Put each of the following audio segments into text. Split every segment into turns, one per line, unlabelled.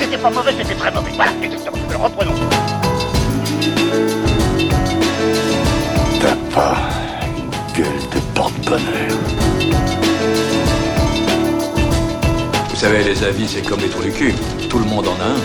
c'était très mauvais. Voilà, exactement. Alors reprenons.
T'as pas une gueule de porte-bonheur.
Vous savez, les avis, c'est comme les trous du cul. Tout le monde en a un.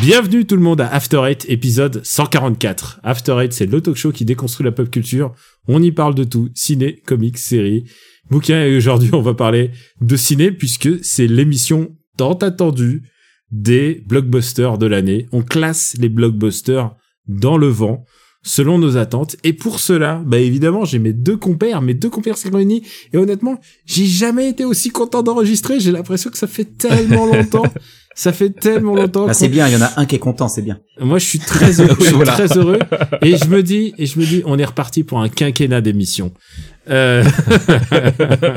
Bienvenue tout le monde à After Eight, épisode 144. After Eight, c'est le talk show qui déconstruit la pop culture. On y parle de tout, ciné, comics, séries, bouquins. Et aujourd'hui, on va parler de ciné puisque c'est l'émission tant attendue des blockbusters de l'année. On classe les blockbusters dans le vent selon nos attentes. Et pour cela, bah évidemment, j'ai mes deux compères, mes deux compères sont réunis. Et honnêtement, j'ai jamais été aussi content d'enregistrer. J'ai l'impression que ça fait tellement longtemps. Ça fait tellement longtemps.
Bah,
qu'on-
c'est bien, il y en a un qui est content, c'est bien.
moi, je suis très heureux, je suis
voilà.
très heureux, et je me dis, et je me dis, on est reparti pour un quinquennat d'émission. Euh,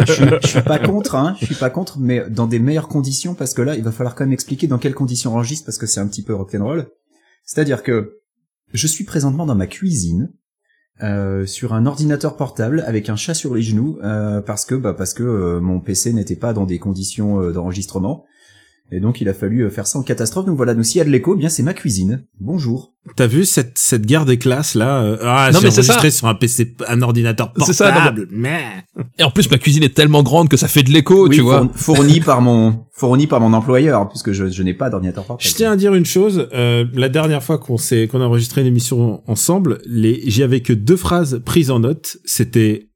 Je suis, je suis pas contre, hein, je suis pas contre, mais dans des meilleures conditions, parce que là, il va falloir quand même expliquer dans quelles conditions on enregistre, parce que c'est un petit peu rock'n'roll. C'est-à-dire que je suis présentement dans ma cuisine, euh, sur un ordinateur portable, avec un chat sur les genoux, euh, parce que bah, parce que euh, mon PC n'était pas dans des conditions euh, d'enregistrement, et donc il a fallu euh, faire ça en catastrophe. Donc voilà, nous s'il y a de l'écho, eh bien c'est ma cuisine. Bonjour.
T'as vu cette, cette guerre des classes là euh, Ah,
Non,
j'ai
mais c'est
enregistré sur un PC, un ordinateur
C'est ça, non, mais-
portable. mais...
Et en plus, ma cuisine est tellement grande que ça fait de l'écho,
Oui,
tu vois.
fourn- fourni par mon fourni par mon employeur, puisque je, je n'ai pas d'ordinateur portable.
je tiens à dire une chose. euh, la dernière fois qu'on s'est, qu'on a enregistré une émission ensemble, les, j'y avais que deux phrases prises en note. C'était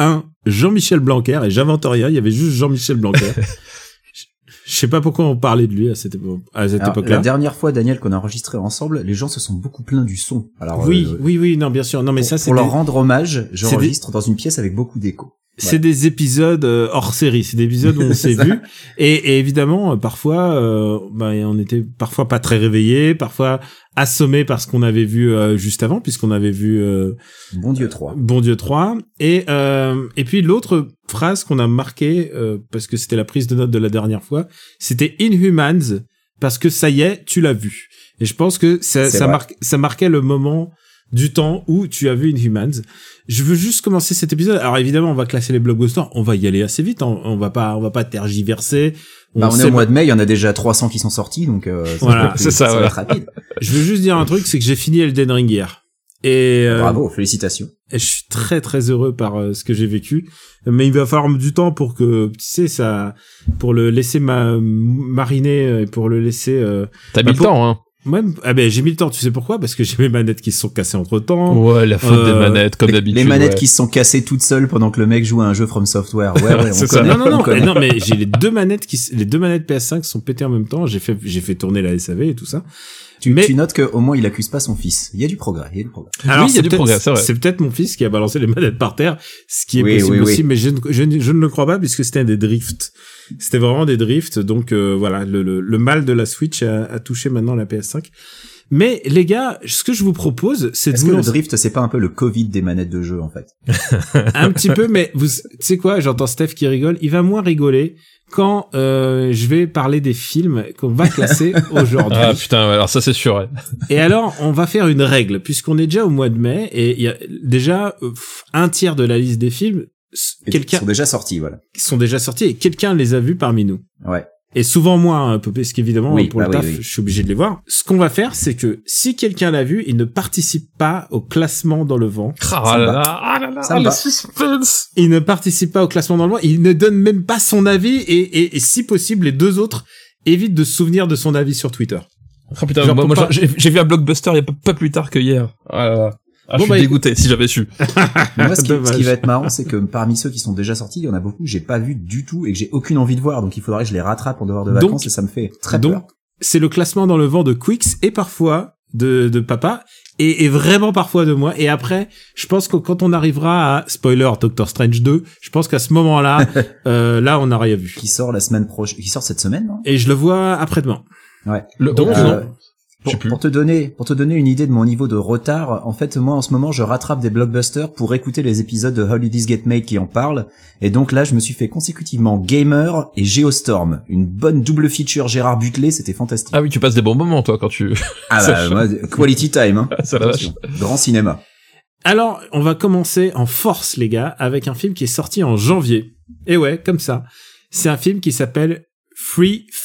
un Jean-Michel Blanquer et j'invente rien. Il y avait juste Jean-Michel Blanquer. Je- Je sais pas pourquoi on parlait de lui à cette, épo- à cette
Alors, la
époque-là.
dernière fois, Daniel, qu'on a enregistré ensemble, les gens se sont beaucoup plaints du son. Alors,
Oui,
euh,
oui, oui, non, bien sûr. Non, mais
pour,
ça, c'est
pour
des-
leur rendre hommage,
c'est des-
j'enregistre dans une pièce avec beaucoup d'écho.
C'est des épisodes euh, hors série, c'est des épisodes où on s'est
C'est ça.
vu et, et évidemment euh, parfois euh, ben, on était parfois pas très réveillés, parfois assommés par ce qu'on avait vu euh, juste avant puisqu'on avait vu euh,
Bon Dieu 3.
Bon Dieu 3 et euh, et puis l'autre phrase qu'on a marquée euh, parce que c'était la prise de note de la dernière fois, c'était Inhumans parce que ça y est, tu l'as vu. Et je pense que ça
C'est
ça,
vrai.
marque- ça marquait le moment du temps où tu as vu Inhumans. Je veux juste commencer cet épisode. Alors évidemment, on va classer les blockbusters, on va y aller assez vite, hein. on va pas on va pas tergiverser. On
Bah, on est
sait-
au mois de mai, il y en a déjà 300 qui sont sortis, donc euh, ça
Voilà,
va être-
c'est ça,
va
ouais.
être rapide.
Je veux juste dire un truc, c'est que j'ai fini Elden Ring hier. Et euh,
Bravo, félicitations.
Et je suis très très heureux par euh, ce que j'ai vécu, mais il va falloir du temps pour que tu sais ça, pour le laisser ma, mariner euh, et pour le laisser. euh,
T'as
Bah,
mis
pour-
le temps, hein.
Même ah ben j'ai mis le temps, tu sais pourquoi Parce que j'ai mes manettes qui se sont cassées entre temps.
Ouais, la faute des
Euh,
manettes, comme
les,
d'habitude.
les manettes
ouais.
qui se sont cassées toutes seules pendant que le mec joue à un jeu From Software. Ouais, ouais, on
C'est ça.
connaît,
Non non
on
non,
connaît.
non mais j'ai les deux manettes qui s- les deux manettes PS5 sont pétées en même temps. J'ai fait j'ai fait tourner la SAV et tout ça.
Tu,
mais-
tu notes qu'au moins il accuse pas son fils. Il y a du progrès, il y a du progrès.
Alors,
Oui, il y a
c'est
du
peut-être-
progrès, c'est vrai.
C'est peut-être mon fils qui a balancé les manettes par terre, ce qui est
Oui,
possible
oui, oui.
aussi, mais je ne, je, ne- je ne le crois pas puisque c'était des drifts. C'était vraiment des drifts, donc euh, voilà, le, le, le mal de la Switch a, a touché maintenant la PS5. Mais les gars, ce que je vous propose, c'est de
Est-ce
vous
que le
lancer
drift, c'est pas un peu le Covid des manettes de jeu, en fait?
un petit peu, mais vous, tu sais quoi, j'entends Steph qui rigole, il va moins rigoler quand euh, je vais parler des films qu'on va classer aujourd'hui.
Ah putain, ouais, alors ça c'est sûr. ouais.
Et alors, on va faire une règle, puisqu'on est déjà au mois de mai, et il y a déjà euh, pff, un tiers de la liste des films s-
Et
quelqu'un
Ils sont déjà sortis, voilà.
sont déjà sortis et quelqu'un les a vus parmi nous.
Ouais.
Et souvent moi, hein, peu- parce qu'évidemment,
Oui,
pour le
bah
taf,
oui, oui.
je suis obligé de les voir. Ce qu'on va faire, c'est que si quelqu'un l'a vu, il ne participe pas au classement dans le vent.
Ah
me
là
va.
là, ah là là,
Ça me
le
va.
suspense.
Il ne participe pas au classement dans le vent. Il ne donne même pas son avis et, et, et si possible, les deux autres évitent de se souvenir de son avis sur Twitter.
Ah putain,
Genre,
moi, moi,
pour pas-
j'ai j'ai vu un blockbuster il y a pas, pas plus tard que hier. Ah, là là. Ah,
Bon,
je suis
bah,
dégoûté si j'avais su.
Mais Moi, ce qui, ce
Dommage.
qui va être marrant, c'est que parmi ceux qui sont déjà sortis, il y en a beaucoup que j'ai pas vu du tout et que j'ai aucune envie de voir. Donc, il faudrait que je les rattrape en dehors de
Donc-
vacances et ça me fait très
Donc,
peur.
c'est le classement dans le vent de Quicks et parfois de, de papa et, et vraiment parfois de moi. Et après, je pense que quand on arrivera à spoiler Doctor Strange 2, je pense qu'à ce moment-là, euh, là, on n'a rien vu.
Qui sort la semaine prochaine, qui sort cette semaine, non
Et je le vois après-demain.
Le Donc,
Euh,
non. Je
pour,
sais plus.
pour te donner, pour te donner une idée de mon niveau de retard, en fait, moi, en ce moment, je rattrape des blockbusters pour écouter les épisodes de Holidays Get Made qui en parlent. Et donc là, je me suis fait consécutivement Gamer et Geostorm. Une bonne double feature Gérard Butler, c'était fantastique.
Ah oui, tu passes des bons moments toi quand tu.
Ah,
ça-
bah, moi, quality time, hein.
Ah, ça la vache.
Grand cinéma.
Alors, on va commencer en force, les gars, avec un film qui est sorti en janvier. Et ouais, comme ça. C'est un film qui s'appelle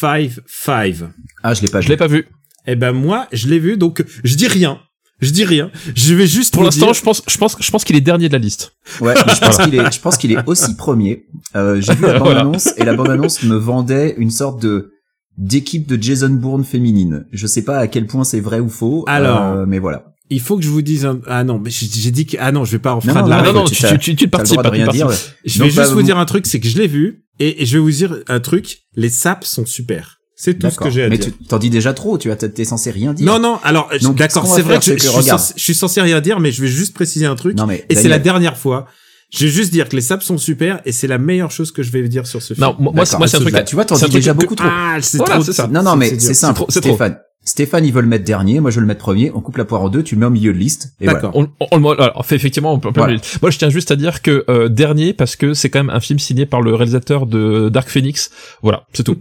355.
Ah, je l'ai pas
Je
vu.
l'ai pas vu.
Eh ben moi, je l'ai vu, donc je dis rien. Je dis rien. Je vais juste
Pour
vous
l'instant,
dire-
je pense, je pense, je pense qu'il est dernier de la liste.
Ouais, mais je pense qu'il est, je pense qu'il est aussi premier. Euh, j'ai vu la bande
Voilà.
annonce et la bande annonce me vendait une sorte de d'équipe de Jason Bourne féminine. Je sais pas à quel point c'est vrai ou faux.
Alors.
euh, mais voilà.
il faut que je vous dise un... ah non, mais j'ai j'ai dit que ah non, je vais pas en faire
Non,
de
non,
la
Ah
Ah
oui,
non, non,
tu-
tu,
t'as-
tu, tu, tu
T'as le
participes
droit de
pas, tu
rien dire.
participes.
Je
Donc,
vais
bah,
juste vous
vous-
dire un truc, c'est que je l'ai vu et, et je vais vous dire un truc, les sapes sont super. C'est tout ce que
D'accord.
j'ai à
Mais
dire.
tu t'en dis déjà trop. Tu as t'es censé rien dire.
Non non, alors je-
Donc,
d'accord,
ce qu'on va
c'est vrai
faire,
que je,
c'est que
je suis
regarde.
censé, je suis censé rien dire mais je vais juste préciser un truc
Non, mais
et c'est la
Daniel,
dernière fois. Je vais juste dire que les sapes sont super et c'est la meilleure chose que je vais dire sur ce film.
Non, moi, moi, c'est
D'accord.
moi, c'est un truc.
Bah, tu vois, t'en
c'est un
dis
truc
déjà
que-
beaucoup trop.
Ah, c'est
Voilà,
trop
c'est ça.
Non, non, mais
dur.
c'est simple.
trop- c'est trop.
Stéphane. Stéphane, il veut le mettre dernier. Moi, je veux le mettre premier. On coupe la poire en deux. Tu le mets au milieu de liste. Et voilà.
D'accord.
On, on- on le- alors, fait, effectivement, on peut, on peut-
Voilà.
moi je tiens juste à dire que euh, dernier parce que c'est quand même un film signé par le réalisateur de Dark Phoenix. Voilà, c'est tout.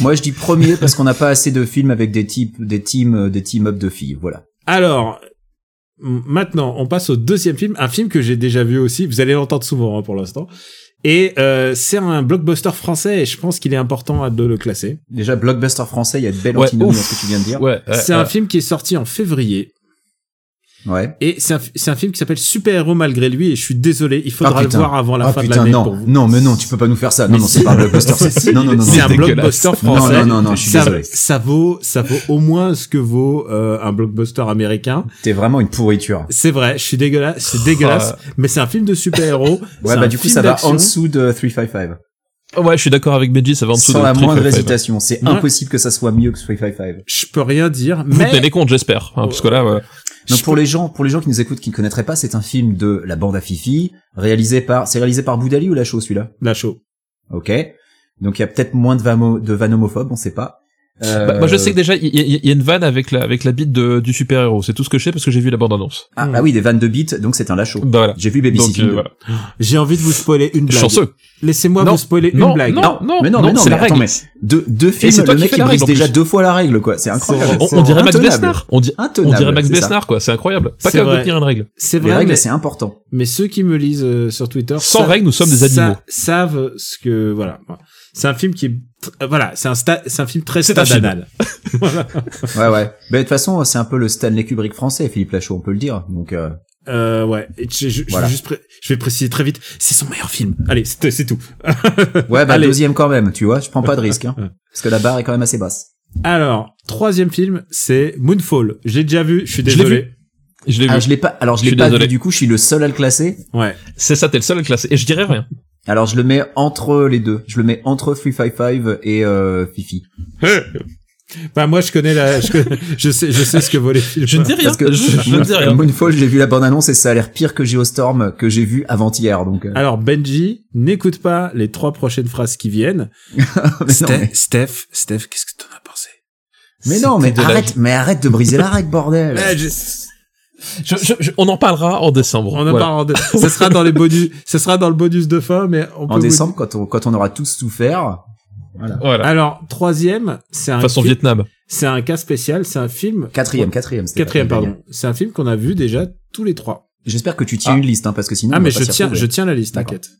Moi, je dis premier parce qu'on n'a pas assez de films avec des types, des teams, des team up de filles. Voilà.
Alors, m- maintenant, on passe au deuxième film, un film que j'ai déjà vu aussi, vous allez l'entendre souvent hein, pour l'instant. Et euh, c'est un blockbuster français et je pense qu'il est important à- de le classer.
Déjà, blockbuster français, il y a de belles
Ouais,
antinomie
ouf.
à ce que tu viens de dire.
ouais. ouais,
c'est
ouais.
un film qui est sorti en février
ouais.
et c'est un, fi- c'est un film qui s'appelle Super Héros malgré lui et je suis désolé, il faudra
Ah,
le
putain.
voir avant la
ah
fin de
putain,
l'année
non,
pour vous.
non, mais non, tu peux pas nous faire ça. Non,
Mais
non,
si.
c'est pas un blockbuster. non, non, non, non.
C'est un
dégueulasse.
blockbuster
Non,
français.
non, non, non, je suis
ça,
désolé.
ça vaut, ça vaut au moins ce que vaut euh, un blockbuster américain.
T'es vraiment une pourriture.
C'est vrai, je suis dégueulasse, c'est dégueulasse, mais c'est un film de super-héros.
Oh. Ouais,
c'est
bah
un
du coup,
film
ça va
d'action.
en dessous de 355.
Ouais, je suis d'accord avec Benji, ça va en dessous
Sans
de
la
Trick
moindre
Five Five.
hésitation. C'est
Ouais.
impossible que ça soit mieux que 355.
Je peux rien dire,
Vous tenez
mais
les comptes, j'espère, hein, parce que là, ouais.
Donc pour les gens, pour les gens qui nous écoutent, qui ne connaîtraient pas, c'est un film de la bande à Fifi, réalisé par, c'est réalisé par Boudali ou Lachaud, celui-là?
la show.
Ok. Donc il y a peut-être moins de, vamo- de vanomophobes, on sait pas. Euh,
Bah, moi, je sais que déjà, il y, il y a une vanne avec la avec la bite de- du super héros. C'est tout ce que je sais parce que j'ai vu la bande annonce.
Ah, ah oui, des vannes de bite, donc c'est un Lachaud.
Bah voilà.
J'ai vu
Donc
Babysitting.
euh,
deux.
voilà.
J'ai envie de vous spoiler une blague.
chanceux.
Laissez-moi
Non,
vous spoiler
Non,
une blague.
non, non,
mais non,
non,
mais non,
c'est
mais
la
attends,
règle.
mais deux, deux films,
c'est toi
le
qui
mec
fais
il
la
brise
règle, en
déjà
plus.
deux fois la règle, quoi. C'est incroyable.
on,
C'est
on dirait Max
intenable.
Besnard. On, di- on
Intenable,
dirait Max
c'est ça.
Besnard, quoi. C'est incroyable.
C'est
Pas capable
vrai.
de tenir une règle.
C'est
Les
vrai,
règles,
mais,
c'est important.
mais ceux qui me lisent euh, sur Twitter
Sans
savent-
règles, nous sommes des
sa-
animaux.
savent ce que voilà. C'est un film qui est tr- euh, voilà, c'est un sta- c'est un film très
C'est un
stade
film.
anal.
Ouais, ouais. Mais de toute façon, c'est un peu le Stanley Kubrick français, Philippe Lachaud, on peut le dire. Donc, euh,
Euh, ouais, Et je, je- je
Voilà.
vais juste pré- je vais préciser très vite, c'est son meilleur film. Allez, c'est c'est tout.
ouais, bah
Allez.
deuxième quand même, tu vois. Je prends pas de risque, hein, parce que la barre est quand même assez basse.
Alors, troisième film, c'est Moonfall. Je l'ai déjà vu, je suis
Je l'ai
désolé.
Je l'ai
Ah,
vu.
je l'ai pas. Alors, je
Je
l'ai
suis
pas
désolé.
vu. Du coup, je suis le seul à le classer.
Ouais.
C'est ça, t'es le seul à le classer. Et je dirais rien.
Alors, je le mets entre les deux. Je le mets entre 355 et euh, Fifi.
Bah moi je connais la je, connais- je sais je sais ce que vaut les films.
Je ne dis rien.
Parce que
je, je ne dis rien.
Moonfall, j'ai vu la bande annonce et ça a l'air pire que Geostorm que j'ai vu avant-hier. Donc, euh,
Alors Benji, n'écoute pas les trois prochaines phrases qui viennent.
mais non, mais-
Steph, Steph, qu'est-ce que t'en as pensé
Mais non, mais
C'était de la-
arrête, mais arrête de briser la règle,
Eh ben,
bordel.
Je- je- je- on en parlera en décembre.
On en
Voilà.
parle en deux. Ça sera dans les bonus, ça sera dans le bonus de fin, mais on peut
En
vous-
décembre, quand on, quand on aura tous souffert.
Voilà.
Alors troisième, c'est un
Façon
fi-
Vietnam.
c'est un cas spécial, c'est un film
Quatrième, quatrième. c'était
quatrième
pas-
pardon. C'est un film qu'on a vu déjà tous les trois.
J'espère que tu tiens
Ah.
une liste, hein, parce que sinon.
ah
on va
mais
pas
je
s'y
tiens je
retrouver.
tiens la liste,
D'accord.
t'inquiète.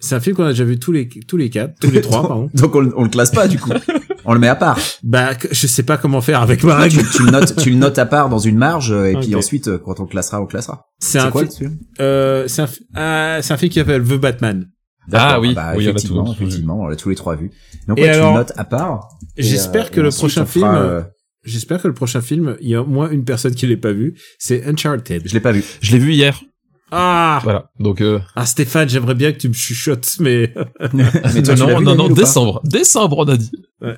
C'est un film qu'on a déjà vu tous les tous les quatre, tous les trois pardon.
Donc on, on le classe pas du coup. on le met à part.
Bah que- je sais pas comment faire avec ma règle.
Tu, tu le notes, tu le notes à part dans une marge, euh, et puis
Ah, Ok.
ensuite euh, quand on le classera, on le classera.
C'est
C'est
un
quoi
film
dessus
euh, c'est un fi- ah, c'est un film qui s'appelle The Batman.
Ah oui.
Bah,
oui, on a tout.
effectivement, effectivement, on l'a tous les trois vu. Donc
Et
ouais,
alors-
tu le notes à part. et,
J'espère
euh,
que
et
le
ensuite,
prochain
on
film
fera, euh,
J'espère que le prochain film, il y a au moins une personne qui l'ait pas vu, c'est Uncharted.
Je l'ai pas vu.
Je l'ai vu hier.
Ah,
Voilà. Donc, euh,
ah Stéphane, j'aimerais bien que tu me chuchotes, mais
mais
non,
toi, tu l'as vu,
non,
Daniel,
non,
ou pas
décembre. Décembre, on a dit.
Mais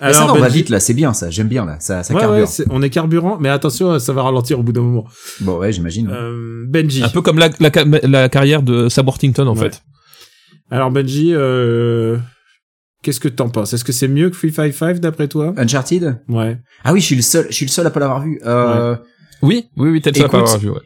Ah, ça, va, on
Benji-
va vite là, c'est bien ça. J'aime bien là, ça, ça
Ouais, ouais,
carbure.
c'est- on est carburant, mais attention, euh, ça va ralentir au bout d'un moment.
Bon ouais, j'imagine. ouais.
Euh, Benji.
Un peu comme la, la, ca- la carrière de Sam Worthington, en
Ouais.
fait.
Alors Benji, euh, qu'est-ce que t'en penses Est-ce que c'est mieux que Free Five Five d'après toi
Uncharted.
Ouais.
Ah oui, je suis le seul, je suis le seul à pas l'avoir vu. Euh,
Oui, oui, oui, tel ça,
Écoute,
pas avoir vu, ouais.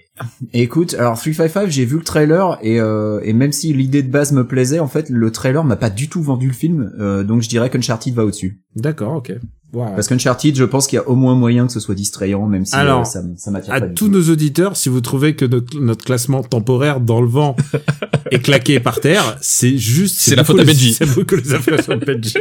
Et Écoute, alors 355, j'ai vu le trailer et, euh, et même si l'idée de base me plaisait, en fait, le trailer m'a pas du tout vendu le film, euh, donc je dirais qu'Uncharted va au-dessus.
D'accord, ok. Voilà.
Parce qu'Uncharted, je pense qu'il y a au moins moyen que ce soit distrayant, même si
Alors,
euh, ça, m- ça m'attire
à
pas du
tous
tout.
nos auditeurs, si vous trouvez que notre, notre classement temporaire dans le vent est claqué par terre, c'est juste...
C'est la
beaucoup
faute à
les-
Benji.
C'est beaucoup les influences de Benji.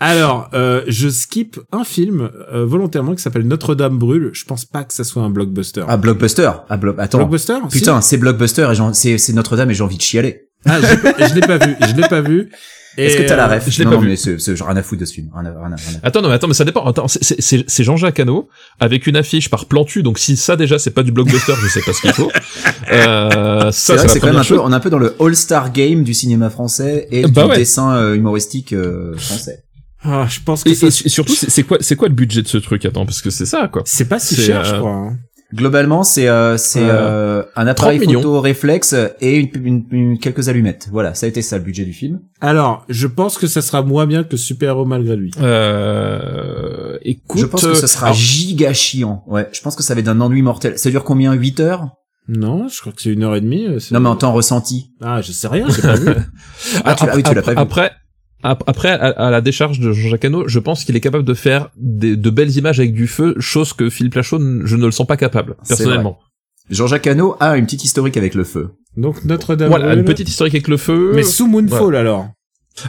Alors, euh, je skip un film euh, volontairement qui s'appelle Notre-Dame brûle. Je pense pas que ça soit un blockbuster.
Ah, Blockbuster. Ah, blo- Attends.
blockbuster Si.
Putain, c'est Blockbuster et j'en- c'est c'est Notre-Dame et j'ai envie de chialer.
Ah, je, je l'ai pas vu. Je l'ai pas vu. Et,
Est-ce que t'as la
euh,
ref
je l'ai
Non,
pas
non,
vu.
mais c'est c'est- j'ai rien à foutre de ce film. Rien à- rien à- rien à-
Attends, non, mais attends, mais ça dépend. Attends, c'est- c'est c'est- c'est Jean-Jacques Hano avec une affiche par Plantu, donc si ça déjà c'est pas du blockbuster, je sais pas ce qu'il faut. Euh, ça,
C'est
c'est la
vrai que c'est quand même
première
un peu,
chose.
on est un peu dans le all-star game du cinéma français et
Bah
du
ouais.
dessin euh, humoristique euh, français.
Ah, je pense que
Et,
ça-
et su- surtout, c'est c'est quoi, c'est quoi le budget de ce truc Attends, parce que c'est ça, quoi.
c'est pas si
c'est,
cher, je
euh,
crois. hein.
Globalement, c'est euh, c'est euh, un appareil
30 millions.
photo réflexe et une, une- une- quelques allumettes. Voilà, ça a été ça le budget du film.
Alors, je pense que ça sera moins bien que Super Héros malgré lui.
Euh, écoute,
je pense que
euh,
ce sera
alors,
giga chiant. Ouais, je pense que ça va être un ennui mortel. Ça dure combien 8 heures
Non, je crois que c'est une heure et demie. euh, c'est-
Non mais en temps ressenti.
Ah, je sais rien, j'ai pas vu.
Ah, tu l'as- oui, tu l'as pas vu.
Après, ap- après, à, à la décharge de Jean-Jacques Hano, je pense qu'il est capable de faire des, de belles images avec du feu, chose que Philippe Lachaud, n- je ne le sens pas capable,
C'est
personnellement.
Jean-Jacques Hano a une petite historique avec le feu.
Donc Notre-Dame. Euh,
Voilà,
brûle.
une petite historique avec le feu.
Mais sous Moonfall alors.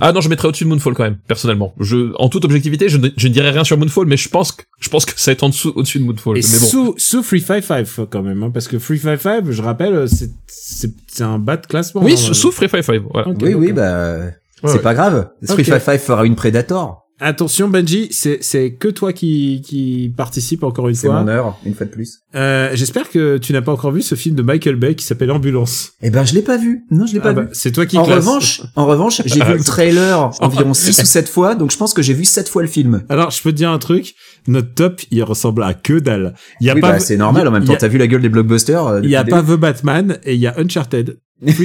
Ah non, je mettrais au-dessus de Moonfall quand même, personnellement. Je, en toute objectivité, je ne, je ne dirais rien sur Moonfall, mais je pense que, je pense que ça va être en dessous, au-dessus de Moonfall.
Et
mais bon.
sous, sous Free Five Five quand même, hein, parce que Free Five Five, je rappelle, c'est c'est c'est un bas de classement.
Oui,
hein,
sous
euh,
sous Free Fire Five, voilà.
ok,
oui oui
d'accord.
bah
Ouais,
c'est
ouais.
pas grave. Street
Ok.
Fighter Five fera une Predator.
Attention Benji, c'est c'est que toi qui qui participe encore une
C'est
fois.
mon heure une fois de plus.
Euh, J'espère que tu n'as pas encore vu ce film de Michael Bay qui s'appelle Ambulance.
Eh ben je l'ai pas vu. Non je l'ai
Ah
pas
bah,
vu.
c'est toi qui
en
classe.
revanche, en revanche, j'ai vu le trailer environ 6 ou 7 fois, donc je pense que j'ai vu 7 fois le film.
Alors, je peux te dire un truc, notre top, il ressemble à que dalle. Il y a
Oui,
pas
bah, c'est normal en même temps,
il y a-
t'as vu la gueule des blockbusters. euh,
Il y a
depuis
pas
le
The Batman et il y a Uncharted,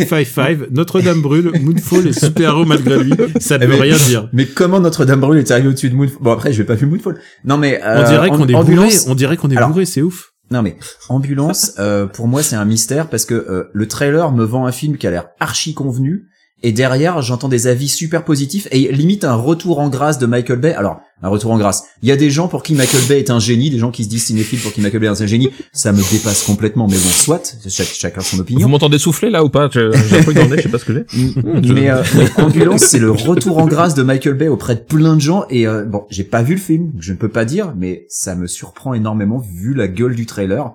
355, Notre-Dame brûle, Moonfall et Super Héros malgré lui. Ça ne
Eh
veut
ben,
rien dire.
début. Mais comment Notre-Dame brûle est arrivé au-dessus de Moonfall Bon après, j'ai pas vu Moonfall. Non mais
On
euh,
dirait
en-
qu'on est bourré,
ambulance.
on dirait qu'on est
Alors-
bourré, c'est ouf.
Non mais ambulance, euh, pour moi c'est un mystère parce que euh, le trailer me vend un film qui a l'air archi convenu et derrière j'entends des avis super positifs et limite un retour en grâce de Michael Bay. Alors un retour en grâce. Il y a des gens pour qui Michael Bay est un génie, des gens qui se disent cinéphiles pour qui Michael Bay est un génie. Ça me dépasse complètement, mais bon soit. Chaque- chacun son opinion.
Vous m'entendez souffler là ou pas Je- J'ai un peu dans le nez, je sais pas ce que j'ai.
Mm.
Je-
Mais, euh, mais Ambulance, c'est le retour en grâce de Michael Bay auprès de plein de gens. Et euh, bon, j'ai pas vu le film, donc je ne peux pas dire, mais ça me surprend énormément vu la gueule du trailer.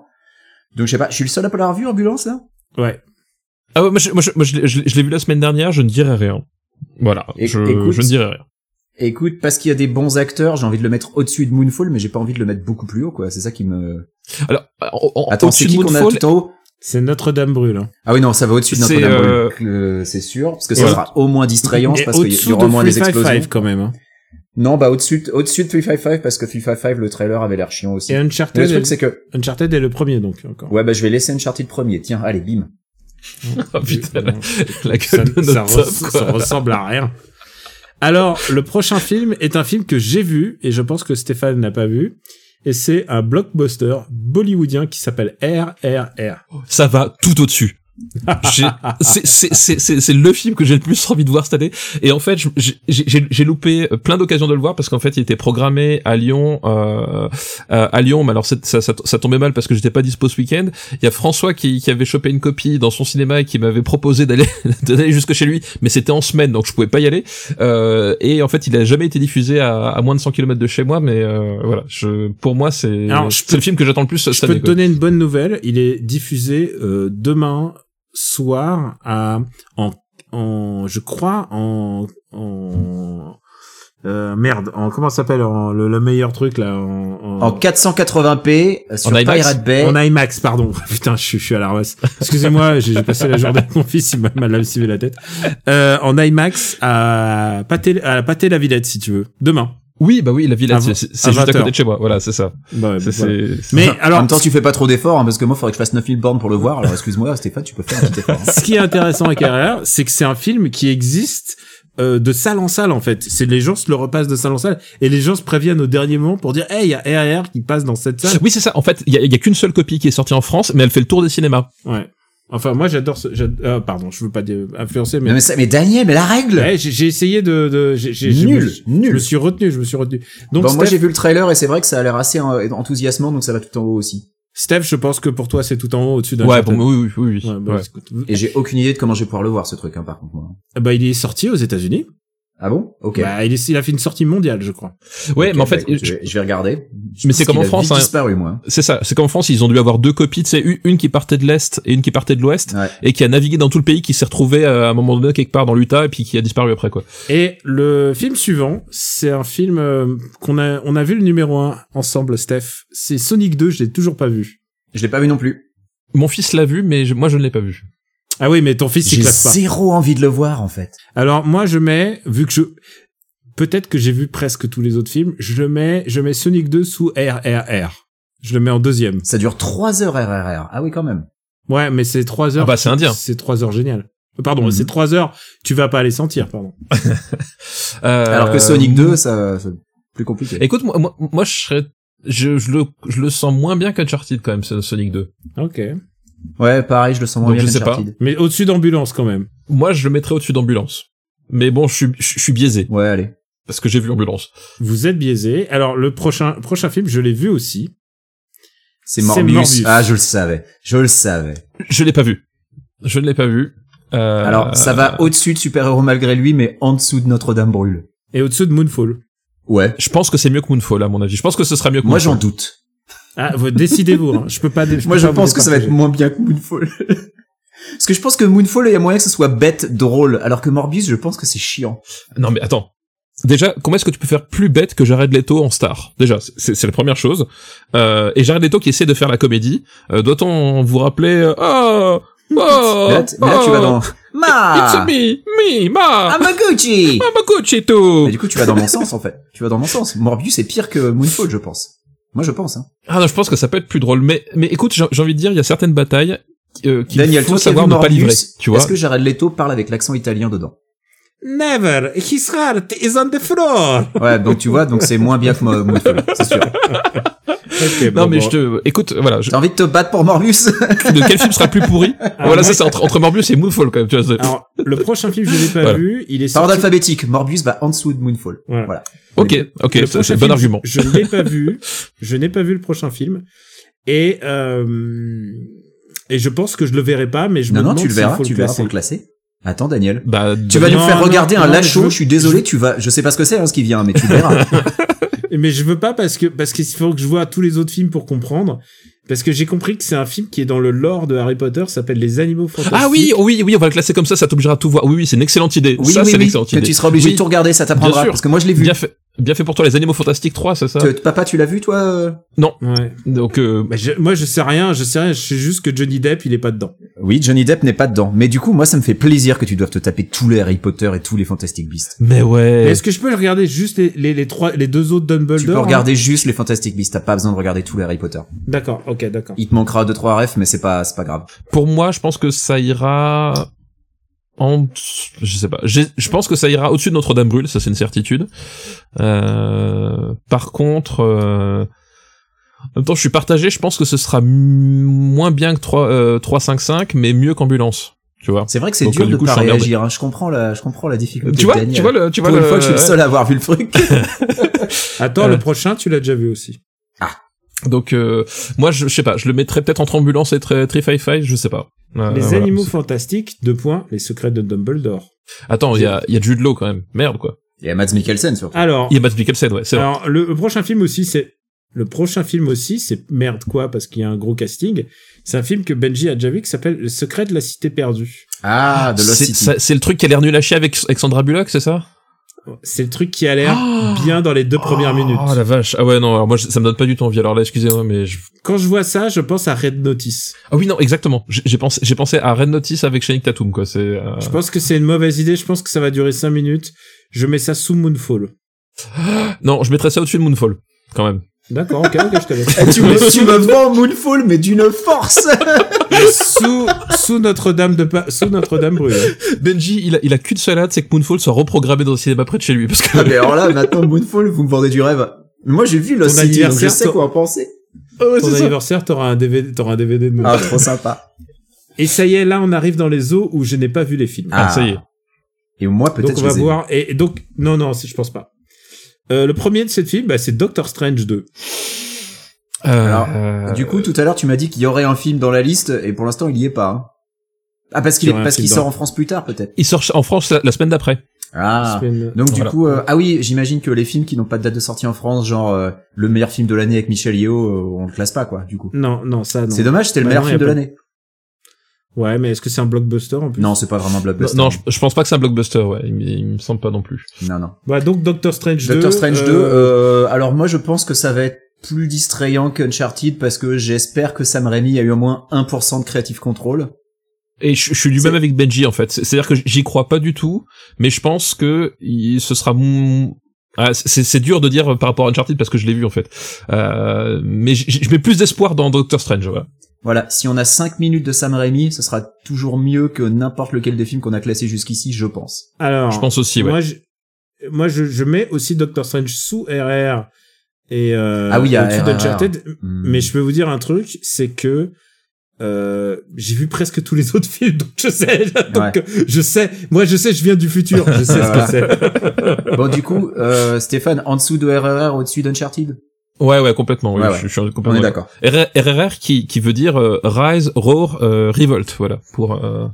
Donc je sais pas, je suis le seul à pas l'avoir vu Ambulance là
Ouais.
Ah ouais, moi je, moi, je, moi, je l'ai- je l'ai je l'ai vu la semaine dernière, je ne dirais rien. Voilà,
É-
je,
écoute.
je ne dirais rien.
Écoute, parce qu'il y a des bons acteurs, j'ai envie de le mettre au-dessus de Moonfall, mais j'ai pas envie de le mettre beaucoup plus haut, quoi. C'est ça qui me.
Alors, euh, en- en-
Attends, c'est
au-dessus de
qui qu'on a
Moonfall,
tout en haut
C'est Notre-Dame brûle. hein.
Ah oui, non, ça va au-dessus de
C'est,
Notre-Dame.
euh,
donc, euh, C'est sûr, parce que ça
ouais.
sera au moins distrayant,
Et
parce qu'il y
au-dessous
aura
de
au moins des
355
explosions.
quand même. hein.
Non, bah au-dessus, de- au-dessus de 355, parce que 355, le trailer avait l'air chiant aussi.
Et
Mais
Uncharted,
le truc,
est...
c'est que
Uncharted est le premier donc encore.
Ouais, bah je vais laisser Uncharted premier. Tiens, allez, bim.
Ah, putain,
Euh,
la,
Non,
la gueule
ça,
de notre
ça
top,
res-
quoi.
ça ressemble à rien. Alors, le prochain film est un film que j'ai vu et je pense que Stéphane n'a pas vu. Et c'est un blockbuster bollywoodien qui s'appelle RRR.
ça va tout au-dessus. J'ai- c'est- c'est c'est- c'est- c'est le film que j'ai le plus envie de voir cette année. Et en fait, je- j'ai- j'ai j'ai loupé plein d'occasions de le voir parce qu'en fait, il était programmé à Lyon, euh, euh, à Lyon. Mais alors, c'est- ça, ça, ça tombait mal parce que j'étais pas dispo ce week-end. Il y a François qui, qui avait chopé une copie dans son cinéma et qui m'avait proposé d'aller d'aller jusque chez lui, mais c'était en semaine, donc je pouvais pas y aller. Euh, et en fait, il a jamais été diffusé à, à moins de 100 km de chez moi. Mais euh, voilà, je, pour moi, c'est
Alors, je
c'est le film que j'attends le plus cette
Je peux te
année. quoi.
donner une bonne nouvelle. Il est diffusé euh, demain soir à en, en je crois en en euh, merde en comment ça s'appelle en le, le meilleur truc là en,
En 480p euh, sur
En IMAX.
Pirate Bay.
en IMAX, pardon. Putain, je, suis- je suis à la ramasse. Excusez-moi, j'ai j'ai passé la journée avec mon fils, il m'a mal lessivé la tête. Euh, en IMAX à pâté, à pâté la Villette, si tu veux. Demain.
Oui, bah oui, la ville,
À
c'est
vingt-
c'est
à
juste
20
à côté
heures.
de chez moi. Voilà, c'est ça.
Bah,
Euh,
C'est-
voilà.
c'est- c'est-
Mais
en
alors,
même temps, tu fais pas trop d'efforts, hein, parce que moi, faudrait que je fasse 9000 bornes pour le voir. Alors, excuse-moi, Stéphane, tu peux faire un petit effort. hein.
ce qui est intéressant avec RRR, c'est que c'est un film qui existe euh, de salle en salle en fait. C'est les gens se le repassent de salle en salle et les gens se préviennent au dernier moment pour dire "Hey, il y a RRR qui passe dans cette salle."
Oui, c'est ça. En fait, il y a, il y a qu'une seule copie qui est sortie en France, mais elle fait le tour des cinémas.
Ouais. Enfin, moi, j'adore ce. j'ad- euh, pardon, je veux pas dé- influencer, mais.
Non, mais, ça- mais Daniel, mais la règle
Ouais, j'ai j'ai essayé de. de j'ai- j'ai- je me-
Nul,
Je me
nul.
suis retenu, je me suis retenu. Donc,
bon, moi
Steph,
j'ai vu le trailer et c'est vrai que ça a l'air assez euh, enthousiasmant, donc ça va tout en haut aussi.
Steph, je pense que pour toi, c'est tout en haut au-dessus d'un
Ouais,
certain-
pour moi, oui, oui, oui. oui.
Ouais, bah,
Ouais.
écoute.
Et j'ai aucune idée de comment je vais pouvoir le voir ce truc, hein, par contre. moi.
Ah bah, il est sorti aux États-Unis.
Ah bon Ok.
Bah, il, est- il a fait une sortie mondiale, je crois.
Ouais,
Ok,
mais en
bah,
fait,
écoute, je,
je-
vais, je vais regarder. Je
Mais
pense
c'est comme
qu'il
en
a
France,
vite
hein.
disparu, moi.
c'est ça. C'est qu'en France, ils ont dû avoir deux copies. C'est une qui partait de l'est et une qui partait de l'ouest,
Ouais.
et qui a navigué dans tout le pays, qui s'est retrouvée euh, à un moment donné quelque part dans l'Utah, et puis qui a disparu après quoi.
Et le film suivant, c'est un film euh, qu'on a, on a vu le numéro 1 ensemble, Steph. C'est Sonic 2, je l'ai toujours pas vu.
Je l'ai pas vu non plus.
Mon fils l'a vu, mais je- moi je ne l'ai pas vu.
Ah oui, mais ton fils, il
J'ai
classe pas.
zéro envie de le voir, en fait.
Alors moi je mets vu que je peut-être que j'ai vu presque tous les autres films, je mets je mets Sonic 2 sous RRR. Je le mets en deuxième.
Ça dure 3 heures RRR. Ah oui, quand même.
Ouais, mais c'est trois
Ah
heures.
bah c'est indien.
C'est trois heures génial. Euh, Pardon,
Mhm.
c'est trois heures. Tu vas pas les sentir, pardon.
Euh,
Alors que Sonic 2, ça, c'est plus compliqué.
Écoute, moi, moi, moi, je serais, je, je le, je le sens moins bien qu'Uncharted quand même, ce Sonic 2.
Ok.
Ouais, pareil, je le sens moins
Donc
bien
je sais pas.
qu'Uncharted.
Mais au-dessus d'ambulance quand même.
Moi, je le mettrais au-dessus d'Ambulance. Mais bon, je suis, je, je suis biaisé
Ouais, allez.
parce que j'ai vu Ambulance.
Vous êtes biaisé. Alors le prochain prochain film, je l'ai vu aussi.
C'est
C'est
Morbius.
Morbius.
Ah, je le savais. Je le savais.
Je l'ai pas vu. Je ne l'ai pas vu. Euh,
Alors, ça va au-dessus de Super Héros malgré lui, mais en dessous de Notre-Dame brûle.
Et au-dessus de Moonfall.
Ouais.
Je pense que c'est mieux que Moonfall à mon avis. Je pense que ce sera mieux que
Moi,
Moonfall.
j'en doute.
Ah, vous- décidez-vous. hein. Je peux pas. dé-
Moi,
peux
je
pas vous
pense que ça va être
départager.
moins bien que Moonfall. Parce que je pense que Moonfall, il y a moyen que ce soit bête, drôle, alors que Morbius, je pense que c'est chiant.
Non mais attends. Déjà, comment est-ce que tu peux faire plus bête que Jared Leto en star Déjà, c'est- c'est c'est la première chose. Euh, et Jared Leto qui essaie de faire la comédie. euh, Doit-on vous rappeler euh, Ah ah,
mais là, t- mais là, tu vas dans... Ah.
ah,
Ma
It's me, me, ma,
Amaguchi
Amaguchi tout.
Mais du coup, tu vas dans mon sens, en fait. Tu vas dans mon sens. Morbius est pire que Moonfall, je pense. Moi, je pense. Hein.
Ah non, je pense que ça peut être plus drôle. Mais mais écoute, j'ai j'ai envie de dire, il y a certaines batailles euh, qu'il
Daniel,
faut
toi qui as
savoir
vu
ne pas
Morbius,
livrer. Tu vois
Est-ce que Jared Leto parle avec l'accent italien dedans
Never. His heart is on the floor.
Ouais, donc tu vois, donc c'est moins bien que Mo- Moonfall, c'est sûr.
Ok,
Non
bon,
mais
bon.
je te, écoute, voilà, je-
T'as envie de te battre pour Morbius
de quel film sera plus pourri
Ah
Voilà, ça c'est entre, entre Morbius et Moonfall quand même. Tu vois, c'est-
Alors le prochain film, je l'ai pas
Voilà.
vu. Il est
Par ordre
sorti
alphabétique, Morbius va en dessous de Moonfall.
Voilà.
Voilà.
ok, ok,
Le
ça, c'est
prochain
un
film,
bon argument.
Je ne l'ai pas vu. Je n'ai pas vu le prochain film. Et, euh, et je pense que je le verrai pas, mais je me
Non, non,
demande
tu le
s'il
verras,
faut
tu
le
le verras
classer.
pour le classer. Attends, Daniel.
Bah,
Tu vas
Non,
nous faire
non,
regarder un
non,
lacho,
je veux-
je suis désolé, tu vas, je sais pas ce que c'est, hein, ce qui vient, mais tu verras.
Mais je veux pas parce que, parce qu'il faut que je vois tous les autres films pour comprendre. Parce que j'ai compris que c'est un film qui est dans le lore de Harry Potter, ça s'appelle Les Animaux Fantastiques.
Ah oui, oui, oui, on va le classer comme ça, ça t'obligera à tout voir. Oui, oui, c'est une excellente idée.
Oui,
ça,
oui,
c'est une
oui,
excellente
que
idée.
tu seras obligé
Oui,
de tout regarder, ça
bien
t'apprendra,
sûr.
parce que moi je l'ai vu.
Bien fait, bien fait pour toi, les Animaux Fantastiques 3, c'est ça
Te- Papa, tu l'as vu, toi euh
oh.
Ouais.
Donc, euh,
Bah, je- moi, je sais rien, je sais rien, je sais juste que Johnny Depp, il est pas dedans.
Oui, Johnny Depp n'est pas dedans. Mais du coup, moi, ça me fait plaisir que tu doives te taper tous les Harry Potter et tous les Fantastic Beasts.
mais
Mais
ouais.
est-ce que je peux regarder juste les, les, les trois, les deux autres Dumbledore?
Tu peux
hein
regarder juste les Fantastic Beasts, t'as pas besoin de regarder tous les Harry Potter.
D'accord, ok, d'accord.
Il te manquera deux trois refs, mais c'est pas c'est pas grave.
Pour moi, je pense que ça ira en, je sais pas. J'ai- Je pense que ça ira au-dessus de Notre-Dame brûle, ça c'est une certitude. Euh, par contre, euh, en même temps, je suis partagé. Je pense que ce sera m- moins bien que 3, euh, 355, mais mieux qu'ambulance. Tu vois.
C'est vrai que c'est
Donc,
dur
du
de
coup, je
pas
suis emmerdé.
réagir. hein. Je comprends la je comprends la difficulté.
Tu
de
vois,
Euh, Daniel.
tu vois le, tu vois
Pour une
le-
fois, je suis le seul à avoir vu le truc.
Attends,
Euh.
le prochain, tu l'as déjà vu aussi.
Donc euh, moi je, je sais pas, je le mettrais peut-être entre ambulance et très très je sais pas. Euh,
les
voilà.
Animaux Fantastiques, deux points, les secrets de Dumbledore.
Attends, il y a il y a Jude Law quand même. Merde quoi.
Et à Mads Mikkelsen surtout.
Alors,
Il y a Matt Mikkelsen, ouais, c'est vrai.
alors le, le prochain film aussi, c'est le prochain film aussi, c'est merde quoi parce qu'il y a un gros casting. C'est un film que Benji a déjà vu qui s'appelle Le Secret de la Cité perdue.
Ah, de Lost
C'est
City.
ça- c'est le truc qui a l'air nul à chier avec, avec Sandra Bullock, c'est ça
C'est le truc qui a l'air
Oh
bien dans les deux premières
Oh,
minutes.
Oh la vache. Ah ouais non, alors moi je- ça me donne pas du tout envie. Alors là, excusez-moi mais je
Quand je vois ça, je pense à Red Notice.
Ah oui non, exactement. J'ai j'ai pensé j'ai pensé à Red Notice avec Channing Tatum quoi, c'est euh,
Je pense que c'est une mauvaise idée. Je pense que ça va durer cinq minutes. Je mets ça sous Moonfall.
Ah. Non, je mettrais ça au-dessus de Moonfall quand même.
D'accord, ok, ok, je te laisse.
Eh, tu, me, tu me vends Moonfall, mais d'une force
sous sous Notre-Dame de Pa- sous Notre-Dame brûlée.
Benji, il a il a qu'une salade, c'est que Moonfall soit reprogrammé dans le cinéma près de chez lui parce que
Ah, mais alors là, maintenant, Moonfall, vous me vendez du rêve. Mais Moi, j'ai vu Lost
Ton
City, donc je
anniversaire,
sais
toi.
quoi en penser.
Ton anniversaire, t'auras un DVD, t'auras un DVD de
Ah, trop sympa.
Et ça y est, là, on arrive dans les eaux où je n'ai pas vu les films.
Ah, ça y est.
Et moi, peut-être
Donc on
je
va
les ai vus.
voir. Et, et donc non non, c'est- je pense pas. Euh, le premier de cette film, bah, c'est Doctor Strange 2.
Euh,
Alors,
euh,
Du coup, tout à l'heure, tu m'as dit qu'il y aurait un film dans la liste, et pour l'instant, il y est pas. hein. Ah, parce qu'il
Il y
est,
aura un
parce
film
qu'il
dans-
sort en France plus tard, peut-être.
il sort en France la, la semaine d'après.
Ah.
Semaine-
Donc
Voilà.
du coup, euh, ah oui, j'imagine que les films qui n'ont pas de date de sortie en France, genre euh, le meilleur film de l'année avec Michel Yeo, euh, on le classe pas quoi. Du coup,
Non non ça non.
c'est dommage, c'était le
Bah
meilleur
non, y
film de
a pas-
l'année.
Ouais mais est-ce que c'est un blockbuster en plus
Non, c'est pas vraiment un
Non,
blockbuster.
non, je, je pense pas que c'est un blockbuster. Ouais, il, me- il me semble pas non plus.
non, non.
Bah donc Doctor Strange 2.
Doctor Strange 2.
euh,
euh, alors moi, je pense que ça va être plus distrayant qu'Uncharted parce que j'espère que Sam Raimi a eu au moins 1% de creative control.
Et je, je suis du
C'est-
même avec Benji en fait. C'est- C'est-à-dire que j'y crois pas du tout, mais je pense que il- ce sera mon. Ah, c'est c'est dur de dire par rapport à Uncharted parce que je l'ai vu en fait. Euh, mais j- j- je mets plus d'espoir dans Doctor Strange. Voilà.
Voilà, si on a 5 minutes de Sam Raimi, ce sera toujours mieux que n'importe lequel des films qu'on a classé jusqu'ici, je pense.
Alors.
Je pense aussi. Ouais.
Moi je moi je, je mets aussi Doctor Strange sous RR et euh,
Ah oui, il y a
au-dessus
RR.
d'Uncharted.
Hmm.
Mais je peux vous dire un truc, c'est que euh, j'ai vu presque tous les autres films, donc je sais. Donc je sais. Moi, je sais. Je viens du
Hmm.
futur. Je sais ce que c'est.
Bon, du coup, euh, Stéphane, en dessous de RRR, au-dessus d'Uncharted
ouais, ouais, complètement. oui,
Ouais, ouais.
Je, je suis
On
complètement
est d'accord.
R- RRR qui, qui veut dire euh, Rise, Roar, euh, Revolt, voilà, pour, euh,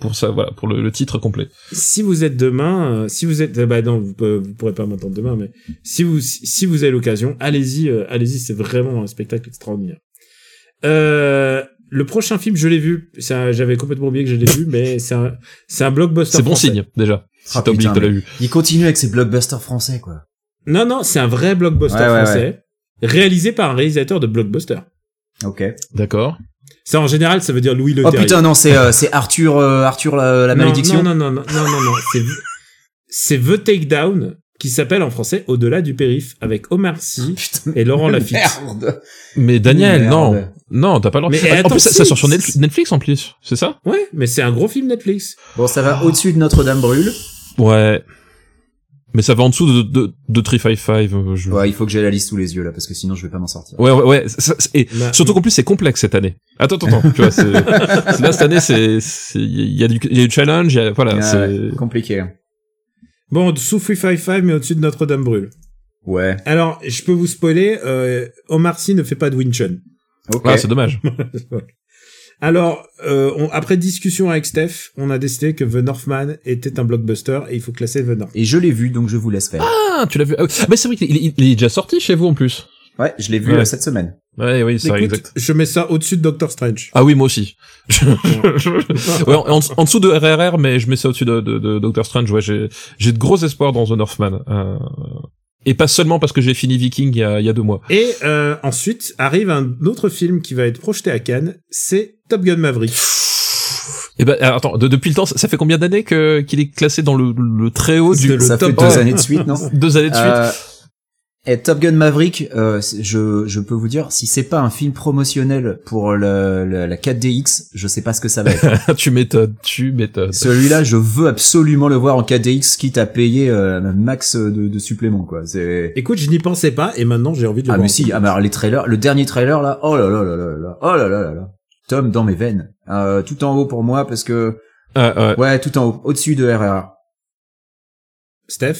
pour ça, voilà, pour le, le titre complet.
Si vous êtes demain, euh, si vous êtes, euh, bah non, vous, euh, vous pourrez pas m'entendre demain, mais si vous si si vous avez l'occasion, allez-y, euh, allez-y. C'est vraiment un spectacle extraordinaire. Euh, le prochain film, je l'ai vu. C'est un- J'avais complètement oublié que je l'ai vu, mais c'est un, c'est un blockbuster.
C'est bon
français.
signe, déjà, si
Ah,
t'as oublié
putain,
que t'as vu.
Il continue avec ses blockbusters français, quoi.
Non, non, c'est un vrai blockbuster
Ouais, ouais,
français, réalisé par un réalisateur de blockbuster.
Ok.
D'accord.
Ça, en général, ça veut dire Louis Le
Oh
Terrier.
putain, non, c'est euh, c'est Arthur, euh, Arthur la, la
Non,
malédiction.
Non, non, non, non, non, non, non, c'est- C'est The Takedown, qui s'appelle en français Au-delà du périph, avec Omar Sy
Putain,
et Laurent Lafitte.
merde.
Mais Daniel,
Merde.
non, non, t'as pas le droit.
Mais
Ah, en
attends,
plus, ça,
si,
ça sort sur
si.
Netflix, Netflix en plus, c'est ça
Ouais, mais c'est un gros film Netflix.
Bon, ça va au-dessus de Notre-Dame brûle.
Ouais. Mais ça va en dessous de, de, de 355. euh, Je... Ouais.
Ouais, il faut que j'ai la liste sous les yeux là, parce que sinon je vais pas m'en sortir.
Ouais, ouais, ça- ça- et
Ma-
surtout qu'en plus c'est complexe cette année. Attends, attends, attends. tu vois, c'est, c'est- là cette année c'est, c'est- il y a du, il y a du challenge, il y a, voilà,
Ah,
c'est,
ouais, compliqué.
Bon, sous Free Five Five, mais au-dessus de Notre-Dame brûle.
Ouais.
Alors, je peux vous spoiler, euh, Omar Sy ne fait pas de Wing Chun.
Ok.
ouais, Ah, c'est dommage.
Alors, euh, on- après discussion avec Steph, on a décidé que The Northman était un blockbuster et il faut classer The Northman.
et je l'ai vu, donc je vous laisse faire.
Ah, tu l'as vu. Ah, oui. Ah, bah, c'est vrai qu'il il- il est déjà sorti chez vous en plus.
Ouais, je l'ai vu
Ouais.
euh, cette semaine.
Ouais, oui, c'est vrai,
Écoute,
exact.
je mets ça au-dessus de Doctor Strange.
Ah oui, moi aussi. ouais, en, en dessous de RRR, mais je mets ça au-dessus de, de, de Doctor Strange. Ouais, j'ai, j'ai de gros espoirs dans The Northman. Euh, et pas seulement parce que j'ai fini Viking il y a, il y a deux mois.
Et euh, ensuite arrive un autre film qui va être projeté à Cannes, c'est Top Gun Maverick.
Et ben, alors, attends, de- depuis le temps, ça ça fait combien d'années que, qu'il est classé dans le, le très haut du
C'est le
ça fait
top
deux
un.
années de suite, non
deux années de suite?
Euh, et Top Gun Maverick, euh, c'est- je, je peux vous dire, si c'est pas un film promotionnel pour le- le- la 4DX, je sais pas ce que ça va être.
Euh.
tu m'étonnes, tu m'étonnes.
Celui-là, je veux absolument le voir en 4DX, quitte à payer euh, un max de, de supplément, quoi. C'est...
Écoute, je n'y pensais pas et maintenant j'ai envie de le
Ah
voir.
mais si,
bah.
ah, mais alors les trailers, le dernier trailer là, oh là là là là là, oh là là là là, Tom dans mes veines, Euh, tout en haut pour moi parce que
Ouais, ouais.
ouais, tout en haut, au-dessus de RRR.
Steph,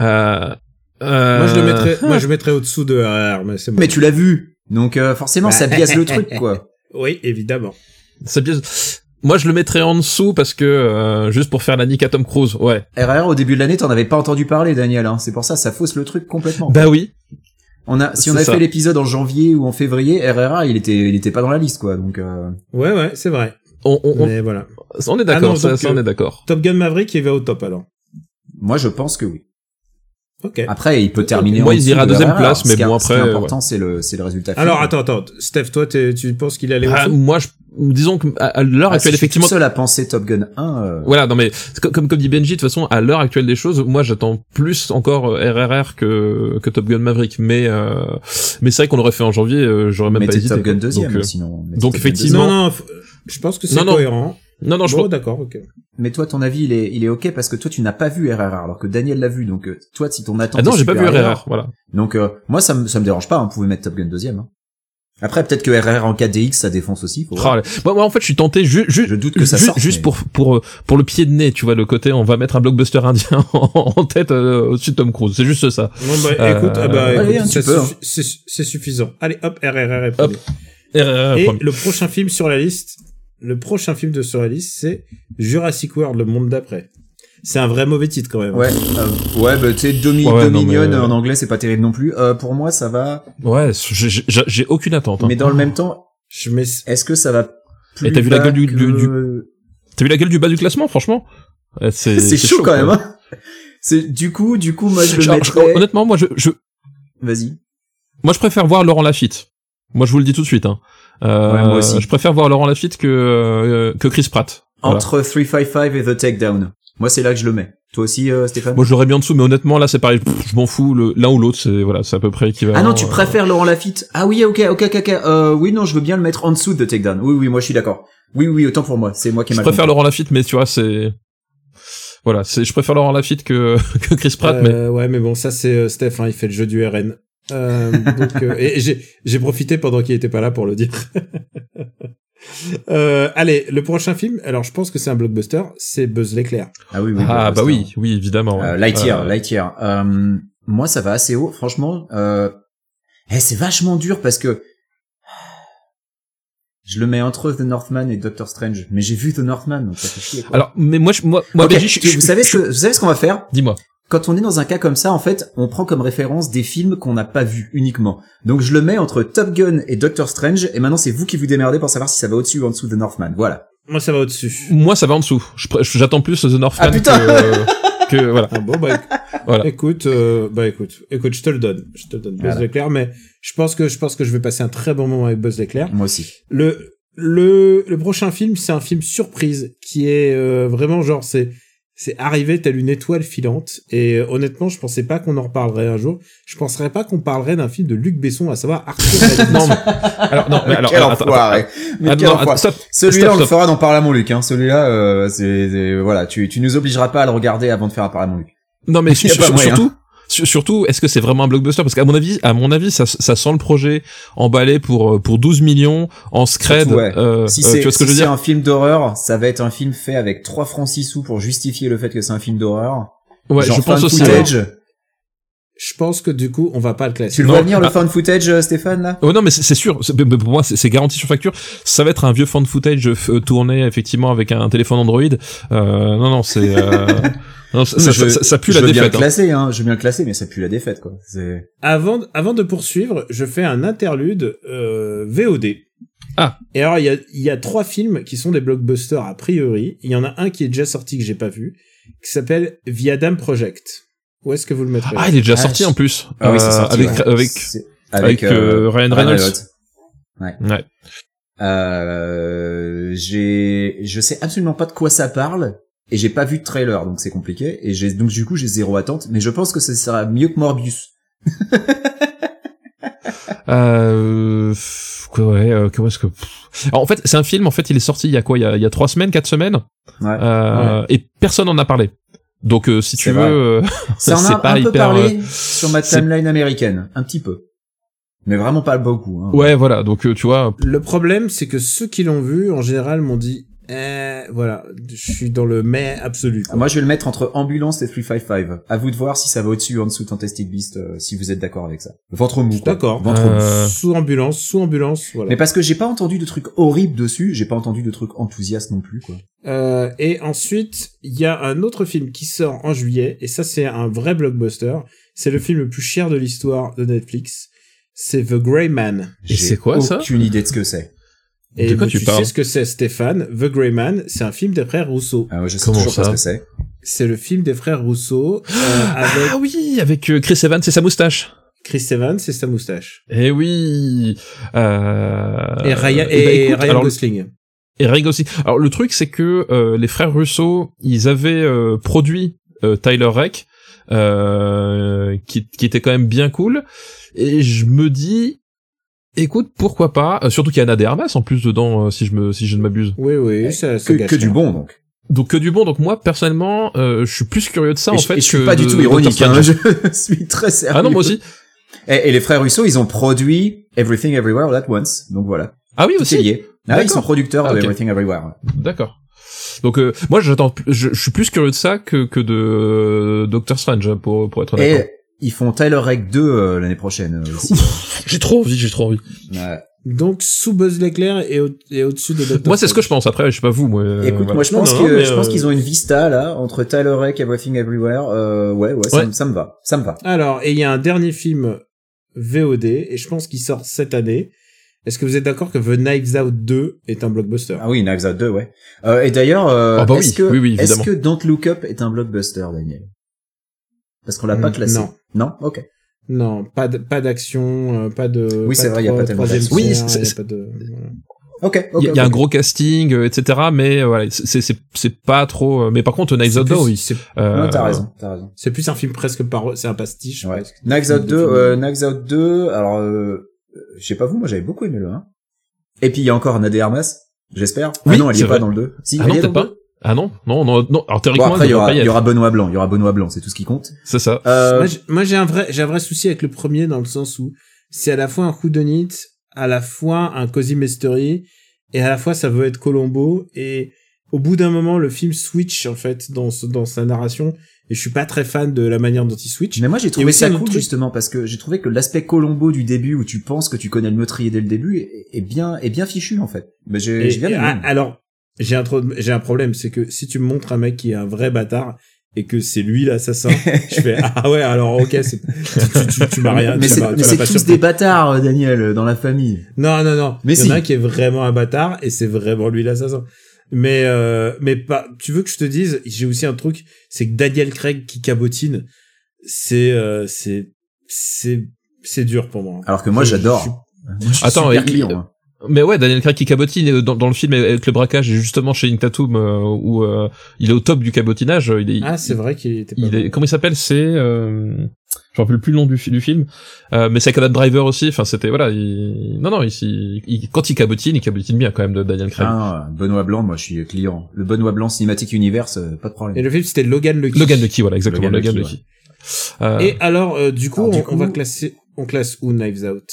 Euh, euh,
moi je le mettrais, moi je mettrais au-dessous de RR, mais c'est bon.
Mais tu l'as vu, donc euh, forcément ça biaise le truc, quoi.
Oui, évidemment.
ça biaise. Moi, je le mettrais en dessous parce que euh, juste pour faire la nique à Tom Cruise, ouais.
RRR au début de l'année, t'en avais pas entendu parler, Daniel. Hein. C'est pour ça, ça fausse le truc complètement.
Bah oui.
On a, si on
c'est
a
ça.
fait l'épisode en janvier ou en février, RRR, il était, il était pas dans la liste, quoi. Donc euh,
Ouais, ouais, c'est vrai.
On, on, on,
Mais voilà.
on est
Ah
d'accord,
non,
ça,
donc,
ça, on
euh,
est d'accord.
Top Gun Maverick, il va au top alors.
moi, je pense que oui.
Ok.
Ah,
Après, il peut terminer.
Moi,
en
il
dessous
ira
de
deuxième
RRR.
place,
Ce
mais
qui est-
bon,
ce qui est
après,
important, c'est le, c'est le résultat.
Alors
final.
attends, attends, Steph, toi t'es- tu penses qu'il allait au
Ah,
dessous
moi, je, disons que à, à l'heure
Ah, si
actuelle,
je suis
effectivement,
tout seul à penser Top Gun 1. euh,
voilà. Non mais c'est co- comme comme dit Benji, de toute façon, à l'heure actuelle des choses, moi, j'attends plus encore euh, RRR que que Top Gun Maverick. Mais euh, mais c'est vrai qu'on l'aurait fait en janvier, euh, j'aurais même pas
mettez
hésité.
Top Gun
Donc,
deuxième,
euh,
sinon. mettez
donc
Top Gun
effectivement-
Non,
deuxième.
non. f- Je pense que c'est
Non, non.
cohérent.
euh, non non, je
Bon, d'accord, ok.
Mais toi, ton avis, il est, il est ok parce que toi, tu n'as pas vu RRR, alors que Daniel l'a vu. Donc, euh, toi, si ton attente.
ah non,
est
j'ai pas vu
supérieure-
RRR. Voilà.
Donc, euh, moi, ça me, ça me dérange pas. hein, Vous pouvez mettre Top Gun deuxième. hein. Après, peut-être que RR en 4DX, ça défonce aussi. faut voir.
Ah, là. moi, moi, en fait, je suis tenté ju- ju-
Je doute que ça
Ah, ju-
sorte,
Juste
mais-
pour, pour, euh, pour le pied de nez, tu vois, le côté, on va mettre un blockbuster indien en en tête euh, au-dessus de Tom Cruise. C'est juste ça.
Bon, bah,
Euh,
écoute, ah bah,
allez,
écoute,
un
ça
petit peu, hein.
suffi- c'est c'est suffisant. Allez, hop, RRR est
Hop, RRR,
Et
premier.
le prochain film sur la liste, le prochain film de sur la liste, c'est Jurassic World, le monde d'après. C'est un vrai mauvais titre quand même.
Ouais, euh, ouais, bah, tu sais, Domi-
Ouais, ouais, non,
Dominion
mais- euh,
en anglais, c'est pas terrible non plus. Euh, pour moi, ça va,
Ouais, j'ai- j'ai j'ai aucune attente. hein.
mais dans le même temps,
Je mets.
est-ce que ça va plus
Et t'as vu la
bas
gueule du-
que-
du- T'as vu la gueule du bas du classement, franchement Euh, C'est
C'est
c'est
chaud, quand même.
quoi.
Hein c'est du coup, du coup, moi je le
Genre,
mettrais.
je- honnêtement, moi je, je,
Vas-y.
moi je préfère voir Laurent Lafitte. Moi je vous le dis tout de suite. Hein. Euh,
Ouais, moi aussi.
Je préfère voir Laurent Lafitte que euh, que Chris Pratt. Voilà.
Entre 355 et The Takedown. Moi, c'est là que je le mets. Toi aussi, euh, Stéphane.
Moi j'aurais bien en dessous, mais honnêtement là c'est pareil. pff, je m'en fous. le- L'un ou l'autre, c'est voilà, c'est à peu près équivalent.
Ah non, tu
Euh,
préfères Laurent Lafitte. Ah oui, ok, ok, ok, ok. Euh, oui, non, je veux bien le mettre en dessous de Takedown. Oui, oui, moi je suis d'accord. Oui, oui, autant pour moi. C'est moi qui ai
euh, Je
mal
préfère
compris.
Laurent Lafitte, mais tu vois c'est voilà, c'est je préfère Laurent Lafitte que que Chris Pratt, mais
Euh, Ouais, mais bon, ça c'est euh, Steph, hein, il fait le jeu du RN. Euh, donc, euh, et j'ai j'ai profité pendant qu'il était pas là pour le dire. Euh, allez, le prochain film. Alors, je pense que c'est un blockbuster. C'est Buzz l'éclair.
Ah oui, oui.
ah bah
Blockbuster.
oui, oui évidemment.
Euh,
ouais.
Lightyear,
Euh,
Lightyear. Euh, moi, ça va assez haut, franchement. Euh, eh, c'est vachement dur parce que je le mets entre The Northman et Doctor Strange, mais j'ai vu The Northman, donc ça fait chier. quoi.
Alors mais moi je- moi moi
Ok,
Benji, je- je-
vous savez ce que, vous savez ce qu'on va faire
dis-moi.
quand on est dans un cas comme ça, en fait, on prend comme référence des films qu'on n'a pas vus uniquement. Donc je le mets entre Top Gun et Doctor Strange, et maintenant c'est vous qui vous démerdez pour savoir si ça va au-dessus ou en dessous de Northman. Voilà.
Moi, ça va au-dessus.
Moi, ça va en dessous. Je pr- je- J'attends plus The Northman
Ah, putain
que, que voilà.
Ah bon, bah,
Voilà.
écoute, euh, bah, écoute, écoute, je te le donne, je te le donne, Buzz
Voilà.
l'éclair, mais je pense que, je pense que je vais passer un très bon moment avec Buzz l'éclair.
Moi aussi.
Le, le, le prochain film, c'est un film surprise qui est euh, vraiment genre, c'est, c'est arrivé telle une étoile filante. Et euh, honnêtement, je pensais pas qu'on en reparlerait un jour. Je penserais pas qu'on parlerait d'un film de Luc Besson, à savoir Arthur. la Dinosaure.
Non, mais, alors, non, mais alors,
quel
alors, attends,
enfoiré. Mais
attends,
quel
non,
enfoiré.
attends, stop.
Celui-là,
Stop,
on le
stop.
fera dans Parle à mon Luc. Hein. Celui-là, euh, c'est, c'est- voilà, tu, tu nous obligeras pas à le regarder avant de faire un Parle à mon Luc.
Non, mais
Il y a
sur-
pas
sur-
moyen.
surtout, sur- surtout, est-ce que c'est vraiment un blockbuster? Parce qu'à mon avis, à mon avis, ça, ça sent le projet emballé pour, euh, pour 12 millions en scred.
Surtout, ouais.
euh,
Si
euh,
c'est
tu vois ce que
si
je veux
c'est
dire?
un film d'horreur, ça va être un film fait avec 3 francs 6 sous pour justifier le fait que c'est un film d'horreur.
Ouais,
Genre
je pense
fan
aussi. ouais.
Footage.
je pense que du coup, on va pas le classer.
Tu le
Non,
vois venir le
ah.
fan footage, euh, Stéphane là
Oh non mais c'est c'est sûr, C'est- mais pour moi c'est c'est garanti sur facture. Ça va être un vieux fan footage euh, tourné effectivement avec un téléphone Android. Euh, non non c'est euh, non, ça, ça,
Je-
ça- ça pue
je
la
veux bien
défaite.
le
hein.
classer, hein. Je veux bien le classer, mais ça pue la défaite, quoi. C'est-
Avant, avant de poursuivre, je fais un interlude euh, VOD.
Ah.
Et alors, il y a, il y a trois films qui sont des blockbusters a priori. Il y en a un qui est déjà sorti que j'ai pas vu, qui s'appelle Viadam Project. Où est-ce que vous le mettrez
Ah il est déjà
Ah,
sorti
je-
en plus.
Ah oui,
Euh,
c'est sorti,
avec
ouais.
avec
C'est-
avec, euh, Ryan Reynolds. Ouais.
Euh, j'ai, je sais absolument pas de quoi ça parle et j'ai pas vu de trailer, donc c'est compliqué. Et j'ai donc du coup j'ai zéro attente, mais je pense que ce sera mieux que Morbius.
Euh, pff, quoi, ouais, euh, comment est-ce que pff. Alors, en fait c'est un film en fait il est sorti il y a quoi il y a, il y a trois semaines quatre semaines
Ouais.
euh, et personne n'en a parlé donc euh, si tu
C'est vrai.
veux euh,
Ça en
c'est
a
pas
un peu
hyper,
parlé
euh,
sur ma
c'est-
timeline américaine, un petit peu, mais vraiment pas beaucoup. hein.
ouais voilà donc euh, tu vois
Le problème, c'est que ceux qui l'ont vu, en général, m'ont dit, eh, voilà, je suis dans le mais absolu. quoi.
Ah, Moi je vais le mettre entre ambulance et 355. À vous de voir si ça va au-dessus ou en dessous de Fantastic Beast, euh, si vous êtes d'accord avec ça. Ventre mou. quoi.
D'accord.
Ventre mou.
Euh,
Sous ambulance, sous ambulance, voilà.
Mais parce que j'ai pas entendu de trucs horribles dessus, j'ai pas entendu de trucs enthousiastes non plus, quoi.
Euh, et ensuite, il y a un autre film qui sort en juillet, et ça c'est un vrai blockbuster. C'est le film le plus cher de l'histoire de Netflix. C'est The Grey Man.
Et c'est quoi, ça
J'ai aucune idée de ce que c'est.
Et
De quoi
bah,
tu
tu sais
parles
ce que c'est, Stéphane The Grey Man, c'est un film des frères Rousseau.
Ah ouais, je sais
Comment
toujours pas
ça
ce que c'est.
C'est le film des frères Rousseau euh,
ah
avec
oui avec euh, Chris Evans et sa moustache
Chris Evans et sa moustache.
eh oui euh,
et Ryan,
eh ben,
et
écoute,
Ryan
alors,
Gosling.
Et Ryan Gosling. Alors le truc c'est que euh, les frères Russo, ils avaient euh, produit euh, Tyler Rake, euh, qui, qui était quand même bien cool. Et je me dis, écoute, pourquoi pas euh, Surtout qu'il y a Anna de Armas en plus dedans, euh, si je me, si je ne m'abuse.
Oui, oui, ça, ça
Que,
gâche
que du
rien.
bon, donc.
Donc que du bon. Donc moi personnellement, euh, je suis plus curieux de ça
et
en
je,
fait.
et je suis
que
pas du
de-
tout
de
ironique,
Doctor
hein,
Strange.
je suis très sérieux. Eh,
Ah non moi aussi.
Et, et les frères Russo, ils ont produit Everything Everywhere All at Once. Donc voilà.
Ah oui
Tout est
aussi.
lié. Ah,
D'accord.
ils sont producteurs
Ah,
de
ok.
Everything Everywhere.
D'accord. Donc euh, moi j'attends, plus- je, je suis plus curieux de ça que que de euh, Doctor Strange hein, pour pour être honnête.
Et ils font Tyler Rake 2 euh, l'année prochaine euh, aussi.
J'ai trop envie, j'ai trop envie.
Ouais.
Donc sous Buzz l'éclair et, au- et au-dessus de Doctor
moi c'est ce
Strange.
que je pense. Après je sais pas vous moi. euh,
Écoute,
voilà.
moi je
Non,
pense
non,
que
mais,
je pense
euh,
qu'ils ont une vista là entre Tyler Rake, Everything Everywhere. Euh, ouais, ouais, Ça,
Ouais.
me- ça me va, ça me va.
Alors, et il y a un dernier film VOD, et je pense qu'il sort cette année. Est-ce que vous êtes d'accord que The Knives Out 2 est un blockbuster
Ah oui, Knives Out 2, ouais. Euh, et d'ailleurs, euh,
Ah bah oui,
est-ce que
oui, oui,
est-ce
évidemment.
que Don't Look Up est un blockbuster, Daniel Parce qu'on l'a pas
Mm,
classé.
non.
Non, ok.
Non, pas de, pas d'action, euh, pas de.
Oui, c'est
de
vrai, y a
tro-
pas tellement
troisième
d'action.
Oui,
tiers,
c'est-
y a
c'est-
pas de- voilà.
Ok.
Il
ok,
y a, il y a un
ok.
gros casting, euh, etc. Mais euh, voilà, c'est c'est c'est pas trop. euh, Mais par contre, Knives
C'est
Out,
plus-
oui.
c'est-
Euh,
Non, t'as raison, t'as raison.
C'est plus un film presque par, c'est un pastiche.
Ouais.
presque.
Knives Out 2,
film.
euh, Knives Out 2. Alors, euh, je sais pas vous, moi j'avais beaucoup aimé le 1. Et puis il y a encore Nadé Armas, j'espère. Ah
Oui,
non, elle y
c'est
est pas
vrai.
dans le 2. Si,
Ah
elle
non,
y est
t'es
dans le
pas.
2.
Ah non, non, non, non. Alors
Bon,
théoriquement,
après,
elle
il y
devrait
aura,
pas y
il y
être.
aura Benoît Blanc, il y aura Benoît Blanc, c'est tout ce qui compte.
C'est ça.
Euh,
Moi, j'- Moi, j'ai un vrai, j'ai un vrai souci avec le premier dans le sens où c'est à la fois un coup de nit, à la fois un cozy mystery, et à la fois ça veut être Colombo. Et au bout d'un moment, le film switch en fait dans ce- dans sa narration. Et je suis pas très fan de la manière dont il switch.
Mais moi j'ai trouvé
aussi
ça
un autre
cool
truc.
justement parce que j'ai trouvé que l'aspect Colombo du début où tu penses que tu connais le meurtrier dès le début est, est bien est bien fichu en fait. Mais j'ai
Et-
j'ai bien
et-
aimé.
ah, alors, j'ai un, tro- j'ai un problème, c'est que si tu me montres un mec qui est un vrai bâtard et que c'est lui l'assassin, je fais ah ouais alors ok c'est- tu, tu, tu, tu m'as rien.
mais
tu
c'est
m'as- tu
mais
m'as
c'est
pas
tous
surpris.
des bâtards euh, Daniel euh, dans la famille.
Non, non, non.
Mais
il y
si.
en a un qui est vraiment un bâtard et c'est vraiment lui l'assassin. Mais euh, mais pas. Tu veux que je te dise J'ai aussi un truc, c'est que Daniel Craig qui cabotine, c'est euh, c'est c'est c'est dur pour moi.
Alors que moi
Je-
j'adore.
je suis-
Moi, je suis
Attends,
super
il-
client,
il-
hein.
Mais ouais, Daniel Craig qui cabotine euh, dans, dans le film avec le braquage et justement chez Intatum où euh, il est au top du cabotinage. euh, Il est,
Ah, c'est vrai qu'il était pas.
il
bon.
est comment il s'appelle C'est euh, je me rappelle plus le nom du, fi- du film, euh, mais c'est avec Adam Driver aussi. Enfin, c'était voilà. Il, non, non, il, s'y- il- quand il cabotine, il cabotine bien quand même de Daniel Craig.
Ah, Benoît Blanc, moi je suis client. Le Benoît Blanc Cinematic Universe, euh, pas de problème.
Et le film c'était Logan Lucky.
Logan Lucky, voilà, exactement.
Logan
Logan
Lucky,
Lucky. Euh,
Et alors, euh, du coup,
Alors, du
on, on
coup-
va classer, on classe où Knives Out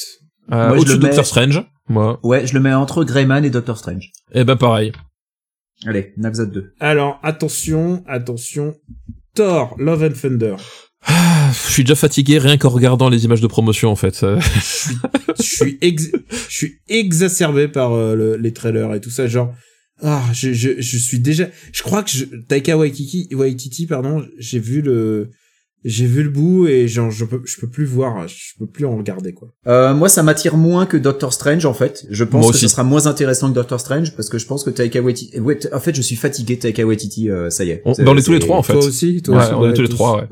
euh,
moi, je
Au-dessus
le
de
mets-
Doctor Strange, moi.
Ouais, je le mets entre Greyman et Doctor Strange.
Et ben pareil.
Allez, Knives Out 2.
Alors, attention, attention. Thor, Love and Thunder.
Ah, Je suis déjà fatigué rien qu'en regardant les images de promotion en fait. Euh,
Je suis, ex- je suis exacerbé par euh, le- les trailers et tout ça, genre. Ah, je, je, je suis déjà. Je crois que je, Taika Waititi, Waititi pardon, j'ai vu le, j'ai vu le bout et genre je peux, je peux plus voir, je peux plus en regarder quoi.
Euh, moi, ça m'attire moins que Doctor Strange, en fait. Je pense
Moi
que ce
aussi.
sera moins intéressant que Doctor Strange, parce que je pense que Taika Waititi... eh, ouais, t- en fait, je suis fatigué, Taika Waititi, euh, ça y est.
On,
C'est-
ben, on est tous les
c'est-
trois en fait.
Toi aussi, toi
Ouais,
aussi, bah,
on est tous les
tous.
trois, ouais.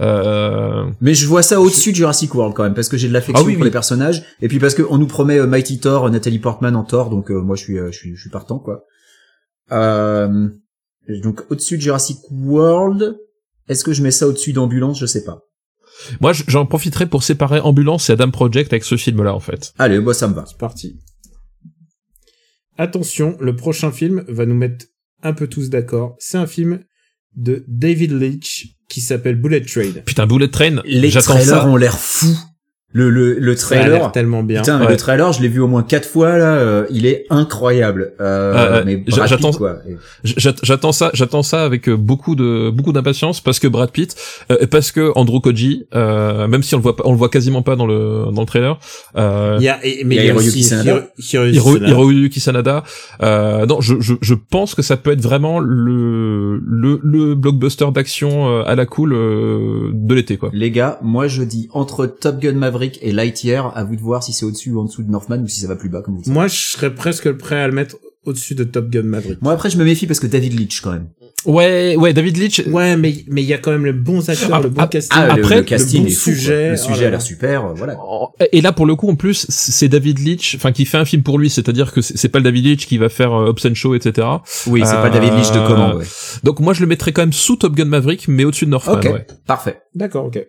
Euh,
Mais je vois ça au-dessus de Jurassic World, quand même, parce que j'ai de l'affection
Ah oui,
pour
oui.
les personnages, et puis parce qu'on nous promet euh, Mighty Thor, euh, Nathalie Portman en Thor, donc euh, moi, je suis, euh, je, suis, je suis partant, quoi. Euh, donc, au-dessus de Jurassic World... Est-ce que je mets ça au-dessus d'ambulance Je sais pas.
moi j- j'en profiterai pour séparer Ambulance et Adam Project avec ce film là en fait.
Allez, moi ça me va.
C'est parti. Attention, le prochain film va nous mettre un peu tous d'accord. C'est un film de David Leitch qui s'appelle Bullet Train.
Putain Bullet Train,
Les
j'attends
trailers
ça.
ont l'air fous. Le, le, le
Ça a
trailer...
l'air tellement bien.
Putain, mais
Ouais.
le trailer, je l'ai vu au moins quatre fois là. euh, il est incroyable. Euh,
Euh,
mais
j'a-
Brad
j'attends-
Pitt, quoi. Et-
J- j'att- J'attends ça, j'attends ça avec euh, beaucoup de beaucoup d'impatience parce que Brad Pitt euh, et parce que Andrew Koji, euh, même si on le voit pas, on le voit quasiment pas dans le dans le trailer. Euh,
Il y a, et- mais
Il y a
il y a
Hiroyuki
aussi
Sanada.
Hiro- Hiroyuki
Hiro-
Sanada.
Hiroyuki Sanada. Euh, non, je, je, je pense que ça peut être vraiment le le, le blockbuster d'action euh, à la cool euh, de l'été quoi.
Les gars, moi je dis entre Top Gun Maverick et Lightyear, à vous de voir si c'est au-dessus ou en dessous de Northman ou si ça va plus bas comme vous dites.
Moi, je serais presque prêt à le mettre au-dessus de Top Gun Maverick.
Moi après je me méfie parce que David Leitch quand même.
Ouais, ouais, David Leitch.
Ouais, mais mais il y a quand même le bons acteurs,
Ah,
le bon
ah,
casting.
ah,
le-
après,
le, casting
le bon
est fou, quoi.
sujet,
le
oh
sujet
là
a l'air
là.
super, euh, voilà.
Et là, pour le coup, en plus, c'est David Leitch, enfin, qui fait un film pour lui, c'est-à-dire que c'est c'est pas le David Leitch qui va faire euh, Hobbs and Shaw, etc.
Oui, c'est
Euh,
pas David Leitch de commande. ouais.
Donc moi je le mettrais quand même sous Top Gun Maverick, mais au-dessus de Northman.
Ok,
ouais.
parfait.
D'accord, ok.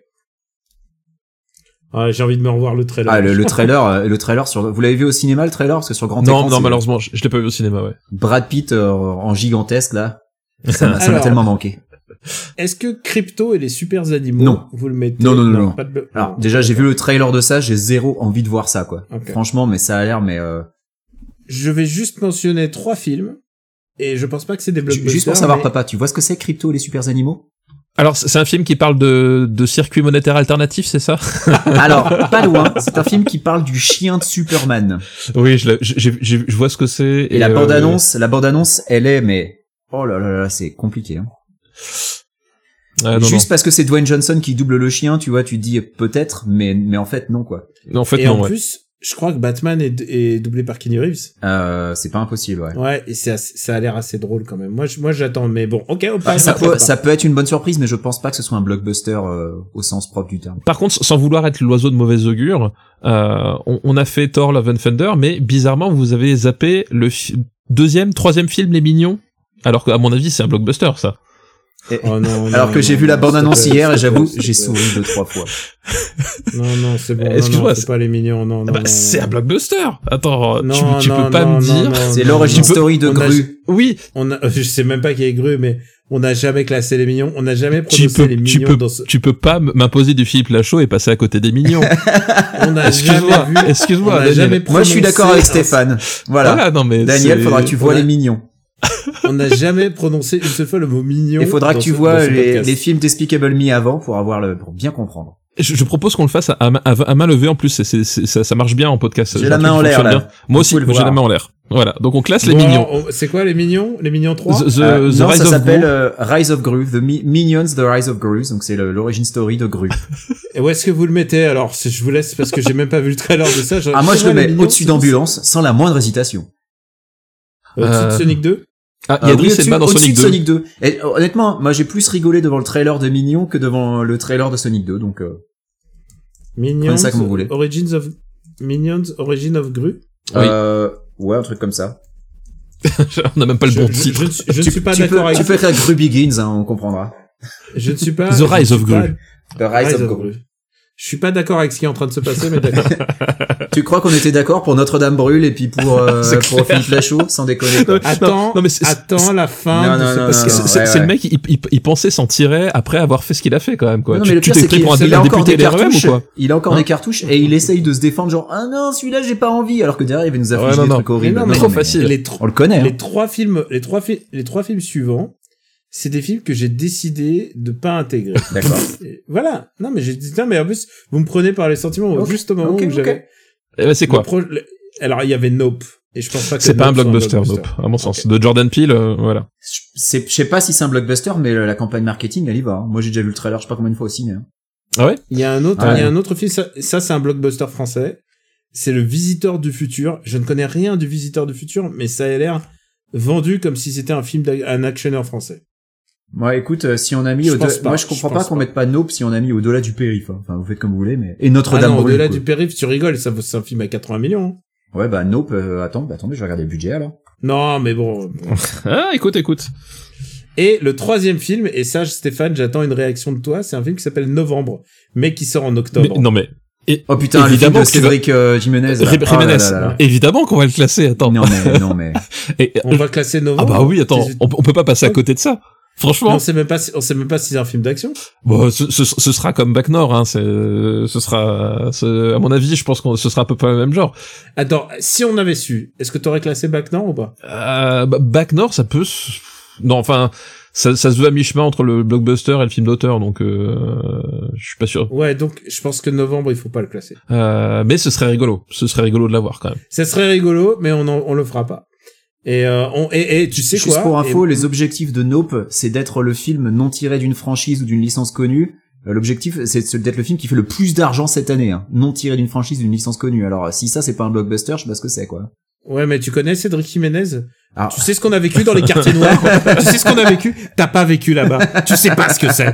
Ah, J'ai envie de me revoir le trailer.
Ah le, le trailer, euh, le trailer sur. Vous l'avez vu au cinéma le trailer parce que sur grand écran.
Non, non
c'est
malheureusement, je, je l'ai pas vu au cinéma, ouais.
Brad Pitt euh, en gigantesque là. Ça m'a ça m'a
Alors.
tellement manqué.
Est-ce que Crypto et les super animaux,
Non.
vous le mettez
Non, non, non, non.
pas de bleu-
Alors déjà j'ai vu le trailer de ça, j'ai zéro envie de voir ça quoi.
Ok.
Franchement, mais ça a l'air mais euh,
Je vais juste mentionner trois films et je pense pas que c'est des
ju-
blockbusters.
juste pour savoir
mais-
papa, tu vois ce que c'est Crypto et les super animaux
Alors, c'est c'est un film qui parle de, de circuit monétaire alternatif, c'est ça
Alors pas loin, c'est un film qui parle du chien de Superman.
Oui, je, l'ai- je, j'ai- j'ai- je vois ce que c'est.
Et, la
euh,
bande annonce, la bande annonce, elle est mais oh là là là, c'est compliqué. hein.
ah, non,
juste parce que c'est Dwayne Johnson qui double le chien, tu vois, tu te dis peut-être, mais mais en fait non quoi.
non. En fait,
et
non.
en
ouais.
plus, je crois que Batman est, est doublé par Kenny Reeves.
Euh, c'est pas impossible ouais.
Ouais, et c'est assez- ça a l'air assez drôle quand même. Moi, je- moi, j'attends, mais bon, ok, on
Bah,
passe.
ça,
on passe
peut,
pas.
ça peut être une bonne surprise, mais je pense pas que ce soit un blockbuster euh, au sens propre du terme.
Par contre, sans vouloir être l'oiseau de mauvais augure, euh, on, on a fait Thor Love and Thunder, mais bizarrement, vous avez zappé le fi- deuxième, troisième film Les Mignons. Alors qu'à mon avis, c'est un blockbuster, ça.
Et-
Oh non,
alors
non,
que
non,
j'ai vu la
non,
bande annonce
s'il te plaît,
hier et
s'il te
j'avoue,
plaît, s'il te
j'ai
plaît.
souri deux trois fois.
Non, non, c'est bon.
Excuse-moi,
Excuse-moi, c'est
c'est-
pas les mignons, non, non.
Bah,
non,
c'est
non.
un blockbuster. Attends, tu,
Non,
tu
non,
peux pas
non, non,
me dire.
non,
C'est
non,
l'origine
non.
story de
On a-
Gru.
Oui,
On a, je sais même pas qui est Gru, mais on n'a jamais classé les mignons. On n'a jamais
tu
prononcé
peux,
les
tu
mignons
peux,
dans ce.
tu peux pas m'imposer du Philippe Lachaud et passer à côté des Mignons.
On n'a jamais
Excuse-moi,
vu. On
excuse-moi,
n'a
Daniel.
jamais
Moi, je suis d'accord avec
prononcé un-
Stéphane. Voilà.
Voilà, non mais
Daniel,
c'est-
faudra que tu vois
Ouais.
les mignons.
On n'a jamais prononcé une seule fois le mot mignon.
Il faudra que
dans
tu
ce- dans
vois
ce
les,
podcast.
les films d'Espicable Me avant pour avoir le, pour bien comprendre.
Je, je propose qu'on le fasse à, à main- à main- à main levée en plus. c'est- c'est- c'est- ça, ça marche bien en podcast.
J'ai
C'est un
la
truc
main
qui
en l'air,
fonctionne
là.
bien. Moi aussi,
pouvez le
j'ai la
voir.
main en l'air. Voilà. Donc on classe les
Bon,
mignons.
alors, on- C'est quoi les mignons Les mignons 3
The, the-
Euh,
the
non,
Rise
ça
of
s'appelle
Gru.
euh, Rise of Gru, The Mi- Minions, The Rise of Gru. Donc c'est le- l'origine story de Gru.
Et où est-ce que vous le mettez alors si Je vous laisse parce que j'ai même pas vu le trailer de ça.
Ah, moi, je le
Les
mets
Mignons,
au-dessus
c'est-
d'ambulance, sans la moindre hésitation.
Au-dessus de
Euh,
Sonic 2
Ah,
Euh,
Yadri,
oui,
c'est
au-dessus-
pas dans
au-dessus
Sonic
de
2.
Sonic 2. Et, euh, honnêtement, moi, j'ai plus rigolé devant le trailer de Minions que devant le trailer de Sonic 2. Donc, euh,
Minions.
ça comme vous voulez.
Origins of Minions, Origin of Gru.
Oui.
euh, ouais, un truc comme ça.
on a même pas le
Je-
bon
je-
titre.
Je, ne suis- je ne
tu,
suis pas
tu peux,
d'accord avec.
tu peux écrire Gru Begins, hein, on comprendra.
Je ne suis pas.
The Rise
je
of
suis pas-
Gru.
The Rise, of Gru.
Je suis pas d'accord avec ce qui est en train de se passer, mais d'accord.
Tu crois qu'on était d'accord pour Notre-Dame brûle et puis pour, euh,
C'est
pour Philippe Lachaud, sans déconner. quoi.
Attends,
non, mais c'est-
attends la fin
Non, non,
de
non,
ce
C'est
non,
podcast.
c'est-
ouais,
c'est le
ouais.
mec, il, il, il pensait s'en tirer après avoir fait ce qu'il a fait quand même. Quoi.
Non,
tu
mais le
tu
pire,
t'es
c'est
pris
qu'il
pour un,
il a
un
encore
député
des
LREM ou
cartouches.
quoi Hein
Il a encore des cartouches et il essaye de se défendre genre ah non celui-là j'ai pas envie alors que derrière il va nous
Ouais,
affliger
non,
des
non.
trucs horribles.
Mais non,
Non,
mais
Trop
mais
facile.
Les, tro-
On le connaît. hein.
les trois films, les trois, fi- les trois films suivants, c'est des films que j'ai décidé de pas intégrer.
D'accord.
Et voilà. Non, mais j'ai dit, non, mais en plus, vous me prenez par les sentiments
Ok,
juste au moment
ok,
où
ok.
j'avais.
Eh ben, C'est
le
quoi
pro- le- Alors, il y avait Nope. Et je pense pas que
C'est pas un
Nope soit
blockbuster, nope, à mon sens. De Jordan Peele, euh, voilà.
C'est- Je sais pas si c'est un blockbuster mais la campagne marketing elle y va. hein. Moi j'ai déjà vu le trailer je sais pas combien de fois au ciné. hein.
Il y a un autre,
Ouais.
il y a un autre film. Ça, ça, c'est un blockbuster français. C'est le Visiteur du futur. Je ne connais rien du Visiteur du futur, mais ça a l'air vendu comme si c'était un film d'un actionneur français.
Ouais, écoute, euh, si on a mis,
Je
au
pense pas,
moi je
je
comprends
pense
pas qu'on
pas.
mette pas Nope si on a mis au-delà du périph. hein. Enfin, vous faites comme vous voulez, mais et
Ah
Notre-Dame.
non,
brûle,
au-delà
quoi.
du périph, tu rigoles, ça vaut- c'est un film à 80 millions. hein.
Ouais, bah Nope. euh, attends, bah, attendez, je vais regarder le budget alors.
Non, mais bon. bon.
Ah, écoute, écoute.
Et le troisième film, et ça, Stéphane, j'attends une réaction de toi, c'est un film qui s'appelle Novembre, mais qui sort en octobre.
Mais- non mais
Oh putain,
Évidemment
le film
que tu
de
vas-
Cédric euh, Jimenez. là.
Ré-
Oh là
Jiménez,
là là là.
évidemment qu'on va le classer. Attends.
Non mais non mais.
Et-
On va classer
ah
Novembre.
bah oui, attends, on, on peut pas passer à côté de ça.
Mais
Franchement,
on sait même pas si, on sait même pas si c'est un film d'action.
bon, ce, ce- ce sera comme Back Nord, hein, c'est- ce sera, ce- à mon avis, je pense que ce sera à peu près le même genre.
Attends, si on avait su, est-ce que t'aurais classé Back Nord ou pas?
Euh, bah, Back Nord, ça peut, se- non, enfin, ça, ça se veut à mi-chemin entre le blockbuster et le film d'auteur, donc euh, je suis pas sûr.
Ouais, donc, je pense que Novembre, il faut pas le classer.
Euh, mais ce serait rigolo, ce serait rigolo de l'avoir quand même.
Ça serait rigolo, mais on en- on le fera pas. Et, euh, on, et, et tu sais
Juste
quoi?
pour info,
Et-
les objectifs de Nope, c'est d'être le film non tiré d'une franchise ou d'une licence connue. Euh, L'objectif, c'est de- d'être le film qui fait le plus d'argent cette année, hein. non tiré d'une franchise ou d'une licence connue. Alors, si ça, c'est pas un blockbuster, je sais pas ce que c'est, quoi. Ah,
Ouais, mais tu connais Cédric Jiménez?
Alors,
Tu sais ce qu'on a vécu dans les quartiers noirs? tu sais ce qu'on a vécu? T'as pas vécu là-bas. Tu sais pas ce que c'est.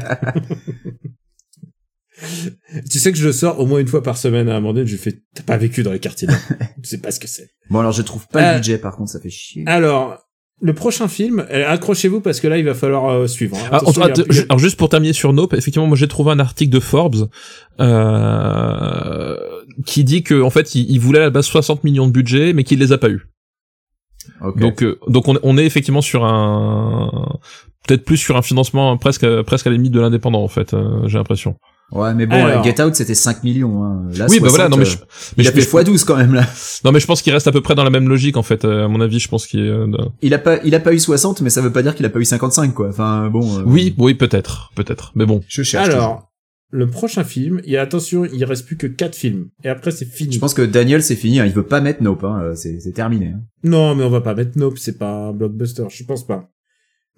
tu sais que je le sors au moins une fois par semaine à Amandine. Je lui fais, t'as pas vécu dans les quartiers noirs. tu sais pas ce que c'est.
bon, alors, je trouve pas
Euh,
le budget, par contre, ça fait chier.
Alors, le prochain film, euh, accrochez-vous parce que là, il va falloir euh, suivre. hein.
Ah,
Attention,
en-
il y a-
att- ju- alors juste pour terminer sur Nope, effectivement, moi j'ai trouvé un article de Forbes euh, qui dit que en fait il, il voulait à la base 60 millions de budget, mais qu'il les a pas eu.
Ok.
euh, Donc euh, donc on, on est effectivement sur un peut-être plus sur un financement presque presque à la limite de l'indépendant en fait. euh, J'ai l'impression.
Ouais, mais bon,
Alors.
Get Out, c'était 5 millions. Hein. Là,
Oui, bah
60,
voilà. Non mais je,
euh,
mais
il
je,
a fait
je-
x12 quand même là.
non mais je pense qu'il reste à peu près dans la même logique en fait. euh, À mon avis, je pense qu'il. est, euh, dans-
Il a pas, il a pas eu 60, mais ça veut pas dire qu'il a pas eu 55 quoi. Enfin bon. euh,
Oui, oui, peut-être, peut-être. Mais bon,
Je cherche. toujours.
Alors, le prochain film, et attention, il reste plus que 4 films. Et après, c'est fini.
Je pense que Daniel, c'est fini. Hein. Il veut pas mettre Nope. Hein. euh, C'est c'est terminé. hein.
Non, mais on va pas mettre Nope, c'est pas un blockbuster, je pense pas.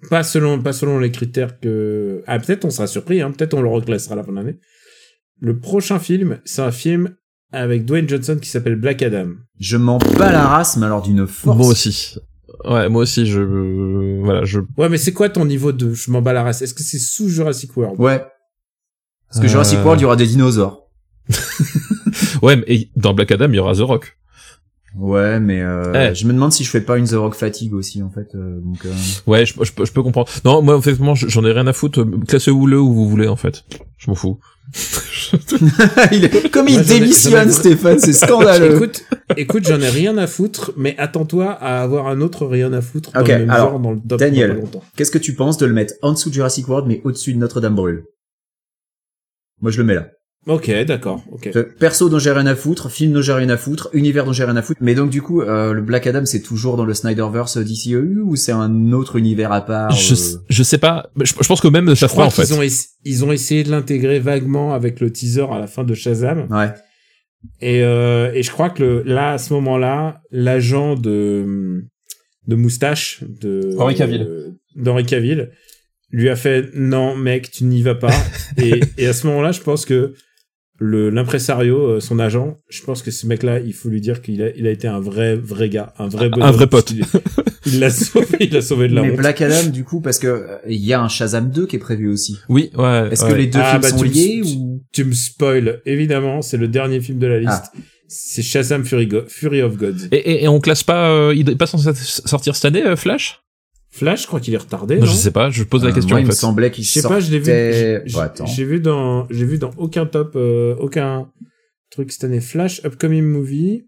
Pas selon, pas selon les critères que... Ah, peut-être on sera surpris, hein, peut-être on le reclassera à la fin de l'année. Le prochain film, c'est un film avec Dwayne Johnson qui s'appelle Black Adam.
Je m'en bats la race, mais alors d'une force.
moi aussi. Ouais, moi aussi. Je euh, voilà, je.
Ouais, mais c'est quoi ton niveau de... Je m'en bats la race. Est-ce que c'est sous Jurassic World
Ouais. Parce que Jurassic
Euh.
World, il y aura des dinosaures.
Ouais, mais et dans Black Adam, il y aura The Rock.
Ouais, mais euh,
Eh.
je me demande si je fais pas une The Rock fatigue aussi en fait. euh, donc. euh,
Ouais, je, je peux- je peux comprendre. Non, moi, effectivement, je- j'en ai rien à foutre. Classez-vous le où vous voulez, en fait. Je m'en fous.
Il est- Comme il
Ouais, j'en ai- j'en
démissionne,
ai-
Stéphane, c'est scandaleux.
Bah, Écoute, écoute, j'en ai rien à foutre, mais attends-toi à avoir un autre rien à foutre dans
Ok,
le même
alors,
genre dans le top dans
Daniel.
pas longtemps.
Qu'est-ce que tu penses de le mettre en dessous de Jurassic World, mais au-dessus de Notre-Dame brûle Moi, je le mets là.
Ok, d'accord, ok.
Euh, Perso dont j'ai rien à foutre, film dont j'ai rien à foutre, univers dont j'ai rien à foutre. Mais donc du coup, euh, le Black Adam, c'est toujours dans le Snyderverse euh, DCEU E ou c'est un autre univers à part
je,
euh,
s- je sais pas. mais Je, je pense que même ça
Je
se fera,
crois
en fait.
qu'ils ont, ess- ils ont essayé de l'intégrer vaguement avec le teaser à la fin de Shazam.
Ouais.
Et, euh, et je crois que le, là, à ce moment-là, l'agent de, de moustache de
Henri Cavill.
euh, d'Henri Cavill lui a fait non mec tu n'y vas pas et, et à ce moment-là je pense que le l'impresario euh, son agent je pense que ce mec là il faut lui dire qu'il a il a été un vrai vrai gars un vrai bonhomme,
vrai pote.
Il- il l'a sauvé il l'a sauvé de la
Mais
honte.
Black Adam, du coup, parce que euh, il y a un Shazam 2 qui est prévu aussi.
Oui, ouais.
Est-ce
ouais.
que les deux
Ah,
films
bah,
sont
tu me-
liés
tu-
ou
tu me spoil évidemment c'est le dernier film
Ah.
de la liste c'est Shazam Fury, Go- Fury of Gods
Et, et, et on classe pas, euh, il est pas censé sortir cette année, euh, Flash
Flash je crois qu'il est retardé
Non,
non
Je sais pas, je pose la
Euh,
question
moi,
en
il me
fait.
semblait qu'il
Je sais
sortait.
pas, je l'ai vu. j'ai-
Bon,
J'ai
attends.
j'ai vu dans, j'ai vu dans aucun top, euh, aucun truc cette année. Flash, upcoming movie.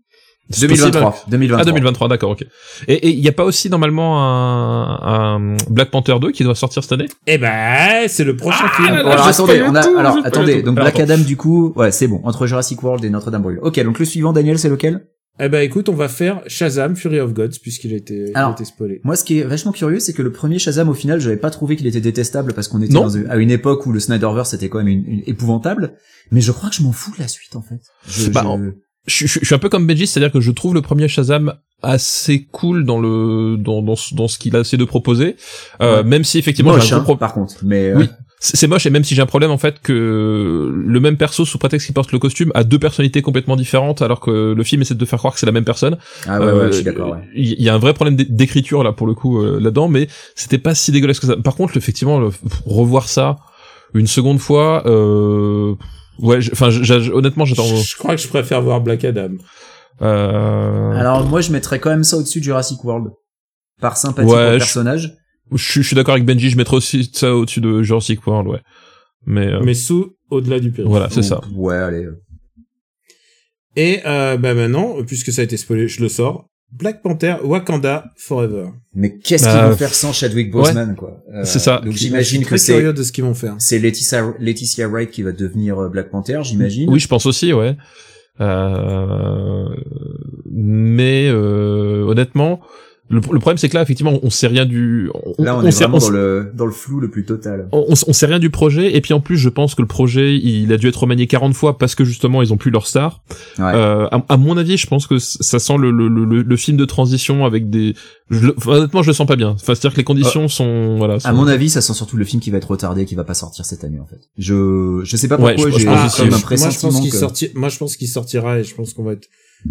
C'est possible.
2023. 2023.
Ah 2023, d'accord, ok. Et et il y a pas aussi normalement un, un Black Panther 2 qui doit sortir cette année
Eh ben, c'est le prochain film.
Ah, là là,
Bon, alors
je
attendez,
spoil
on a,
tout,
alors
je spoil
attendez,
tout.
donc
Pardon.
Black Adam du coup, ouais c'est bon, entre Jurassic World et Notre-Dame brûle. Ok, donc le suivant Daniel c'est lequel
Eh ben, écoute, on va faire Shazam, Fury of Gods, puisqu'il était, il
Alors.
était spoilé.
Moi, ce qui est vachement curieux, c'est que le premier Shazam, au final, j'avais pas trouvé qu'il était détestable parce qu'on était
Non.
dans une- à une époque où le Snyderverse était quand même une, une- épouvantable. Mais je crois que je m'en fous de la suite, en fait. Je,
Bah,
je-
en- je, je- je suis un peu comme Benji, c'est-à-dire que je trouve le premier Shazam assez cool dans le dans dans, ce- dans ce qu'il a essayé de proposer, euh,
Ouais.
même si effectivement
moche,
j'ai un
hein,
gros pro-
par contre. Mais
Oui.
euh,
c'est c'est moche et même si j'ai un problème en fait que le même perso sous prétexte qu'il porte le costume a deux personnalités complètement différentes alors que le film essaie de faire croire que c'est la même personne.
ah ouais, ouais,
Euh,
je suis d'accord. Ouais.
Il y a un vrai problème d'é- d'écriture là pour le coup euh, là-dedans, mais c'était pas si dégueulasse que ça. Par contre, effectivement, le- revoir ça une seconde fois, euh, ouais, j'- enfin j'- j'- honnêtement j'attends.
Je crois que je préfère voir Black Adam.
Euh,
Alors moi, je mettrais quand même ça au-dessus de Jurassic World par sympathie
Ouais,
pour le
je-
personnage.
Je, suis- je suis d'accord avec Benji, je mettrais aussi ça au-dessus de Jurassic World, ouais. Mais, euh,
Mais sous, au-delà du périph'.
voilà, c'est
Ou-
ça.
Ouais, allez. euh,
Et, euh, bah maintenant, puisque ça a été spoilé, je le sors. Black Panther, Wakanda Forever.
Mais qu'est-ce qu'ils
Bah,
vont faire sans Chadwick Boseman, quoi Euh,
c'est ça.
Donc
Je suis
j'imagine
très
que c'est
curieux de ce qu'ils vont faire.
c'est Laetitia, Laetitia Wright qui va devenir euh, Black Panther, j'imagine.
Oui, je pense aussi, ouais. Euh, mais euh, honnêtement, le, le problème c'est que là, effectivement, on sait rien du. On,
Là, on,
on
est
sait,
vraiment
on
dans
sait-
le dans le flou le plus total.
on- on- on sait rien du projet et puis en plus je pense que le projet il a dû être remanié 40 fois parce que justement ils ont plus leur star
Ouais.
Euh, à, à mon avis je pense que c- ça sent le, le, le, le- le film de transition avec des je le- enfin, honnêtement je le sens pas bien enfin c'est à dire que les conditions sont voilà sont-
Euh, À mon avis, ça sent surtout le film qui va être retardé, qui va pas sortir cette année en fait. Je je sais pas
Ouais,
pourquoi
je- je
j'ai
pense
comme
aussi,
un
moi,
je-
je pense
pressentiment
qu'il
que-
sorti- moi, je pense qu'il sortira et je pense qu'on va être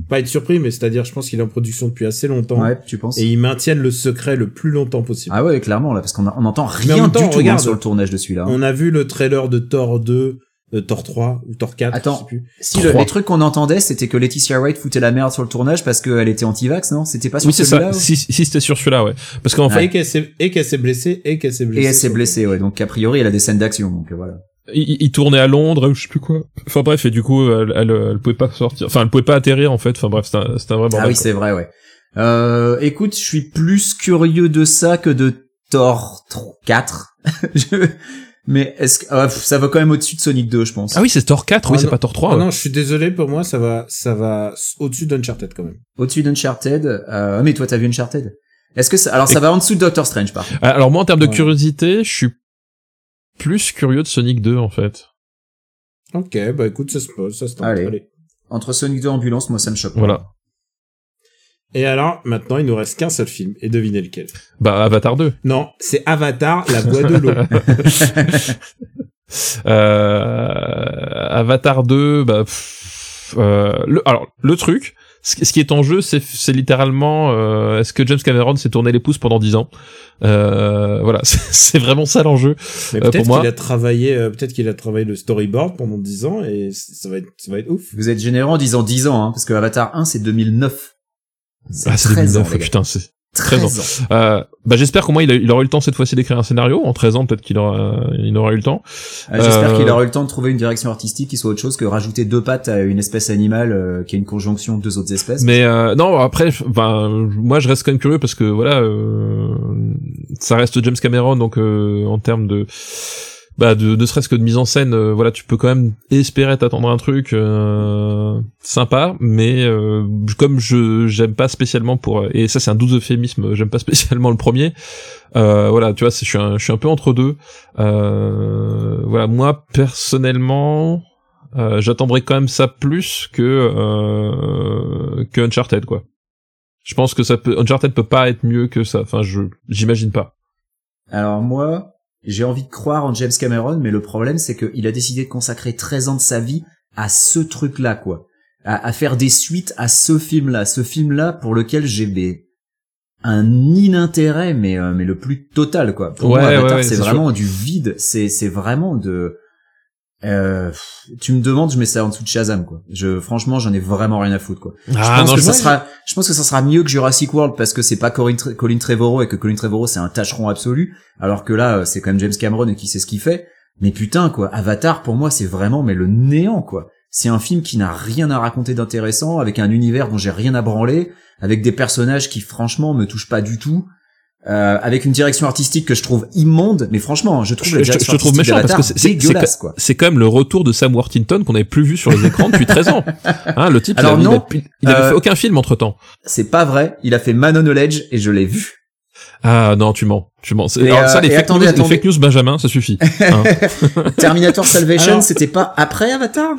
pas être surpris, mais c'est-à-dire, je pense qu'il est en production depuis assez longtemps
Ouais, tu penses
et ils maintiennent le secret le plus longtemps possible.
Ah ouais, clairement là, parce qu'on a- on entend
Mais en
rien
même temps,
du tout hein,
regarde.
sur le tournage de celui-là.
On a vu le trailer de Thor 2, de Thor 3 ou Thor 4.
Attends.
je sais plus.
Si le,
Trois.
les trucs qu'on entendait, c'était que Laetitia Wright foutait la merde sur le tournage parce qu'elle était anti-vax, non C'était pas sur
Oui, c'est
celui-là.
ça.
ouais
Si, si c'était sur celui-là, ouais. Parce qu'en
Et
fait,
qu'elle s'est, et qu'elle s'est blessée, et qu'elle s'est
Et
blessée.
elle s'est blessée, ouais. Donc a priori, elle a des scènes d'action, donc euh, voilà.
il, il tournait à Londres, ou je sais plus quoi. Enfin bref, et du coup, elle, elle, elle pouvait pas sortir. Enfin, elle pouvait pas atterrir, en fait. Enfin bref, c'était un, c'était un vrai bordel.
ah oui,
quoi.
c'est vrai, ouais. Euh, écoute, je suis plus curieux de ça que de Thor 3- 4. Je- Mais est-ce que ah, pff, ça va quand même au-dessus de Sonic 2, je pense.
Ah oui, c'est Thor 4,
Oh
Ah
oui, c'est
non.
pas Thor 3.
Ah
ouais.
non, je suis désolé, pour moi, ça va, ça va s- au-dessus d'Uncharted quand même.
Au-dessus d'Uncharted. Euh, mais toi, t'as vu Uncharted Est-ce que ça... Alors, ça va en dessous de Doctor Strange, par contre.
Euh, Alors moi, en termes de
Ouais.
curiosité, je suis plus curieux de Sonic 2, en fait.
Ok, bah écoute, ça se pose, ça se tente.
Allez.
Allez.
Entre Sonic 2 Ambulance, moi, ça me choque. pas.
Voilà.
Et alors, maintenant, il nous reste qu'un seul film, et devinez lequel.
Bah, Avatar 2.
Non, c'est Avatar, la voix de l'eau.
Euh, Avatar 2, bah, pff, euh, le, alors le truc, ce, qui- ce qui est en jeu, c'est c'est littéralement, euh, est-ce que James Cameron s'est tourné les pouces pendant 10 ans Euh, Voilà, c'est c'est vraiment ça l'enjeu.
Mais
Euh, pour
peut-être
moi-
qu'il a travaillé, euh, peut-être qu'il a travaillé le storyboard pendant 10 ans, et c- ça va être, ça va être ouf.
Vous êtes généreux en disant 10 ans, hein, parce que Avatar 1, c'est 2009. C'est
Ah, c'est
13 ans,
2009,
les gars.
putain, c'est.
13
13
ans.
Euh, bah, j'espère qu'au moins il, a- il aura eu le temps cette fois-ci d'écrire un scénario. En 13 ans, peut-être qu'il aura, euh, il aura eu le temps.
Ah, J'espère
Euh,
qu'il aura eu le temps de trouver une direction artistique qui soit autre chose que rajouter deux pattes à une espèce animale euh, qui est une conjonction de deux autres espèces.
Mais euh, non, après, je- ben, moi je reste quand même curieux parce que voilà, euh, ça reste James Cameron, donc euh, en termes de, bah, de, ne serait-ce que de mise en scène, euh, voilà, tu peux quand même espérer t'attendre un truc euh, sympa, mais euh, comme je j'aime pas spécialement pour, et ça c'est un doux euphémisme, j'aime pas spécialement le premier. Euh, voilà, tu vois, c'est- je suis un, je suis un peu entre deux. Euh, voilà, moi personnellement. Euh, j'attendrai quand même ça plus que euh, que Uncharted quoi. Je pense que ça peut Uncharted peut pas être mieux que ça. Enfin, je j'imagine pas.
Alors moi, j'ai envie de croire en James Cameron, mais le problème c'est qu'il a décidé de consacrer 13 ans de sa vie à ce truc-là, quoi. À, à faire des suites à ce film-là. Ce film-là pour lequel j'ai des... un inintérêt, mais, euh, mais le plus total, quoi. Pour
Ouais,
moi,
ouais,
Avatar,
ouais,
c'est
c'est
vraiment du vide. C'est, c'est vraiment de... Euh, pff, tu me demandes, je mets ça en dessous de Shazam, quoi. Je, franchement, j'en ai vraiment rien à foutre, quoi. Ah,
Ah,
Je pense que ça sera, je pense que ça sera mieux que Jurassic World parce que c'est pas Colin, Tre- Colin Trevorrow et que Colin Trevorrow c'est un tâcheron absolu, alors que là euh, c'est quand même James Cameron et qui sait ce qu'il fait. Mais putain quoi, Avatar pour moi c'est vraiment mais le néant quoi. C'est un film qui n'a rien à raconter d'intéressant, avec un univers dont j'ai rien à branler, avec des personnages qui franchement me touchent pas du tout, euh, avec une direction artistique que je trouve immonde. Mais franchement, hein, je trouve
Je-
la
je-
direction
je trouve
artistique
méchant parce
d'Avatar
que c'est- c'est- c'est
dégueulasse quoi.
C'est quand même le retour de Sam Worthington qu'on avait plus vu sur les écrans depuis 13 ans. Hein, le type, il
Alors
avait- il,
non,
avait, il avait
euh,
fait aucun film entre temps.
C'est pas vrai. Il a fait Man on a Ledge et je l'ai vu.
Ah non, tu mens, tu mens. C'est-
Et,
Alors, ça,
euh,
les
et
fake,
attendez,
news, les
attendez.
fake news Benjamin, ça suffit.
Terminator Salvation,
Alors-
c'était pas après Avatar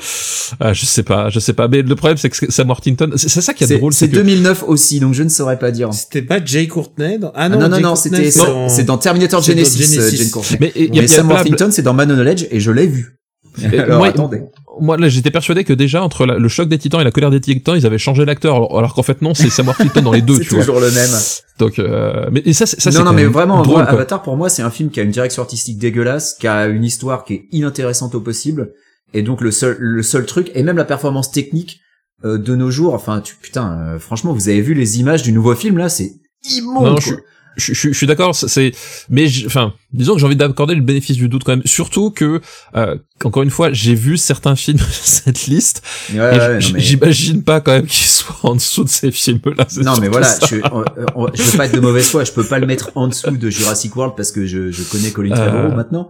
Ah, je sais pas, je sais pas. Mais le problème, c'est que Sam Worthington, c'est c'est ça qui est
C'est
drôle,
c'est
c'est que
2009 aussi, donc je ne saurais pas
Ah
dire.
C'était pas Jay Courtney dans- Ah
Ah
non,
non, non, non,
Jay Courtney,
c'était c'est dans- c'est dans Terminator
c'est dans
Genesis, euh,
Genesis.
Jane Courtney.
mais il y
Mais
a, il y a
Sam
plein-
Worthington, c'est dans Man on a Ledge et je l'ai vu.
Et
Alors
moi-
attendez.
Moi, là, j'étais persuadé que déjà, entre la- le choc des titans et la colère des titans, ils avaient changé l'acteur, alors, alors qu'en fait, non, c'est Sam Worthington dans les deux,
C'est
tu vois.
toujours le même.
Donc, euh, mais et ça, c'est- ça c'est
non, non,
quand
mais
même
vraiment,
drôle,
moi,
quoi.
Avatar, pour moi, c'est un film qui a une direction artistique dégueulasse, qui a une histoire qui est inintéressante au possible. Et donc, le seul, le seul truc, et même la performance technique euh, de nos jours, enfin, tu, putain, euh, franchement, vous avez vu les images du nouveau film, là, c'est immonde.
Non,
quoi.
je, je, je- je suis d'accord, c'est- c'est, mais j'ai- enfin, disons que j'ai envie d'accorder le bénéfice du doute quand même. Surtout que, euh, encore une fois, j'ai vu certains films de cette liste.
Ouais, ouais,
et
ouais, Euh, non,
j-
mais-
J'imagine pas quand même qu'ils soient en dessous de ces films-là. c'est
Non mais
surtout
voilà,
ça.
je, on- on- je veux pas être de mauvaise foi, je peux pas le mettre en dessous de Jurassic World parce que je, je connais Colin Trevorrow
Euh,
maintenant.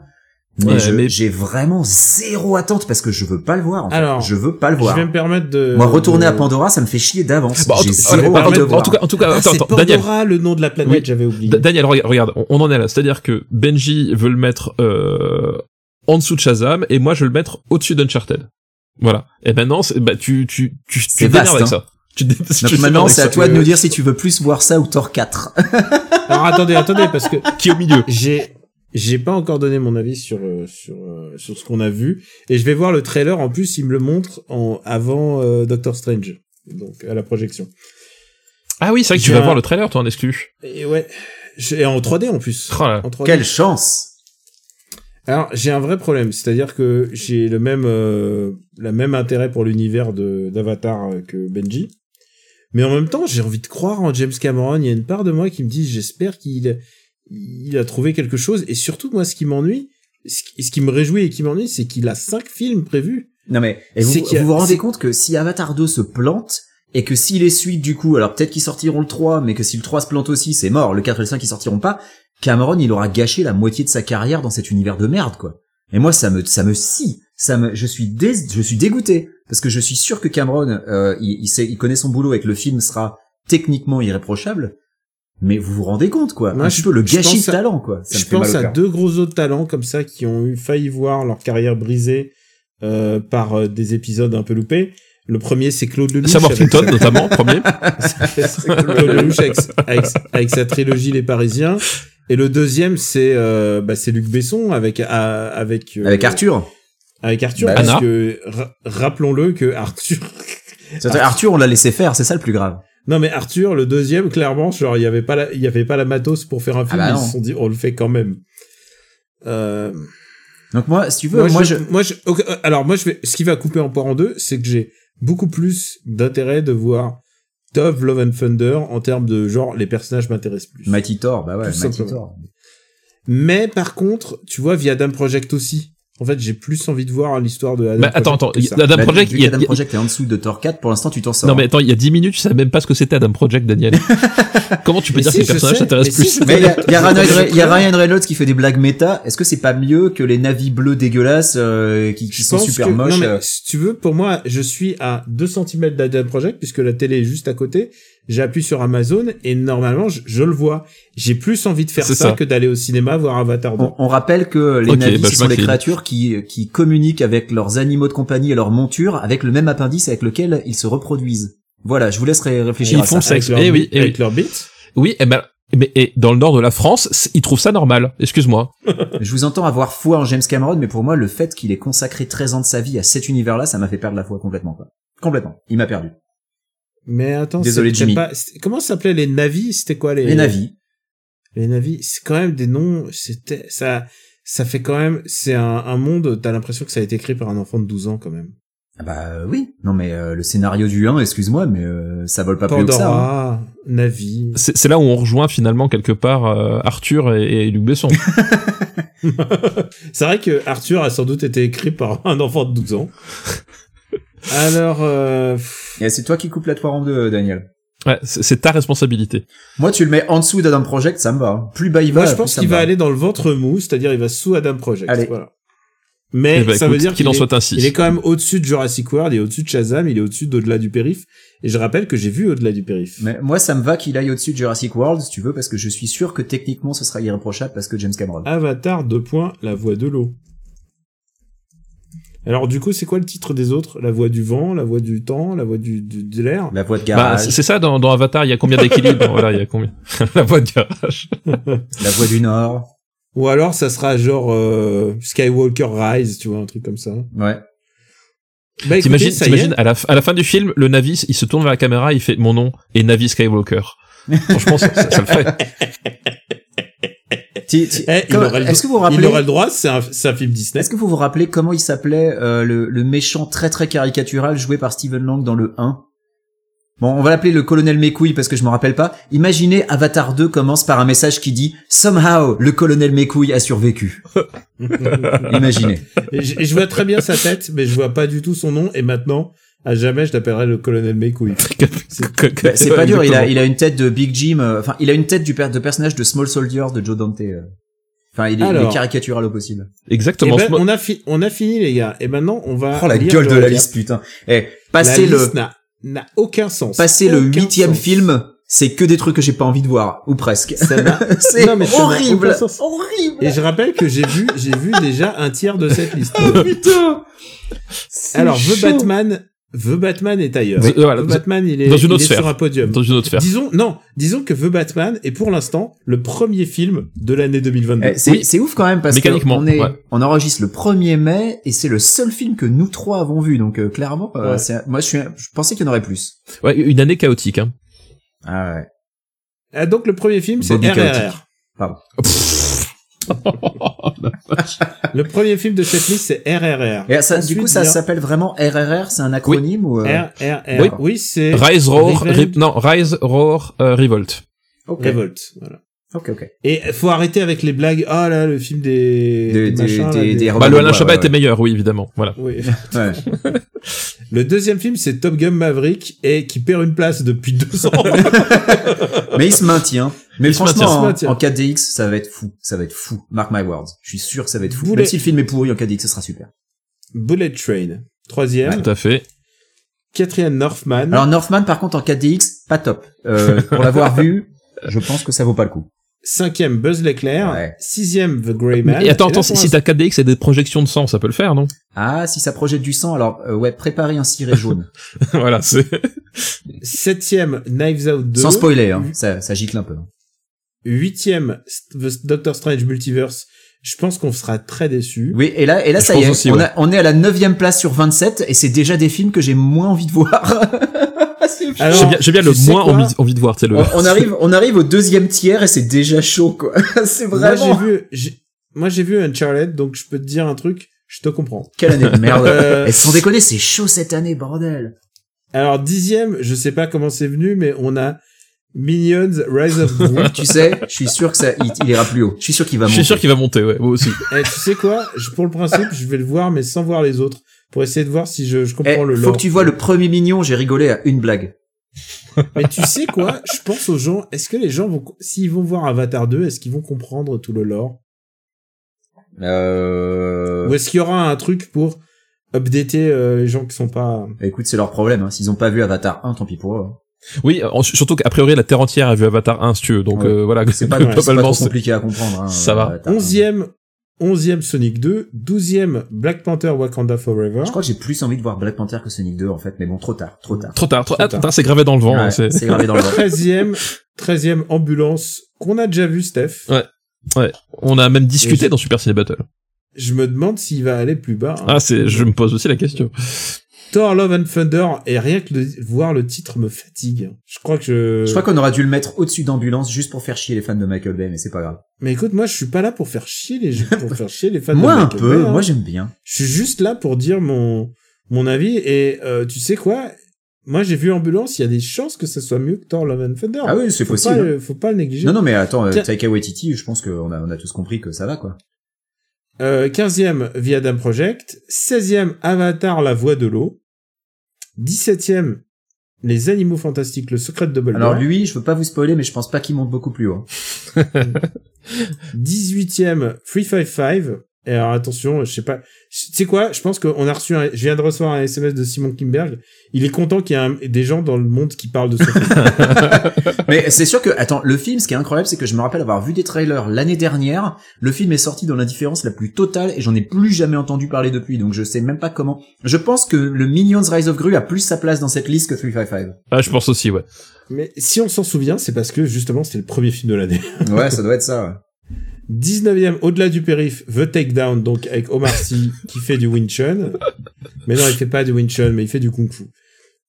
ouais,
Mais je-
mais-
j'ai vraiment zéro attente parce que je veux pas le voir. En fait.
Alors,
je veux pas le
Je
voir.
vais me permettre de.
Moi, retourner à
de-
Pandora, ça me fait chier d'avance.
Bon, Euh, Bah, en,
j'ai
tout- en-
zéro envie de le
en- en
voir.
tout cas, en tout cas,
Ah,
attends,
c'est
attends, Daniel.
Pandora, le nom de la planète,
Oui.
j'avais oublié.
Da- Daniel, regarde, regarde, on, on en est là. C'est-à-dire que Benji veut le mettre euh, en dessous de Shazam et moi je veux le mettre au-dessus d'Uncharted. Voilà. Et maintenant, c'est- bah, tu tu tu tu
C'est
t'énerves
vaste,
avec
hein.
ça. Tu, te- tu
Donc
t'énerves
maintenant,
avec
c'est à
ça.
toi de nous dire si tu veux plus voir ça ou Thor 4.
Alors attendez, attendez, parce que
qui est au milieu.
j'ai j'ai pas encore donné mon avis sur euh, sur euh, sur ce qu'on a vu et je vais voir le trailer en plus il me le montre en avant euh, Doctor Strange donc à la projection
Ah oui, c'est vrai que tu
J'ai
vas
un-
voir le trailer, toi, en exclu.
et ouais je- et en 3D en plus
Oh là.
en 3D.
Quelle chance
alors j'ai un vrai problème c'est à dire que j'ai le même euh, la même intérêt pour l'univers de d'Avatar euh, que Benji mais en même temps j'ai envie de croire en James Cameron il y a une part de moi qui me dit j'espère qu'il il a trouvé quelque chose et surtout moi ce qui m'ennuie ce qui- ce qui me réjouit et qui m'ennuie c'est qu'il a cinq films prévus
Non mais et vous
C'est qu'il y a-
vous, vous rendez
c'est-
compte que si Avatar 2 se plante, et que si les suites du coup, alors peut-être qu'ils sortiront le 3, mais que si le 3 se plante aussi, c'est mort, le 4 et le 5 ils sortiront pas, Cameron il aura gâché la moitié de sa carrière dans cet univers de merde quoi. Et moi ça me ça me scie, ça me je suis dé- je suis dégoûté parce que je suis sûr que Cameron euh, il, il sait il connaît son boulot et que le film sera techniquement irréprochable. Mais vous vous rendez compte quoi,
Moi,
un
je-
petit peu le
je
gâchis
pense
de
à-
talent quoi. Ça me
je
fait mal
pense
au
à
cœur.
deux gros autres talents comme ça qui ont eu failli voir leur carrière brisée euh, par euh, des épisodes un peu loupés. Le premier, c'est Claude Lelouch.
Sam
avec
Worthington, notamment, premier. Bah,
sa- Claude Lelouch avec, avec- avec sa trilogie Les Parisiens. Et le deuxième, c'est euh, bah, c'est Luc Besson avec à- avec euh,
Avec Arthur.
Avec Arthur.
Bah,
parce
Anna.
que ra- rappelons-le que Arthur. euh,
Arthur, on l'a laissé faire, c'est ça le plus grave.
Non mais Arthur, le deuxième, clairement, genre il y avait pas la, il y avait pas la matos pour faire un film.
bah
ils
non.
se sont dit on le fait quand même. Euh,
Donc moi, si tu veux,
moi, je,
moi
moi, je- ok, euh, alors moi je vais, ce qui va couper en part en deux, c'est que j'ai beaucoup plus d'intérêt de voir Dove Love and Thunder en termes de genre les personnages m'intéressent plus.
je... Mighty Thor, bah ouais,
Tout
Mighty
simplement.
Thor.
Mais par contre, tu vois, via Adam Project aussi. En fait, j'ai plus envie de voir l'histoire de Adam
Mais attends, attends,
Project que ça.
Adam
Bah,
Project,
vu
il y a-
qu'Adam
il y a-
Project est en dessous de Thor 4, pour l'instant tu t'en sors.
Non mais attends, il y a 10 minutes, je savais même pas ce que c'était Adam Project, Daniel. Comment tu peux
Mais
dire
si,
que les
je
personnages
sais,
t'intéressent
mais
plus
si, je-
Mais il y a, il y a Ryan Re- il y a Ryan Reynolds qui fait des blagues méta. Est-ce que c'est pas mieux que les navis bleus dégueulasses euh, qui, qui
Je
sont
pense
super
que-
moches
Non, mais
euh,
si tu veux, pour moi, je suis à 2 cm d'Adam Project puisque la télé est juste à côté. J'appuie sur Amazon et normalement, je, je le vois. J'ai plus envie de faire
C'est
ça,
ça.
que d'aller au cinéma voir Avatar 2.
on, on rappelle que les
Ok,
navis
bah,
ce
je
sont les
m'incline.
créatures qui, qui communiquent avec leurs animaux de compagnie et leurs montures avec le même appendice avec lequel ils se reproduisent. Voilà, je vous laisserai réfléchir
Ils
à
font ça.
ça.
sexe.
Avec leur,
Eh oui, eh
avec
oui.
leur beat.
Oui, eh ben, mais et dans le nord de la France, c'est- ils trouvent ça normal. Excuse-moi.
Je vous entends avoir foi en James Cameron, mais pour moi, le fait qu'il ait consacré 13 ans de sa vie à cet univers-là, ça m'a fait perdre la foi complètement. Quoi. Complètement. Il m'a perdu.
Mais attends,
Désolé,
c'était
Jimmy.
pas- c'était- comment ça s'appelait les navis C'était quoi les
Les navis.
Les navis, c'est quand même des noms. C'était ça. Ça fait quand même. C'est un, un monde. T'as l'impression que ça a été écrit par un enfant de 12 ans quand même.
Ah bah euh, oui. Non mais euh, le scénario du 1, excuse-moi, mais euh, ça vole pas plus haut que ça. hein.
Pandora, Navi.
C'est c'est là où on rejoint finalement quelque part euh, Arthur et, et Luc Besson.
C'est vrai que Arthur a sans doute été écrit par un enfant de 12 ans. Alors, euh, pff,
Et c'est toi qui coupe la toile en deux, Daniel.
Ouais, c'est c'est ta responsabilité.
Moi, tu le mets en dessous d'Adam Project, ça me va. hein. Plus bas il va,
moi je
plus
pense
ça
qu'il
me
va aller dans le ventre mou, c'est-à-dire il va sous Adam Project.
Allez.
Voilà. Mais
Eh ben,
ça
écoute,
veut dire
qu'il en
est-
soit ainsi.
Il est quand même au-dessus de Jurassic World, il est au-dessus de Shazam, il est au-dessus d'au-delà du périph. Et je rappelle que j'ai vu au-delà du périph.
Mais moi, ça me va qu'il aille au-dessus de Jurassic World, si tu veux, parce que je suis sûr que techniquement, ce sera irréprochable parce que James Cameron.
Ah. Avatar 2. points, La voix de l'eau. Alors du coup, c'est quoi le titre des autres La voix du vent, la voix du temps, la voix du, du- de l'air
La voix de
Bah,
garage,
c'est c'est ça dans, dans Avatar, il y a combien d'équilibres Voilà, il y a combien La voie de garage.
la voix du Nord.
Ou alors ça sera genre euh, Skywalker Rise, tu vois, un truc comme ça.
Ouais.
Bah, écoutez,
T'imagines,
ça y est.
t'imagines à la, f- à la fin du film, le Navi, il se tourne vers la caméra, il fait mon nom et Navi Skywalker. Franchement, ça, ça- ça le ferait.
Ti- ti-
Eh, il
comme-
aurait le-
Est-ce que vous vous
Il
rappelez
aurait le droit, c'est un, c'est un film Disney.
Est-ce que vous vous rappelez comment il s'appelait euh, le, le méchant très très caricatural joué par Steven Lang dans le 1 Bon, on va l'appeler le colonel Mécouille parce que je m'en rappelle pas. Imaginez Avatar 2 commence par un message qui dit Somehow, le colonel Mécouille a survécu. Imaginez.
Et je, et je vois très bien sa tête, mais je vois pas du tout son nom. Et maintenant, à jamais, je l'appellerai le colonel Maycouille.
Bah, c'est pas dur, il a, il a une tête de Big Jim, euh, enfin, il a une tête du per- de personnage de Small Soldier de Joe Dante. euh. Enfin, il est, il est
Alors.
caricatural au possible.
Et
Exactement.
ben,
ce mo-
on a, fi- on a fini, les gars. Et maintenant, on va...
Oh la
lire
gueule
le
de la
récap.
liste, putain. Eh,
La
passez le,
liste n'a- n'a aucun sens.
passer le
Aucun
huitième
sens.
film, c'est que des trucs que j'ai pas envie de voir, ou presque.
Ça n'a-
C'est
Non, mais ça n'a
horrible,
aucun sens.
horrible.
Et je rappelle que j'ai vu, j'ai vu déjà un tiers de cette liste.
Oh,
Alors, The Batman, The Batman est ailleurs.
The- voilà,
The
The-
Batman, il est,
dans une
il
autre
est
sphère.
sur un podium.
Dans une autre sphère.
Disons, non, disons que The Batman est pour l'instant le premier film de l'année 2022.
Eh, c'est
Oui.
c'est ouf quand même parce que
Mécaniquement,
on est
ouais.
on enregistre le 1er mai et c'est le seul film que nous trois avons vu donc euh, clairement euh,
Ouais.
c'est un- moi je suis un- je pensais qu'il y en aurait plus.
Ouais, une année chaotique. Hein.
Ah ouais.
Ah, donc le premier film, c'est
Bobby
RRR.
Chaotique. Pardon.
Le premier film de cette liste, c'est RRR.
Et ça, du
Ensuite,
coup ça
il y a
s'appelle vraiment RRR, c'est un acronyme ou euh,
RRR.
Oui.
Oui, c'est
Rise Roar,
Revenge.
Re- non, Rise Roar euh, Revolt.
OK.
Revolt. Voilà.
Ok, ok.
Et faut arrêter avec les blagues. Ah là, le film des.
Des- des-
machins, là,
des- des
Bah, le
Ouais,
Alain
ouais,
Chabat
ouais.
était meilleur, oui, évidemment. Voilà.
Oui.
Ouais.
Le deuxième film, c'est Top Gun Maverick et qui perd une place depuis deux ans.
Mais il se maintient. hein. Mais
Il se
franchement,
il se
maintient,
maintient.
en- en, 4DX, ça va être fou. Ça va être fou. Mark my words. Je suis sûr que ça va être fou.
Vous
Même
les-
si le film est pourri en 4DX, ce sera super.
Bullet Train. Troisième.
Tout à fait.
Catherine Northman.
Alors Northman, par contre, en 4DX, pas top. Euh, pour l'avoir vu, je pense que ça vaut pas le coup.
Cinquième, Buzz L'éclair.
Ouais.
Sixième, The Grey Man.
Et attends,
bah, là,
attends,
pour
si si
l'instant-
t'as 4DX et des projections de sang, ça peut le faire, non
Ah, si ça projette du sang, alors euh, ouais, préparez un ciré jaune.
Voilà, c'est.
Septième, Knives Out 2.
Sans spoiler,
Mm.
hein. ça, ça gicle un peu. hein.
Huitième, St- The Doctor Strange Multiverse. Je pense qu'on sera très déçus.
Oui, et là, et là
Je
ça y
pense
est,
aussi,
on,
ouais.
a- on est à la neuvième place sur 27, et c'est déjà des films que j'ai moins envie de voir. C'est chaud.
Alors,
J'ai bien, j'ai bien
tu
le
sais
moins
quoi
envie, envie de voir, tu sais, le.
on, on arrive, on arrive au deuxième tiers, et c'est déjà chaud, quoi. c'est
Moi, j'ai
vraiment...
vu, j'ai- moi, j'ai vu Uncharted, donc je peux te dire un truc, je te comprends.
Quelle année de merde.
Euh,
Et sans déconner, c'est chaud cette année, bordel.
Alors, dixième, je sais pas comment c'est venu, mais on a Minions Rise of Gru.
Tu sais, je suis sûr que ça, il, il ira plus haut. Je suis sûr qu'il va
Je
monter.
suis sûr qu'il va monter, ouais, moi aussi.
Et Eh, tu sais quoi? Je- pour le principe, je vais le voir, mais sans voir les autres. Pour essayer de voir si je, je
Eh,
comprends le
faut
lore.
que tu vois le premier mignon, j'ai rigolé à une blague.
Mais tu sais quoi? Je pense aux gens, est-ce que les gens vont, s'ils vont voir Avatar 2, est-ce qu'ils vont comprendre tout le lore?
Euh...
Ou est-ce qu'il y aura un truc pour updater euh, les gens qui sont pas...
Écoute, c'est leur problème. hein. S'ils ont pas vu Avatar 1, tant pis pour eux. hein.
Oui, en- surtout qu'a priori, la Terre entière a vu Avatar 1, si tu veux. Donc,
Ouais.
euh, voilà,
C'est pas, c'est pas
globalement,
trop
c'est-
compliqué à comprendre. Hein,
ça va.
Avatar 1.
Onzième, onzième Sonic 2, douzième Black Panther Wakanda Forever.
Je crois que j'ai plus envie de voir Black Panther que Sonic 2 en fait, mais bon, trop tard, trop tard.
Trop tard, trop,
Trop Euh.
ah,
tard.
putain, c'est gravé dans le vent. hein,
Ouais,
c'est-
c'est gravé dans le vent.
13e, 13e ambulance qu'on a déjà vu, Steph.
Ouais. On a même
Et
discuté
j'ai-
dans Super Ciné Battle.
Je me demande s'il va aller plus bas. hein.
Ah, c'est, je me pose aussi la question.
Thor Love and Thunder, et rien que de voir le titre me fatigue. Je crois que je...
Je crois qu'on aurait dû le mettre au-dessus d'ambulance juste pour faire chier les fans de Michael Bay, mais c'est pas grave.
Mais écoute, moi je suis pas là pour faire chier les, pour faire chier les fans
Moi
de
un
Michael Bay,
peu,
hein.
moi j'aime bien.
Je suis juste là pour dire mon, mon avis, et euh, tu sais quoi Moi j'ai vu Ambulance, il y a des chances que ça soit mieux que Thor Love and Thunder.
Ah oui, c'est
faut
possible.
Pas, le- faut pas le négliger.
Non non mais attends, euh,
Tiens.
Taika Waititi, je pense qu'on a on a tous compris que ça va quoi.
Euh, 15e Via Dam Project, 16e Avatar la voix de l'eau, 17e Les animaux fantastiques le secret de Dumbledore,
Alors lui, je veux pas vous spoiler, mais je pense pas qu'il monte beaucoup plus haut. hein.
18e 355 et alors attention, je sais pas, tu sais quoi, je pense qu'on a reçu un- je viens de recevoir un SMS de Simon Kimberg, il est content qu'il y ait un- des gens dans le monde qui parlent de ce film.
Mais c'est sûr que, attends, le film, ce qui est incroyable, c'est que je me rappelle avoir vu des trailers l'année dernière. Le film est sorti dans l'indifférence la plus totale et j'en ai plus jamais entendu parler depuis, donc je sais même pas comment. Je pense que le Minions Rise of Gru a plus sa place dans cette liste que 355.
Ah, je pense aussi, ouais.
Mais si on s'en souvient, c'est parce que justement, c'était le premier film de l'année.
Ouais, ça doit être ça. ouais.
19e Au-delà du périph, The Takedown, donc avec Omar Sy qui fait du Wing Chun. Mais non, il fait pas du Wing Chun, mais il fait du Kung Fu.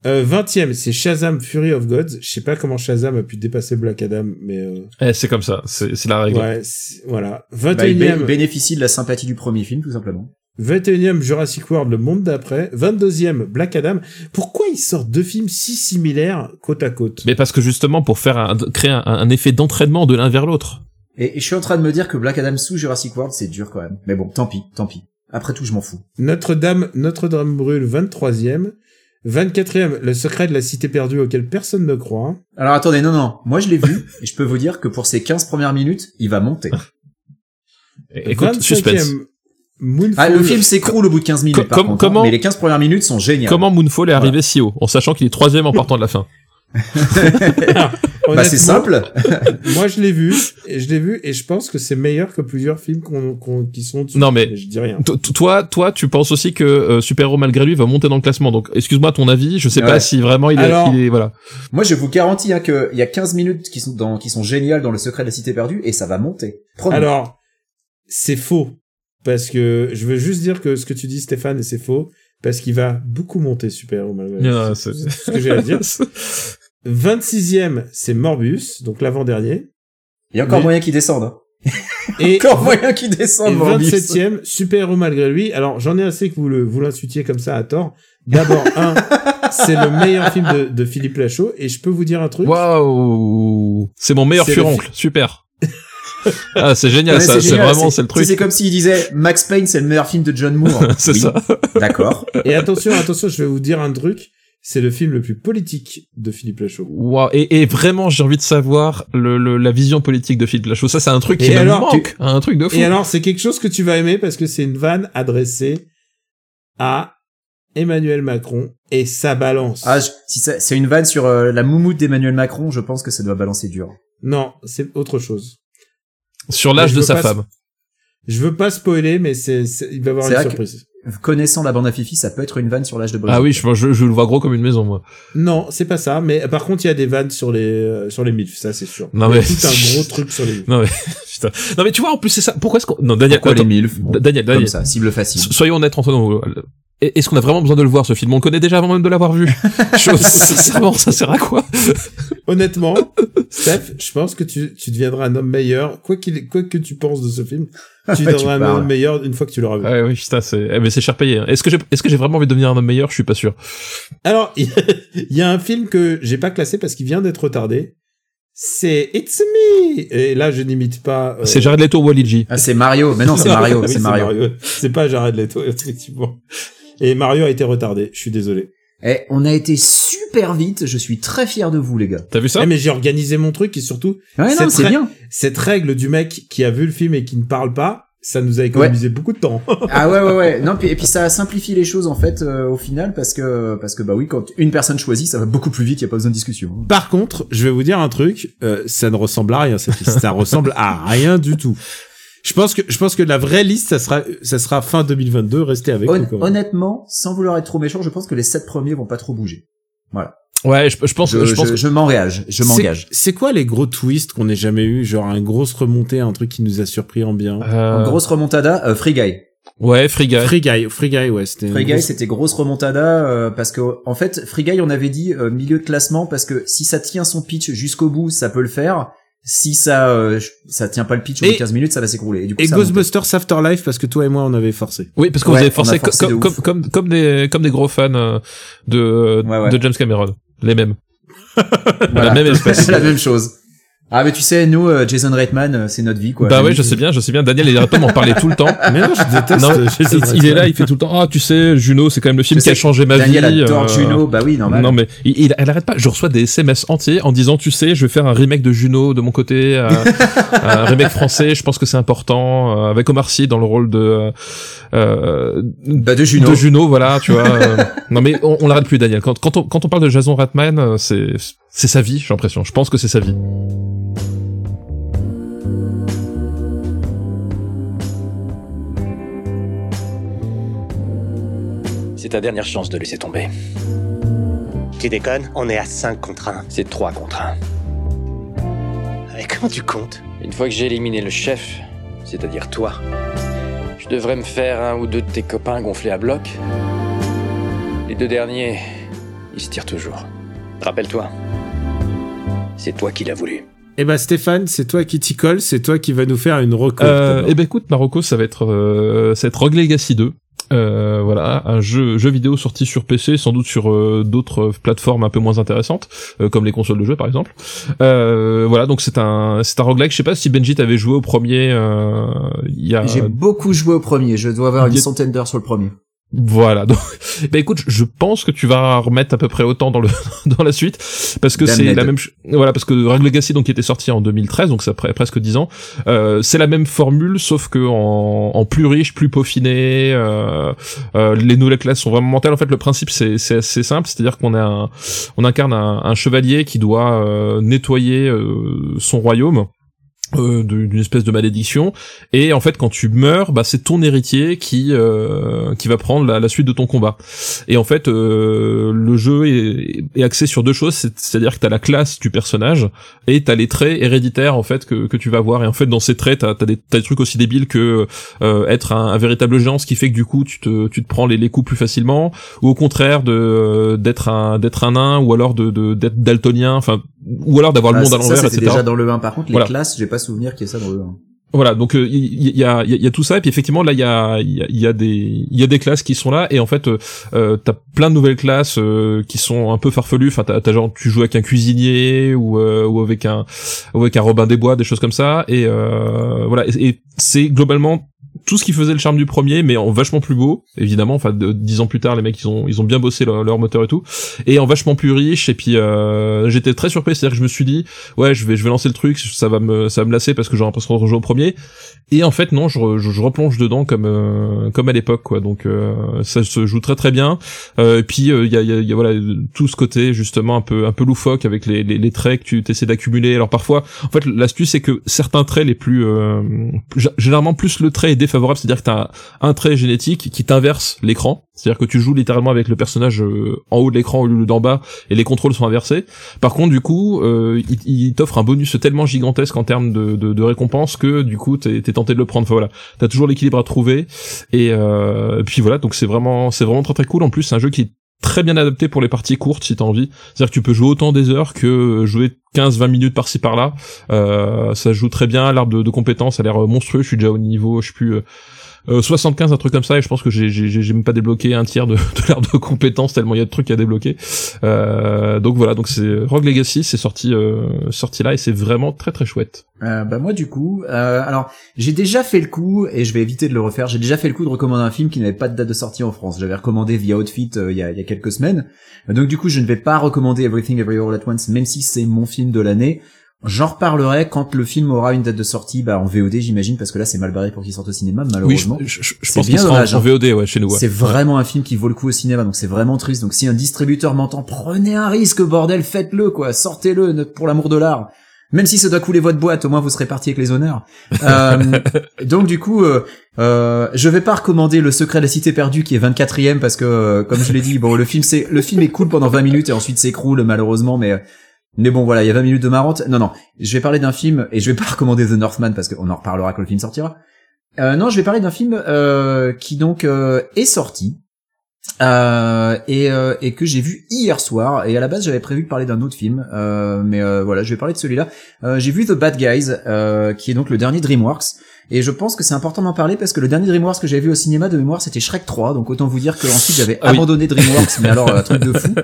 Euh, 20e, c'est Shazam Fury of Gods. Je sais pas comment Shazam a pu dépasser Black Adam, mais euh,
Eh, c'est comme ça, c'est, c'est la règle.
ouais, c'est- voilà.
Bah, il, bé- il
21e,
bénéficie de la sympathie du premier film, tout simplement.
21e Jurassic World, le monde d'après. 22e Black Adam. Pourquoi ils sortent deux films si similaires côte à côte
Mais parce que justement, pour faire un, créer un, un effet d'entraînement de l'un vers l'autre.
Et, et je suis en train de me dire que Black Adam sous Jurassic World, c'est dur quand même. Mais bon, tant pis, tant pis. Après tout, je m'en fous.
Notre-Dame, Notre-Dame brûle, 23e. 24e, Le secret de la cité perdue auquel personne ne croit.
Alors attendez, non, non, moi je l'ai vu, et je peux vous dire que pour ces 15 premières minutes, il va monter.
Et- Écoute,
25e
suspense.
Moonfall.
Ah, le film s'écroule au bout de 15 minutes,
Com-
par
com-
contre.
comment-
hein. mais les 15 premières minutes sont géniales.
Comment Moonfall est arrivé si haut, en sachant qu'il est troisième en partant de la fin
Bah, c'est simple.
Honnêtement, Moi, je l'ai vu, et je l'ai vu, et je pense que c'est meilleur que plusieurs films qu'on qu'on- qui sont dessus.
Non, mais-
je dis rien.
To- to- Toi, toi, tu penses aussi que euh, Super Hero malgré lui va monter dans le classement. Donc, excuse-moi ton avis, je sais
Ouais.
pas si vraiment il est,
Alors-
il est- voilà.
Moi, je vous garantis hein, qu'il y a 15 minutes qui sont, dans, qui sont géniales dans Le Secret de la Cité Perdue et ça va monter. Promis.
Alors, c'est faux. Parce que je veux juste dire que ce que tu dis, Stéphane, c'est faux. Parce qu'il va beaucoup monter Super Hero Malgré lui.
Ouais,
C'est
c'est-
tout ce que j'ai à dire. 26e, c'est Morbus, donc l'avant-dernier.
il y a encore
mais-
moyen qu'il descende. hein.
Et,
Encore moyen qu'il descende,
et
Morbus.
27e, Super Hero Malgré lui. Alors, j'en ai assez que vous le- vous l'insultiez comme ça à tort. D'abord, un, c'est le meilleur film de, de Philippe Lachaud. Et je peux vous dire un truc.
Waouh, c'est mon meilleur
C'est le
furoncle, super. Ah, c'est génial,
Ouais,
ça. C'est
génial,
vraiment, c'est le truc.
C'est comme s'il disait Max Payne, c'est le meilleur film de John Moore.
C'est
Oui,
ça.
D'accord.
Et attention, attention, je vais vous dire un truc. C'est le film le plus politique de Philippe Lachaud.
Wow. Et, et vraiment, j'ai envie de savoir le, le- la vision politique de Philippe Lachaud. Ça, c'est un truc qui
Et
me
alors,
manque. Un truc de fou.
Et alors, c'est quelque chose que tu vas aimer parce que c'est une vanne adressée à Emmanuel Macron et sa balance.
Ah, je- si ça- c'est une vanne sur euh, la moumoute d'Emmanuel Macron, je pense que ça doit balancer dur.
Non, c'est autre chose.
Sur
Mais
l'âge
je
de
veux
sa
pas-
femme.
Je veux pas spoiler, mais c'est, c'est- il va y avoir
C'est
une
vrai que-
surprise.
Connaissant la bande à Fifi, ça peut être une vanne sur l'âge de Brigitte.
Ah oui, je, je, je le vois gros comme une maison, moi.
Non, c'est pas ça. Mais par contre, il y a des vannes sur les euh, sur les milfs, ça c'est sûr.
Non,
Il y a
mais-
tout un gros truc sur les milfs.
Putain. Non, mais tu vois, en plus, c'est ça. Pourquoi est-ce qu'on... Non, Daniel,
Pourquoi les
attends.
milfs
Da- Daniel,
Comme
Daniel.
ça, cible facile.
So- Soyons honnêtes entre nous. Est- Est-ce qu'on a vraiment besoin de le voir, ce film On le connaît déjà avant même de l'avoir vu. Je- Sincèrement, ça sert à quoi
Honnêtement, Steph, je pense que tu, tu deviendras un homme meilleur, quoi qu'il quoi que tu penses de ce film, tu
Ouais, tu
deviendras un
parles.
homme meilleur une fois que tu l'auras vu.
Ouais, oui, putain, c'est... eh, mais c'est cher payé. hein. Est-ce que j'ai, est-ce que j'ai vraiment envie de devenir un homme meilleur Je suis pas sûr.
Alors, il y a un film que j'ai pas classé parce qu'il vient d'être retardé. C'est It's Me. Et là, je n'imite pas. euh,
C'est Jared Leto ou Wally G.
Ah, c'est Mario. Mais non, c'est Mario,
Oui,
c'est Mario.
C'est pas Jared Leto, effectivement. Et Mario a été retardé. Je suis désolé.
Eh, on a été super vite. Je suis très fier de vous, les gars.
T'as vu ça
Eh, mais j'ai organisé mon truc et surtout
Ouais,
C'est
non, c'est
très-
bien.
cette règle du mec qui a vu le film et qui ne parle pas, ça nous a économisé beaucoup de temps.
Ah ouais, ouais, ouais. Non, puis- et puis ça simplifie les choses en fait euh, au final parce que parce que bah oui, quand une personne choisit, ça va beaucoup plus vite. Il y a pas besoin de discussion. hein.
Par contre, je vais vous dire un truc, euh, ça ne ressemble à rien cette liste, ça ressemble à rien du tout. Je pense que je pense que la vraie liste ça sera ça sera fin 2022, restez avec
Hon-
nous quand même.
honnêtement, sans vouloir être trop méchant, je pense que les sept premiers vont pas trop bouger.
Ouais, je, je pense,
Je,
je pense
je, je m'engage. Je
C'est-
m'engage.
C'est quoi les gros twists qu'on n'ait jamais eu, genre un grosse remontée, un truc qui nous a surpris en bien.
Euh,
En grosse remontada, euh, Free Guy.
Ouais, Free Guy.
Free Guy, Free Guy, ouais, c'était. une
Euh, Free Guy,
grosse-
c'était grosse remontada euh, parce que en fait, Free Guy, on avait dit euh, milieu de classement parce que si ça tient son pitch jusqu'au bout, ça peut le faire. Si ça euh, ça tient pas le pitch au bout
Et-
de 15 minutes, ça va s'écrouler. Et, du coup,
Et
ça a monté.
Ghostbusters Afterlife parce que toi et moi on avait forcé.
Oui, parce que
Ouais,
vous avez
on a
forcé, co-
forcé de
comme,
ouf.
comme, comme, comme des, comme des gros fans euh, de, euh,
Ouais, ouais.
de James Cameron. Les mêmes. La
Voilà.
même espèce.
C'est la même chose. Ah mais tu sais, nous, euh, Jason Reitman, euh, c'est notre vie quoi.
bah
La
ouais,
vie,
je sais bien, je sais bien. Daniel, il arrête pas de m'en parler tout le temps.
Mais non, je déteste.
Non,
Jason
il, il est
Reitman.
là, il fait tout le temps. Ah, tu sais, Juno, c'est quand même le film
Je
qui a
sais,
changé ma
Daniel
vie.
adore
euh,
Juno, bah oui, normal.
Non mais il, il- elle arrête pas. Je reçois des SMS entiers en disant tu sais je vais faire un remake de Juno de mon côté, euh, un remake français. Je pense que c'est important euh, avec Omar Sy dans le rôle de euh, euh,
Bah de Juno.
de Juno, voilà, tu vois. euh, non, mais on, on l'arrête plus, Daniel. Quand, quand, on, quand on parle de Jason Ratman, euh, c'est c'est sa vie, j'ai l'impression. Je pense que c'est sa vie.
C'est ta dernière chance de laisser tomber.
Tu déconnes On est à 5 contre 1.
C'est trois contre un.
Et comment tu comptes
Une fois que j'ai éliminé le chef, c'est-à-dire toi, je devrais me faire un ou deux de tes copains gonflés à bloc. Les deux derniers, ils se tirent toujours. Rappelle-toi, c'est toi qui l'as voulu.
Eh ben Stéphane, c'est toi qui t'y colle, c'est toi qui va nous faire une reco.
Euh, eh ben écoute, Marocco, ça va être euh, ça va être Rogue Legacy 2. Euh, voilà, un jeu, jeu vidéo sorti sur PC, sans doute sur euh, d'autres euh, plateformes un peu moins intéressantes, euh, comme les consoles de jeu par exemple. Euh, voilà, donc c'est un c'est un roguelike. Je sais pas si Benji t'avait joué au premier. euh, Il y a
J'ai beaucoup joué au premier. Je dois avoir une
Dé-
centaine d'heures sur le premier.
Voilà. Donc, bah écoute, je pense que tu vas remettre à peu près autant dans le dans la suite parce que c'est
Damned.
la même ch- voilà parce que Rogue Legacy donc qui était sorti en 2013 donc ça ferait presque 10 ans. Euh, c'est la même formule sauf que en, en plus riche, plus peaufiné, euh, euh, les nouvelles classes sont vraiment mentales. En fait, le principe c'est c'est assez simple, c'est-à-dire qu'on a un- on incarne un, un chevalier qui doit euh, nettoyer euh, son royaume euh, de- d'une espèce de malédiction et en fait quand tu meurs bah c'est ton héritier qui euh, qui va prendre la, la suite de ton combat et en fait euh, le jeu est, est axé sur deux choses c'est- c'est-à-dire que t'as la classe du personnage et t'as les traits héréditaires en fait que, que tu vas voir et en fait dans ces traits t'as t'as des, t'as des trucs aussi débiles que euh, être un, un véritable géant ce qui fait que du coup tu te tu te prends les, les coups plus facilement ou au contraire de euh, d'être un d'être un nain ou alors de de- d'être daltonien enfin ou alors d'avoir le
Ah,
monde à
ça,
l'envers
c'était
etc
déjà dans le 1. Par contre, les
Voilà.
classes, j'ai pas souvenir qu'il y ait ça dans le 1.
Voilà, donc euh, il y, y- y a, y a- y a tout ça et puis effectivement là il y a, il y, a, il y a des il y a des classes qui sont là et en fait euh, euh, t'as plein de nouvelles classes euh, qui sont un peu farfelues. Enfin t'as, t'as genre tu joues avec un cuisinier ou, euh, ou avec un ou avec un Robin des Bois, des choses comme ça et euh, voilà et, et c'est globalement tout ce qui faisait le charme du premier mais en vachement plus beau évidemment. Enfin de- dix ans plus tard les mecs ils ont ils ont bien bossé leur, leur moteur et tout et en vachement plus riche et puis euh, j'étais très surpris c'est à dire que je me suis dit ouais je vais je vais lancer le truc ça va me ça va me lasser parce que j'ai l'impression de rejouer au premier et en fait non je, re- je, je replonge dedans comme euh, comme à l'époque quoi donc euh, ça se joue très très bien euh, et puis euh, il y, a, il y a- il y a, voilà euh, tout ce côté justement un peu un peu loufoque avec les les, les traits que tu essaies d'accumuler alors parfois en fait l'astuce c'est que certains traits les plus euh, g- généralement plus le trait est défavorable c'est à dire que t'as un trait génétique qui t'inverse l'écran c'est à dire que tu joues littéralement avec le personnage euh, en haut de l'écran au lieu d'en bas et les contrôles sont inversés par contre, du coup, euh, il, il t'offre un bonus tellement gigantesque en termes de, de, de récompense que du coup, t'es t'es tenté de le prendre. Enfin, voilà, t'as toujours l'équilibre à trouver. Et euh, puis voilà, donc c'est vraiment, c'est vraiment très très cool. En plus, c'est un jeu qui est très bien adapté pour les parties courtes si t'as envie. C'est-à-dire que tu peux jouer autant des heures que jouer 15-20 minutes par-ci par-là. Euh, ça se joue très bien. L'arbre de, de compétences a l'air euh, monstrueux. Je suis déjà au niveau, je suis plus. euh, euh, 75 un truc comme ça et je pense que j'ai j'ai j'ai- j'ai même pas débloqué un tiers de, de l'arbre de compétences tellement il y a de trucs à débloquer euh, donc voilà, donc c'est Rogue Legacy, c'est sorti euh, sorti là et c'est vraiment très très chouette.
Euh, bah moi du coup, euh, alors j'ai déjà fait le coup et je vais éviter de le refaire. J'ai déjà fait le coup de recommander un film qui n'avait pas de date de sortie en France. J'avais recommandé via Outfit euh, il y, a, il y a quelques semaines. Euh, Donc du coup, je ne vais pas recommander Everything Everywhere All at Once, même si c'est mon film de l'année. J'en reparlerai quand le film aura une date de sortie, bah en VOD j'imagine, parce que là c'est mal barré pour qu'il sorte au cinéma malheureusement.
Oui, je, je, je
C'est
pense
bien
qu'il sera
dommage,
en, en
hein.
VOD ouais chez nous. ouais.
C'est vraiment un film qui vaut le coup au cinéma, donc c'est vraiment triste. Donc si un distributeur m'entend, prenez un risque, bordel, faites-le, quoi, sortez-le, ne- pour l'amour de l'art. Même si ça doit couler votre boîte, au moins vous serez parti avec les honneurs. Euh, donc du coup, euh, euh, je vais pas recommander Le Secret de la Cité Perdue qui est 24ème parce que, euh, comme je l'ai dit, bon le film c'est le film est cool pendant 20 minutes et ensuite s'écroule malheureusement, mais mais bon voilà, il y a 20 minutes de marrante. Non non, je vais parler d'un film et je vais pas recommander The Northman parce qu'on en reparlera quand le film sortira. Euh, non, je vais parler d'un film euh, qui donc euh, est sorti euh, et, euh, et que j'ai vu hier soir. Et à la base, j'avais prévu de parler d'un autre film, euh, mais euh, voilà, je vais parler de celui-là. Euh, j'ai vu The Bad Guys, euh, qui est donc le dernier DreamWorks. Et je pense que c'est important d'en parler parce que le dernier DreamWorks que j'avais vu au cinéma de mémoire, c'était Shrek 3. Donc autant vous dire que ensuite j'avais
Ah oui.
abandonné DreamWorks, mais alors un truc de fou.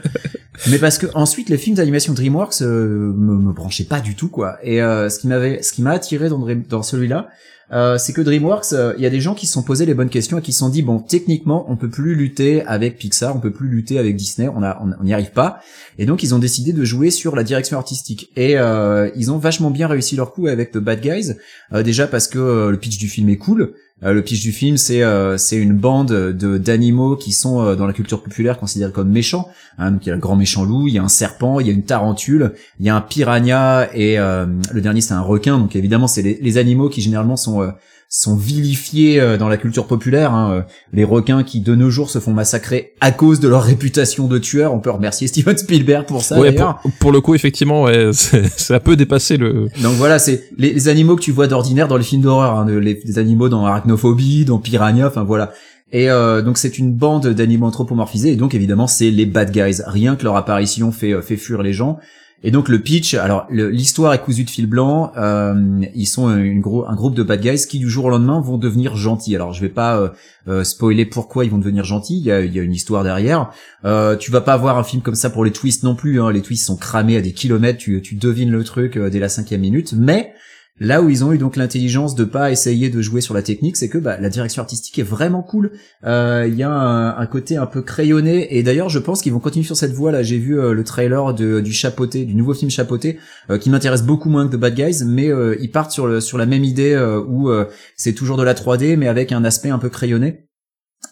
Mais parce que ensuite les films d'animation DreamWorks euh, me, me branchaient pas du tout quoi. Et euh, ce qui m'avait, ce qui m'a attiré dans, Dream- dans celui-là, euh, c'est que DreamWorks, euh, il y a des gens qui se sont posés les bonnes questions et qui se sont dit bon, techniquement, on peut plus lutter avec Pixar, on peut plus lutter avec Disney, on a, on on n'y arrive pas. Et donc ils ont décidé de jouer sur la direction artistique. Et euh, ils ont vachement bien réussi leur coup avec The Bad Guys, euh, déjà parce que euh, le pitch du film est cool. Euh, le pitch du film, c'est euh, c'est une bande de d'animaux qui sont euh, dans la culture populaire considérés comme méchants. hein. donc il y a le grand méchant loup, il y a un serpent, il y a une tarentule, il y a un piranha et euh, le dernier c'est un requin. Donc évidemment c'est les, les animaux qui généralement sont euh, sont vilifiés euh, dans la culture populaire. hein. Euh, Les requins qui de nos jours se font massacrer à cause de leur réputation de tueur. On peut remercier Steven Spielberg pour ça
Ouais,
d'ailleurs.
pour, pour le coup effectivement ouais, c'est- ça peut dépasser le.
Euh, Donc voilà, c'est les, les animaux que tu vois d'ordinaire dans les films d'horreur, hein, de- les, les animaux dans Arachnophobie, dans Piranha, enfin voilà. Et euh, donc c'est une bande d'animaux anthropomorphisés, et donc évidemment c'est les bad guys. Rien que leur apparition fait euh, fait fuir les gens. Et donc le pitch, alors le- l'histoire est cousue de fil blanc. euh, ils sont une gro- un groupe de bad guys qui du jour au lendemain vont devenir gentils. Alors je vais pas euh, euh, spoiler pourquoi ils vont devenir gentils. Il y a, il y a une histoire derrière. Euh, tu vas pas voir un film comme ça pour les twists non plus. hein. Les twists sont cramés à des kilomètres. Tu, tu devines le truc euh, dès la cinquième minute. Mais là où ils ont eu donc l'intelligence de pas essayer de jouer sur la technique, c'est que bah, la direction artistique est vraiment cool. Euh, Il y a un, un côté un peu crayonné. Et d'ailleurs, je pense qu'ils vont continuer sur cette voie. Là, j'ai vu euh, le trailer de- du chapeauté, du nouveau film chapeauté, euh, qui m'intéresse beaucoup moins que The Bad Guys, mais euh, ils partent sur, le, sur la même idée euh, où euh, c'est toujours de la 3D, mais avec un aspect un peu crayonné.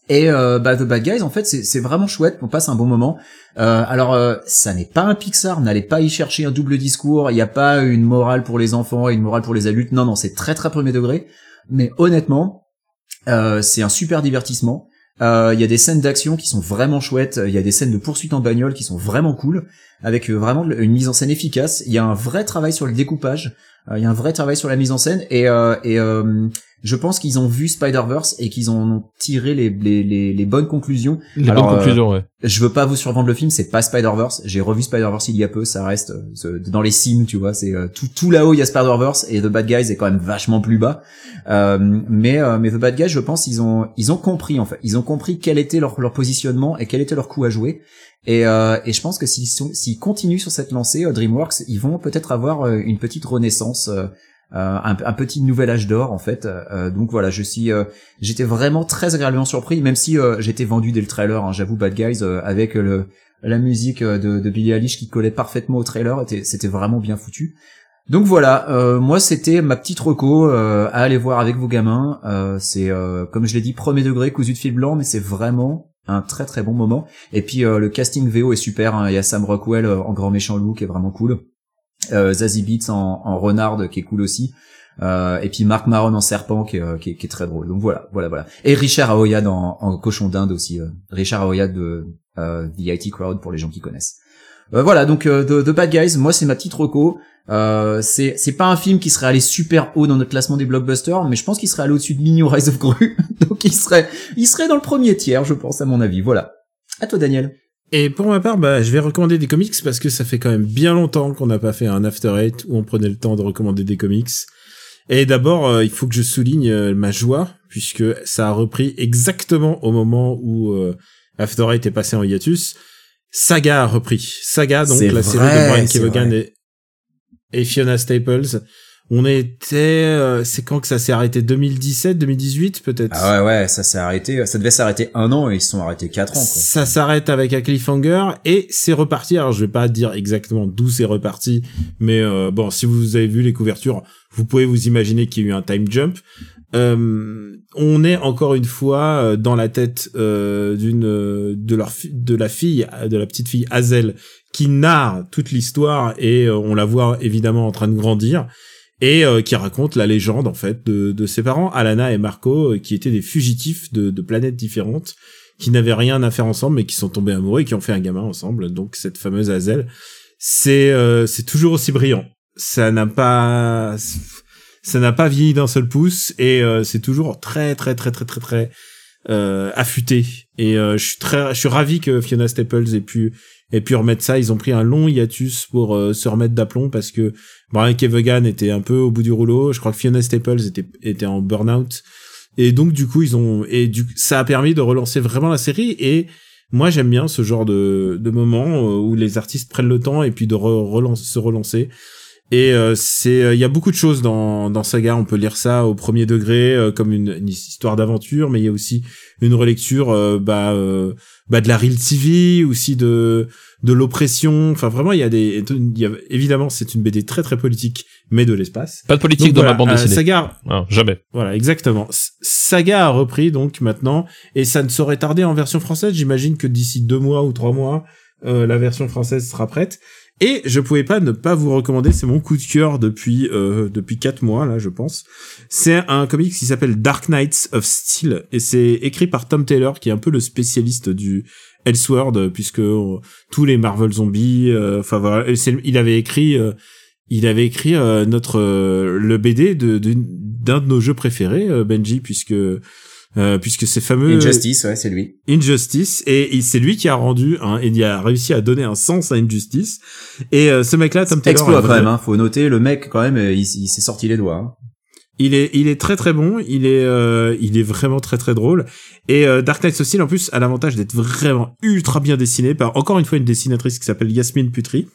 Et euh, bah, The Bad Guys, en fait, c'est c'est vraiment chouette. On passe un bon moment. Euh, alors, euh, ça n'est pas un Pixar. N'allez pas y chercher un double discours. Il n'y a pas une morale pour les enfants et une morale pour les adultes. Non, non, c'est très très premier degré. Mais honnêtement, euh, c'est un super divertissement. Euh, Il y a des scènes d'action qui sont vraiment chouettes. Il y a des scènes de poursuite en bagnole qui sont vraiment cool, avec euh, vraiment une mise en scène efficace. Il y a un vrai travail sur le découpage. Euh, Il y a un vrai travail sur la mise en scène et, euh, et euh, Je pense qu'ils ont vu Spider-Verse et qu'ils en ont tiré les, les, les, les bonnes conclusions.
Les
Alors,
bonnes
euh,
conclusions, ouais.
Je veux pas vous survendre le film, c'est pas Spider-Verse. J'ai revu Spider-Verse il y a peu, ça reste euh, ce- dans les cimes, tu vois. C'est euh, tout, tout là-haut, il y a Spider-Verse et The Bad Guys est quand même vachement plus bas. Euh, mais, euh, mais The Bad Guys, je pense, ils ont, ils ont compris en fait. Ils ont compris quel était leur, leur positionnement et quel était leur coup à jouer. Et, euh, et je pense que s'ils sont- s'ils continuent sur cette lancée, euh, DreamWorks, ils vont peut-être avoir euh, une petite renaissance. euh, euh, un, un petit nouvel âge d'or en fait Euh, donc voilà je suis euh, j'étais vraiment très agréablement surpris, même si euh, j'étais vendu dès le trailer, hein, j'avoue Bad Guys, euh, avec euh, le, la musique euh, de, de Billie Eilish qui collait parfaitement au trailer, était- c'était vraiment bien foutu. Donc voilà, euh, moi c'était ma petite reco euh, à aller voir avec vos gamins. Euh, c'est euh, comme je l'ai dit, premier degré, cousu de fil blanc, mais c'est vraiment un très très bon moment. Et puis euh, le casting VO est super, hein. il y a Sam Rockwell euh, en grand méchant loup qui est vraiment cool. Euh, Zazie Beetz en, en renarde qui est cool aussi. Euh, et puis Marc Maron en serpent qui est, euh, qui, est, qui est très drôle. Donc voilà, voilà, voilà. Et Richard Aoyad en, en cochon d'Inde aussi. euh. Richard Aoyad de euh, The IT Crowd pour les gens qui connaissent. Euh, voilà, donc euh, The, The Bad Guys, moi c'est ma petite reco. Euh, c'est c'est pas un film qui serait allé super haut dans notre classement des blockbusters, mais je pense qu'il serait allé au-dessus de Mignon Rise of Gru. donc il serait il serait dans le premier tiers, je pense à mon avis. Voilà. À toi Daniel.
Et pour ma part, bah, je vais recommander des comics parce que ça fait quand même bien longtemps qu'on n'a pas fait un After Eight où on prenait le temps de recommander des comics. Et d'abord, euh, il faut que je souligne euh, ma joie puisque ça a repris exactement au moment où euh, After Eight est passé en hiatus. Saga a repris. Saga, donc
C'est
la série
vrai,
de Brian
c'est
Kevogan et, et Fiona Staples. On était, euh, c'est quand que ça s'est arrêté 2017, 2018 peut-être.
Ah ouais ouais, ça s'est arrêté, ça devait s'arrêter un an et ils se sont arrêtés quatre ans. Quoi.
Ça s'arrête avec un cliffhanger et c'est reparti. Alors je vais pas dire exactement d'où c'est reparti, mais euh, bon, si vous avez vu les couvertures, vous pouvez vous imaginer qu'il y a eu un time jump. Euh, on est encore une fois euh, dans la tête euh, d'une euh, de leur fi- de la fille euh, de la petite fille Hazel qui narre toute l'histoire et euh, on la voit évidemment en train de grandir et euh, qui raconte la légende en fait de, de ses parents Alana et Marco euh, qui étaient des fugitifs de, de planètes différentes qui n'avaient rien à faire ensemble mais qui sont tombés amoureux et qui ont fait un gamin ensemble donc cette fameuse Hazel c'est euh, c'est toujours aussi brillant ça n'a pas ça n'a pas vieilli d'un seul pouce et euh, c'est toujours très très très très très très euh, affûté et euh, je suis très je suis ravi que Fiona Staples ait pu ait pu remettre ça ils ont pris un long hiatus pour euh, se remettre d'aplomb parce que Brian Kevogan était un peu au bout du rouleau je crois que Fiona Staples était était en burn-out et donc du coup ils ont et du ça a permis de relancer vraiment la série et moi j'aime bien ce genre de de moment euh, où les artistes prennent le temps et puis de re- relance- se relancer et euh, c'est, il y a beaucoup de choses dans dans Saga. On peut lire ça au premier degré euh, comme une, une histoire d'aventure, mais il y a aussi une relecture, euh, bah, euh, bah de la real TV, aussi de de l'oppression. Enfin, vraiment, il y a des, il y a- évidemment, c'est une BD très très politique, mais de l'espace.
Pas de
Donc
politique dans
voilà,
ma bande
euh,
dessinée.
Saga,
Ah, jamais.
voilà, exactement. S- Saga a repris donc maintenant, et ça ne saurait tarder en version française. J'imagine que d'ici deux mois ou trois mois, euh, la version française sera prête. Et je pouvais pas ne pas vous recommander, c'est mon coup de cœur depuis euh, depuis quatre mois là, je pense. C'est un comic qui s'appelle Dark Knights of Steel et c'est écrit par Tom Taylor qui est un peu le spécialiste du Elseworld euh, puisque euh, tous les Marvel zombies, euh, enfin voilà, et c'est- il avait écrit euh, il avait écrit euh, notre euh, le BD de- d'une- d'un de, nos jeux préférés, euh, Benji, puisque euh, puisque c'est fameux
Injustice, ouais, c'est lui.
Injustice et il- c'est lui qui a rendu hein, et il a réussi à donner un sens à Injustice et euh, ce mec là Tom Taylor
Exploit
est
quand même, hein. faut noter le mec quand même, euh, il, s- il s'est sorti les doigts. hein.
il est il est très très bon il est euh, il est vraiment très très drôle et euh, Dark Knight Social en plus a l'avantage d'être vraiment ultra bien dessiné par encore une fois une dessinatrice qui s'appelle Yasmine Putri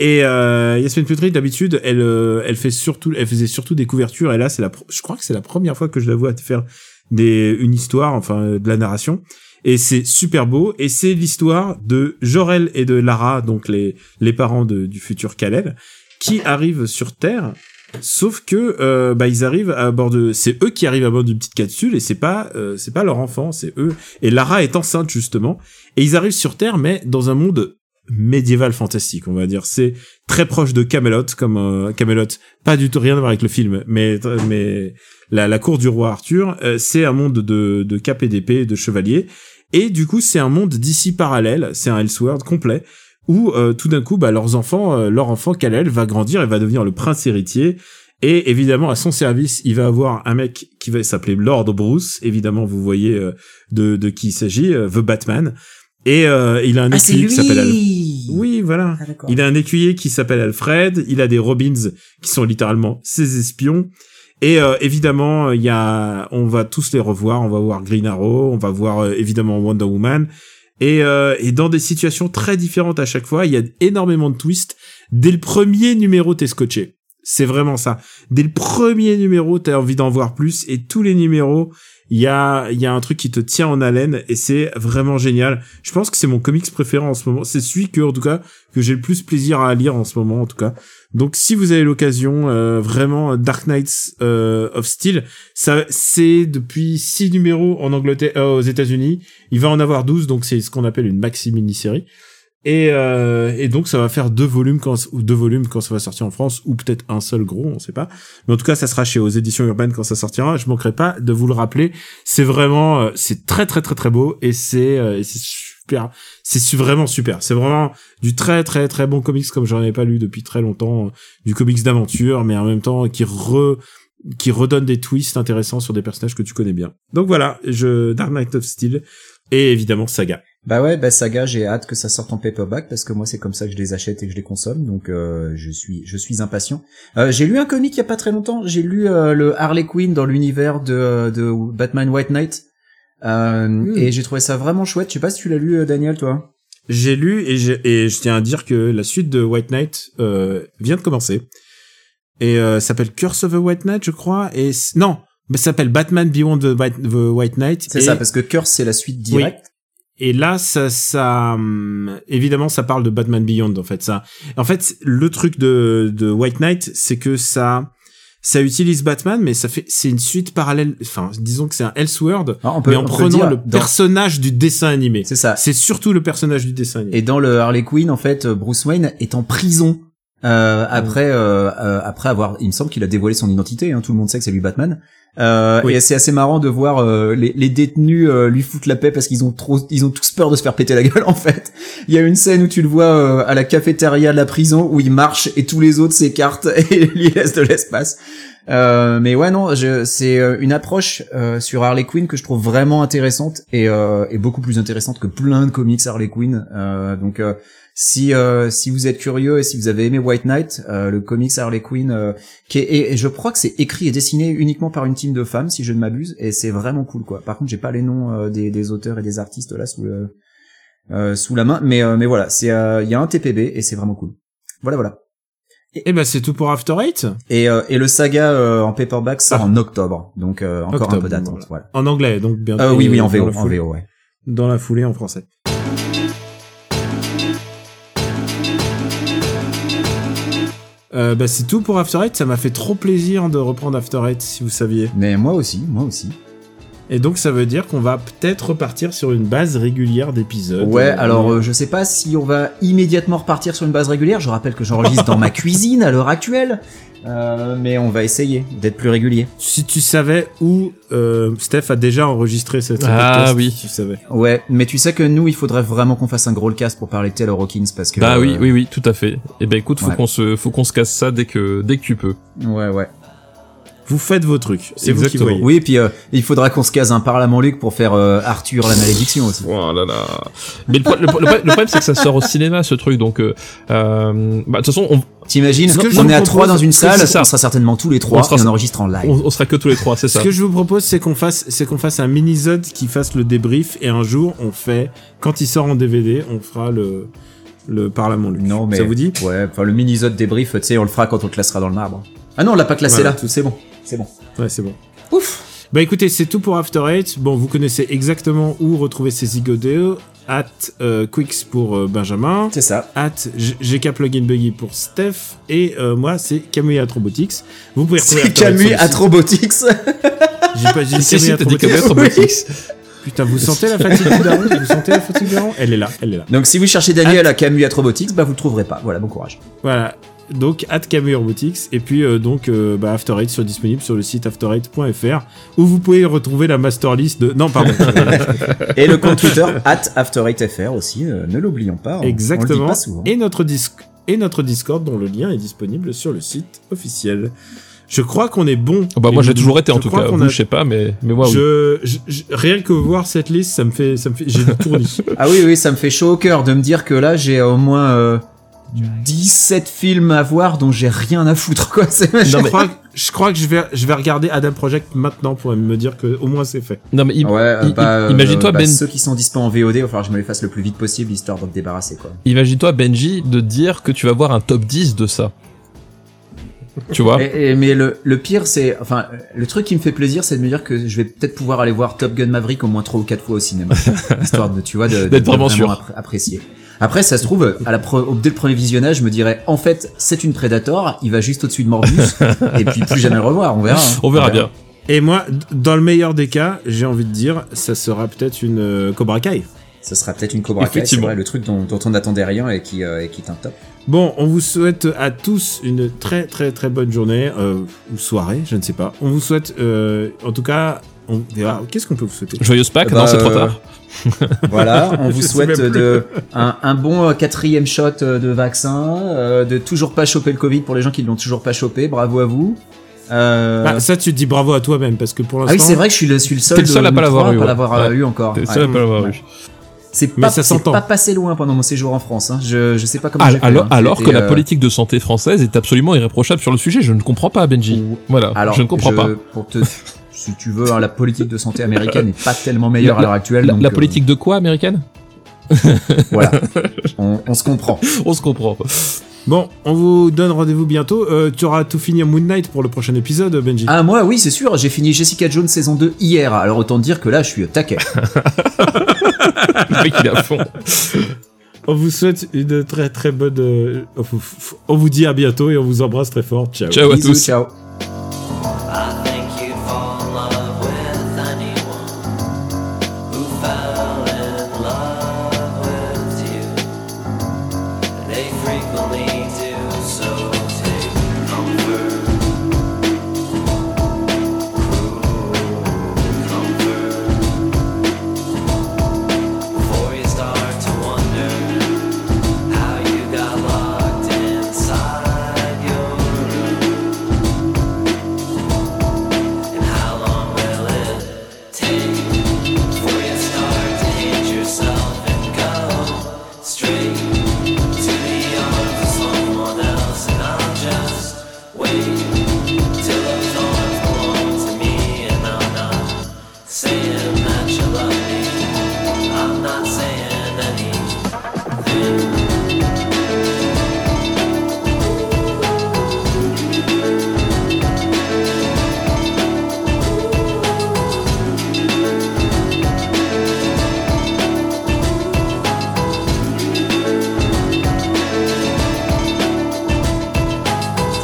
et euh, Yasmine Putri d'habitude elle euh, elle fait surtout elle faisait surtout des couvertures et là c'est la pro- je crois que c'est la première fois que je la vois faire des une histoire enfin euh, de la narration et c'est super beau et c'est l'histoire de Jorel et de Lara donc les les parents de, du futur Kalel qui arrivent sur Terre Sauf que euh, bah ils arrivent à bord de c'est eux qui arrivent à bord d'une petite capsule et c'est pas euh, c'est pas leur enfant, c'est eux et Lara est enceinte justement et ils arrivent sur Terre mais dans un monde médiéval fantastique, on va dire c'est très proche de Camelot comme euh, Camelot, pas du tout rien à voir avec le film mais mais la, la cour du roi Arthur, euh, c'est un monde de de cap et d'épée, de chevaliers et du coup c'est un monde d'ici parallèle, c'est un Elseworld complet où euh, tout d'un coup bah leurs enfants euh, leur enfant Kalel va grandir et va devenir le prince héritier Et évidemment, à son service, il va avoir un mec qui va s'appeler Lord Bruce. Évidemment, vous voyez euh, de, de qui il s'agit, euh, The Batman. Et euh, il a un
Ah, c'est
écuyer qui s'appelle... Al-
lui
Oui, voilà.
Ah, d'accord.
Il a un écuyer qui s'appelle Alfred, il a des Robins qui sont littéralement ses espions. Et euh, évidemment, il y a, on va tous les revoir, on va voir Green Arrow, on va voir euh, évidemment Wonder Woman. Et, euh, et dans des situations très différentes à chaque fois, il y a énormément de twists. Dès le premier numéro, t'es scotché. C'est vraiment ça. Dès le premier numéro, t'as envie d'en voir plus. Et tous les numéros, il y a, il y a un truc qui te tient en haleine. Et c'est vraiment génial. Je pense que c'est mon comics préféré en ce moment. C'est celui que, en tout cas, que j'ai le plus plaisir à lire en ce moment en tout cas. Donc si vous avez l'occasion, euh, vraiment Dark Knights euh, of Steel, ça c'est depuis six numéros en Angleterre, euh, aux États-Unis. Il va en avoir 12, donc c'est ce qu'on appelle une maxi mini série. Et, euh, et donc ça va faire deux volumes quand ou deux volumes quand ça va sortir en France ou peut-être un seul gros, on sait pas. Mais en tout cas, ça sera chez aux éditions urbaines quand ça sortira. Je manquerai pas de vous le rappeler. C'est vraiment euh, c'est très très très très beau et c'est euh, et c'est super, c'est su- vraiment super. C'est vraiment du très très très bon comics comme j'en avais pas lu depuis très longtemps, euh, du comics d'aventure, mais en même temps qui re qui redonne des twists intéressants sur des personnages que tu connais bien. Donc voilà, je Dark Knight of Steel et évidemment Saga.
Bah ouais, bah Saga, j'ai hâte que ça sorte en paperback parce que moi c'est comme ça que je les achète et que je les consomme, donc euh, je suis je suis impatient. Euh, j'ai lu un comic il y a pas très longtemps, j'ai lu euh, le Harley Quinn dans l'univers de, de Batman White Knight euh,
Hmm.
et j'ai trouvé ça vraiment chouette. Je sais pas si tu l'as lu euh, Daniel toi.
J'ai lu et, j'ai- et je tiens à dire que la suite de White Knight euh, vient de commencer et euh, s'appelle Curse of the White Knight, je crois. Et c- non, mais ça s'appelle Batman Beyond the White, the White Knight.
C'est
et-
ça parce que Curse c'est la suite
Oui.
directe.
Et là, ça, ça, hum, évidemment, ça parle de Batman Beyond, en fait, ça. En fait, le truc de, de White Knight, c'est que ça, ça utilise Batman, mais ça fait, c'est une suite parallèle, enfin, disons que c'est un Elseworld,
Ah, on peut,
mais en
on peut
prenant
dire
le
dans-
personnage du dessin animé.
C'est ça.
C'est surtout le personnage du dessin animé.
Et dans le Harley Quinn, en fait, euh, Bruce Wayne est en prison euh, après euh, euh, après avoir, il me semble qu'il a dévoilé son identité. hein, tout le monde sait que c'est lui Batman. Euh,
Oui.
Et c'est assez marrant de voir euh, les, les détenus euh, lui foutre la paix parce qu'ils ont trop, ils ont tous peur de se faire péter la gueule en fait. Il y a une scène où tu le vois euh, à la cafétéria de la prison où il marche et tous les autres s'écartent et lui laissent de l'espace. Euh, mais ouais non, je- c'est euh, une approche euh, sur Harley Quinn que je trouve vraiment intéressante et, euh, et beaucoup plus intéressante que plein de comics Harley Quinn. Euh, donc euh, si euh, si vous êtes curieux et si vous avez aimé White Knight, euh, le comics Harley Quinn, euh, qui est, et, et je crois que c'est écrit et dessiné uniquement par une team de femmes si je ne m'abuse et c'est vraiment cool quoi. Par contre j'ai pas les noms euh, des, des auteurs et des artistes là sous le euh, sous la main, mais euh, mais voilà c'est euh, il y a un TPB et c'est vraiment cool. Voilà voilà.
Eh ben, c'est tout pour After Eight.
Et euh, et le saga euh, en paperback sort
Ah.
en octobre donc euh, encore un
Octobre,
peu d'attente voilà.
En anglais, donc bien.
Euh, oui oui en
dans
VO
la
en
foulée.
VO ouais.
Dans la foulée, en français. Euh, bah, c'est tout pour After Eight. Ça m'a fait trop plaisir de reprendre After Eight, si vous saviez.
Mais moi aussi moi aussi.
Et donc, ça veut dire qu'on va peut-être repartir sur une base régulière d'épisodes.
Ouais,
Euh,
alors euh, je sais pas si on va immédiatement repartir sur une base régulière. Je rappelle que j'enregistre dans ma cuisine à l'heure actuelle. Euh, mais on va essayer d'être plus régulier.
Si tu savais où euh, Steph a déjà enregistré cette
Ah,
podcast,
oui.
si tu savais.
Ouais, mais tu sais que nous, il faudrait vraiment qu'on fasse un gros cast pour parler de Taylor Hawkins parce que.
Bah oui,
euh,
oui, oui, tout à fait. Et ben écoute, faut
Ouais.
qu'on se, faut qu'on se casse ça dès que, dès que tu peux.
Ouais, ouais.
Vous faites vos trucs. C'est vous qui
Exactement.
voyez.
Oui, et puis euh, il faudra qu'on se case un Parlement Luc pour faire euh, Arthur la malédiction aussi.
Oh là là. Mais le, pro- le pro- le pro- le problème, c'est que ça sort au cinéma, ce truc. Donc, euh, euh, bah, de toute façon, on,
T'imagines
Ce que je
On
vous
est à
propose,
trois dans une
c'est-
salle,
c'est ça.
on sera certainement tous les trois
sera-
et on enregistre en live.
on, on sera que tous les trois, c'est
Ce
ça.
que je vous propose, c'est qu'on fasse, c'est qu'on fasse un mini-zode qui fasse le débrief et un jour, on fait, quand il sort en DVD, on fera le, le Parlement Luc.
Non, mais.
Ça vous dit
Ouais, enfin le mini-zode débrief, tu sais, on le fera quand on le classera dans le marbre. Ah non, on l'a pas classé
Voilà,
là, c'est bon. C'est bon.
Ouais, c'est bon. Ouf Bah écoutez, c'est tout pour After Eight. Bon, vous connaissez exactement où retrouver ces zigodéos. At euh, Quicks pour euh, Benjamin.
C'est ça.
At G- GK Plugin Buggy pour Steph. Et euh, moi, c'est Camus Atrobotics. Vous pouvez retrouver
C'est
After Eight sur
Camus
le
à
site.
Robotics.
J'ai pas dit
Si, si,
Camus
t'as dit
Atrobotics.
que Robotics.
Putain, vous sentez la fatigue du daron Vous sentez la fatigue du daron Elle est là, elle est là.
Donc si vous cherchez Daniel à Camus à Robotics, bah vous le trouverez pas. Voilà, bon courage.
Voilà. Donc, at Camus Robotics. Et puis, euh, donc, euh, bah, After Eight sur, disponible sur le site afterite.fr où vous pouvez retrouver la master list de. Non, pardon.
Et le compte Twitter at AfterEightFR aussi, euh, ne l'oublions pas. on- On le
Exactement.
dit pas souvent.
et notre disc et notre Discord dont le lien est disponible sur le site officiel. Je crois qu'on est bon.
Ah bah
Et
moi,
je-
j'ai toujours été, en tout
crois
cas.
qu'on
Vous,
a-
je sais pas, mais, mais moi, oui.
je, je- je- rien que voir cette liste, ça me fait, ça me fait, j'ai du tournis.
Ah oui, oui, ça me fait chaud au cœur de me dire que là, j'ai au moins euh, 17 films à voir dont j'ai rien à foutre, quoi. C'est-
je,
Non, mais-
crois, que- je crois que je vais, je vais regarder Adam Project maintenant pour me dire que au moins c'est fait.
Non, mais il-
Ouais, euh,
i-
bah, euh,
imagine-toi,
bah,
Ben-
Ceux qui sont dispo en VOD, il va falloir que je me les fasse le plus vite possible, histoire de me débarrasser, quoi.
imagine-toi, Benji, de dire que tu vas voir un top 10 de ça. Tu vois
Et- et- mais le, le pire, c'est, enfin, le truc qui me fait plaisir, c'est de me dire que je vais peut-être pouvoir aller voir Top Gun Maverick au moins trois ou quatre fois au cinéma, histoire de, tu vois, de, de-
D'être
de
vraiment sûr.
appré- apprécier. Après, ça se trouve, à la pre- au- dès le premier visionnage, je me dirais, en fait, c'est une Predator, il va juste au-dessus de Morbius, et puis plus jamais le revoir, on verra. hein.
On verra bien.
Et moi, d- dans le meilleur des cas, j'ai envie de dire, ça sera peut-être une euh, Cobra Kai.
Ça sera peut-être une Cobra Kai, c'est
Effectivement.
vrai, le truc dont, dont on n'attendait rien et qui, euh, et qui est un top.
Bon, on vous souhaite à tous une très très très bonne journée euh, ou soirée, je ne sais pas. On vous souhaite, euh, en tout cas, on verra. Qu'est-ce qu'on peut vous souhaiter
Joyeuse Pâques
Bah,
Non, c'est trop
euh,
tard.
Voilà, on
Je
vous
sais
souhaite
même plus.
de, un, un bon euh, quatrième shot euh, de vaccin, euh, de toujours pas choper le Covid pour les gens qui l'ont toujours pas chopé. Bravo à vous. Euh,
Bah, Ça, tu te dis bravo à toi-même parce que pour
ah
l'instant,
oui, c'est vrai que je suis le, je suis le seul,
T'es le seul
de
à pas
nous
l'avoir
trois à
eu,
pas
ouais.
l'avoir euh,
Ouais.
eu encore.
T'es le
Ouais.
seul à pas l'avoir eu.
C'est
Mais
pas,
ça
c'est
s'entend.
pas passé loin pendant mon séjour en France. Hein. Je, je sais pas comment
Ah,
j'ai fait,
alors,
hein.
alors que
C'était,
la
euh,
politique de santé française est absolument irréprochable sur le sujet, je ne comprends pas, Benji. Voilà,
Mm. alors,
je ne comprends pas.
Pour te, si tu veux, hein, la politique de santé américaine n'est pas tellement meilleure
La-
à l'heure actuelle.
La,
donc,
la
euh,
politique de quoi américaine
voilà, on, on se comprend.
On se comprend.
Bon, on vous donne rendez-vous bientôt. Euh, tu auras tout fini à Moon Knight pour le prochain épisode, Benji.
Ah moi, oui, c'est sûr. J'ai fini Jessica Jones saison 2 hier. Alors autant dire que là, je suis au taquet.
Le mec, il est à fond.
On vous souhaite une très très bonne. euh, on vous- on vous dit à bientôt et on vous embrasse très fort. Ciao.
Ciao à
Bisous,
tous.
Ciao.
I think you'd fall in love with anyone who fell in love with you. They frequently do, so take comfort. Cruel comfort. Before you start to wonder how you got locked inside your room. And how long will it take before you start to hate yourself and go straight to the arms of someone else? And I'll just wait till those arms belong to me. And I'm not saying that you love me. I'm not saying anything.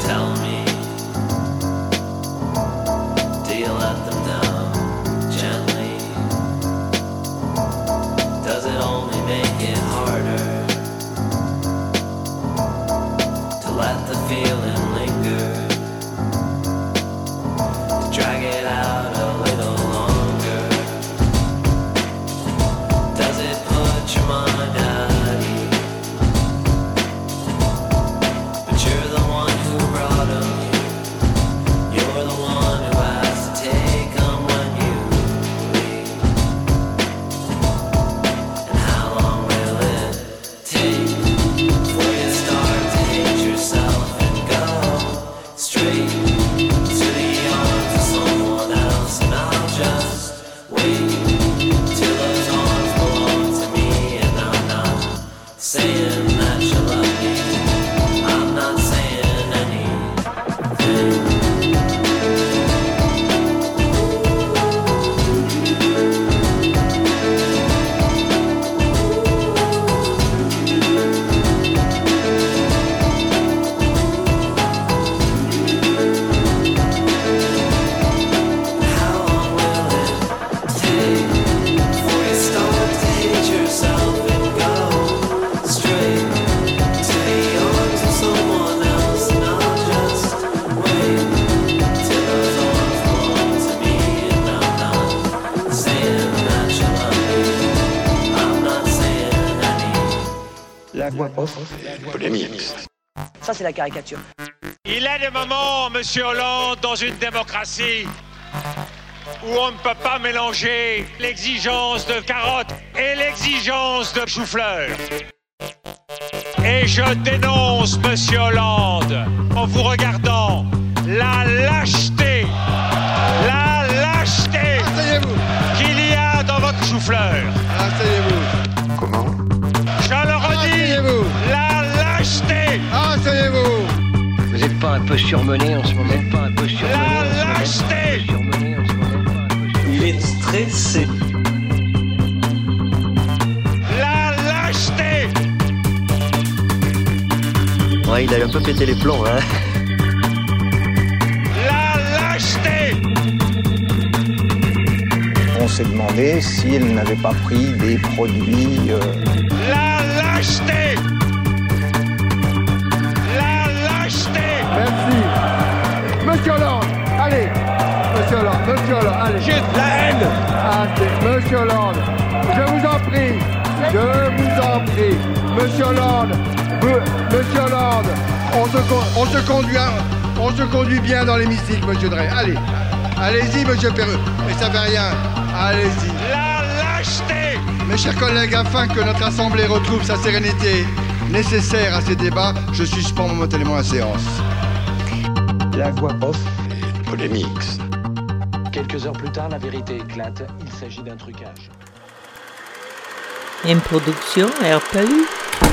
Tell me, do you let them down gently? Does it only make it harder to let the feeling linger? To drag it out a little longer? Does it put your mind at ease? But you're the one who brought 'em here. You're the one who has to take 'em when you leave. And how long will it take before you start to hate yourself and go straight to the arms of someone else? And I'll just wait till those arms belong to me, and I'm not saying that you love me. I'm not saying anything. How long will it take before you start to hate yourself and go straight to the arms of someone else? And I'll just wait till those arms belong to me. And I'm not saying that you love me. I'm not saying anything.
Polémique.
Ça, c'est la caricature. Il a des moments, monsieur Hollande, dans une démocratie où on ne peut pas mélanger l'exigence de carottes et l'exigence de chou-fleur. Et je dénonce, monsieur Hollande, en vous regardant, la lâcheté, la lâcheté qu'il y a dans votre chou-fleur.
Asseyez-vous. Comment
Je le redis, la lâcheté.
Asseyez-vous. Vous n'êtes pas un peu surmené en ce moment pas un peu surmené La lâcheté
Il est stressé. La lâcheté
Ouais, il a un peu pété les plombs, hein.
La lâcheté
On s'est demandé s'il n'avait pas pris des produits.
La lâcheté La lâcheté
Merci. Monsieur Hollande, allez. Monsieur Hollande, monsieur Hollande, allez. J'ai de la haine. monsieur Hollande, je vous en prie. Je vous en prie. Monsieur Hollande, vous- monsieur Hollande, on se, con- on se conduit, un- on se conduit bien dans l'hémicycle, monsieur Drey. Allez. Allez-y, monsieur Perreux. Mais ça fait rien. Allez-y.
La lâcheté
Mes chers collègues, afin que notre assemblée retrouve sa sérénité nécessaire à ces débats, je suspends momentanément la séance.
La voix off.
Polémique.
Quelques heures plus tard, la vérité éclate. Il s'agit d'un trucage.
Une production RPU.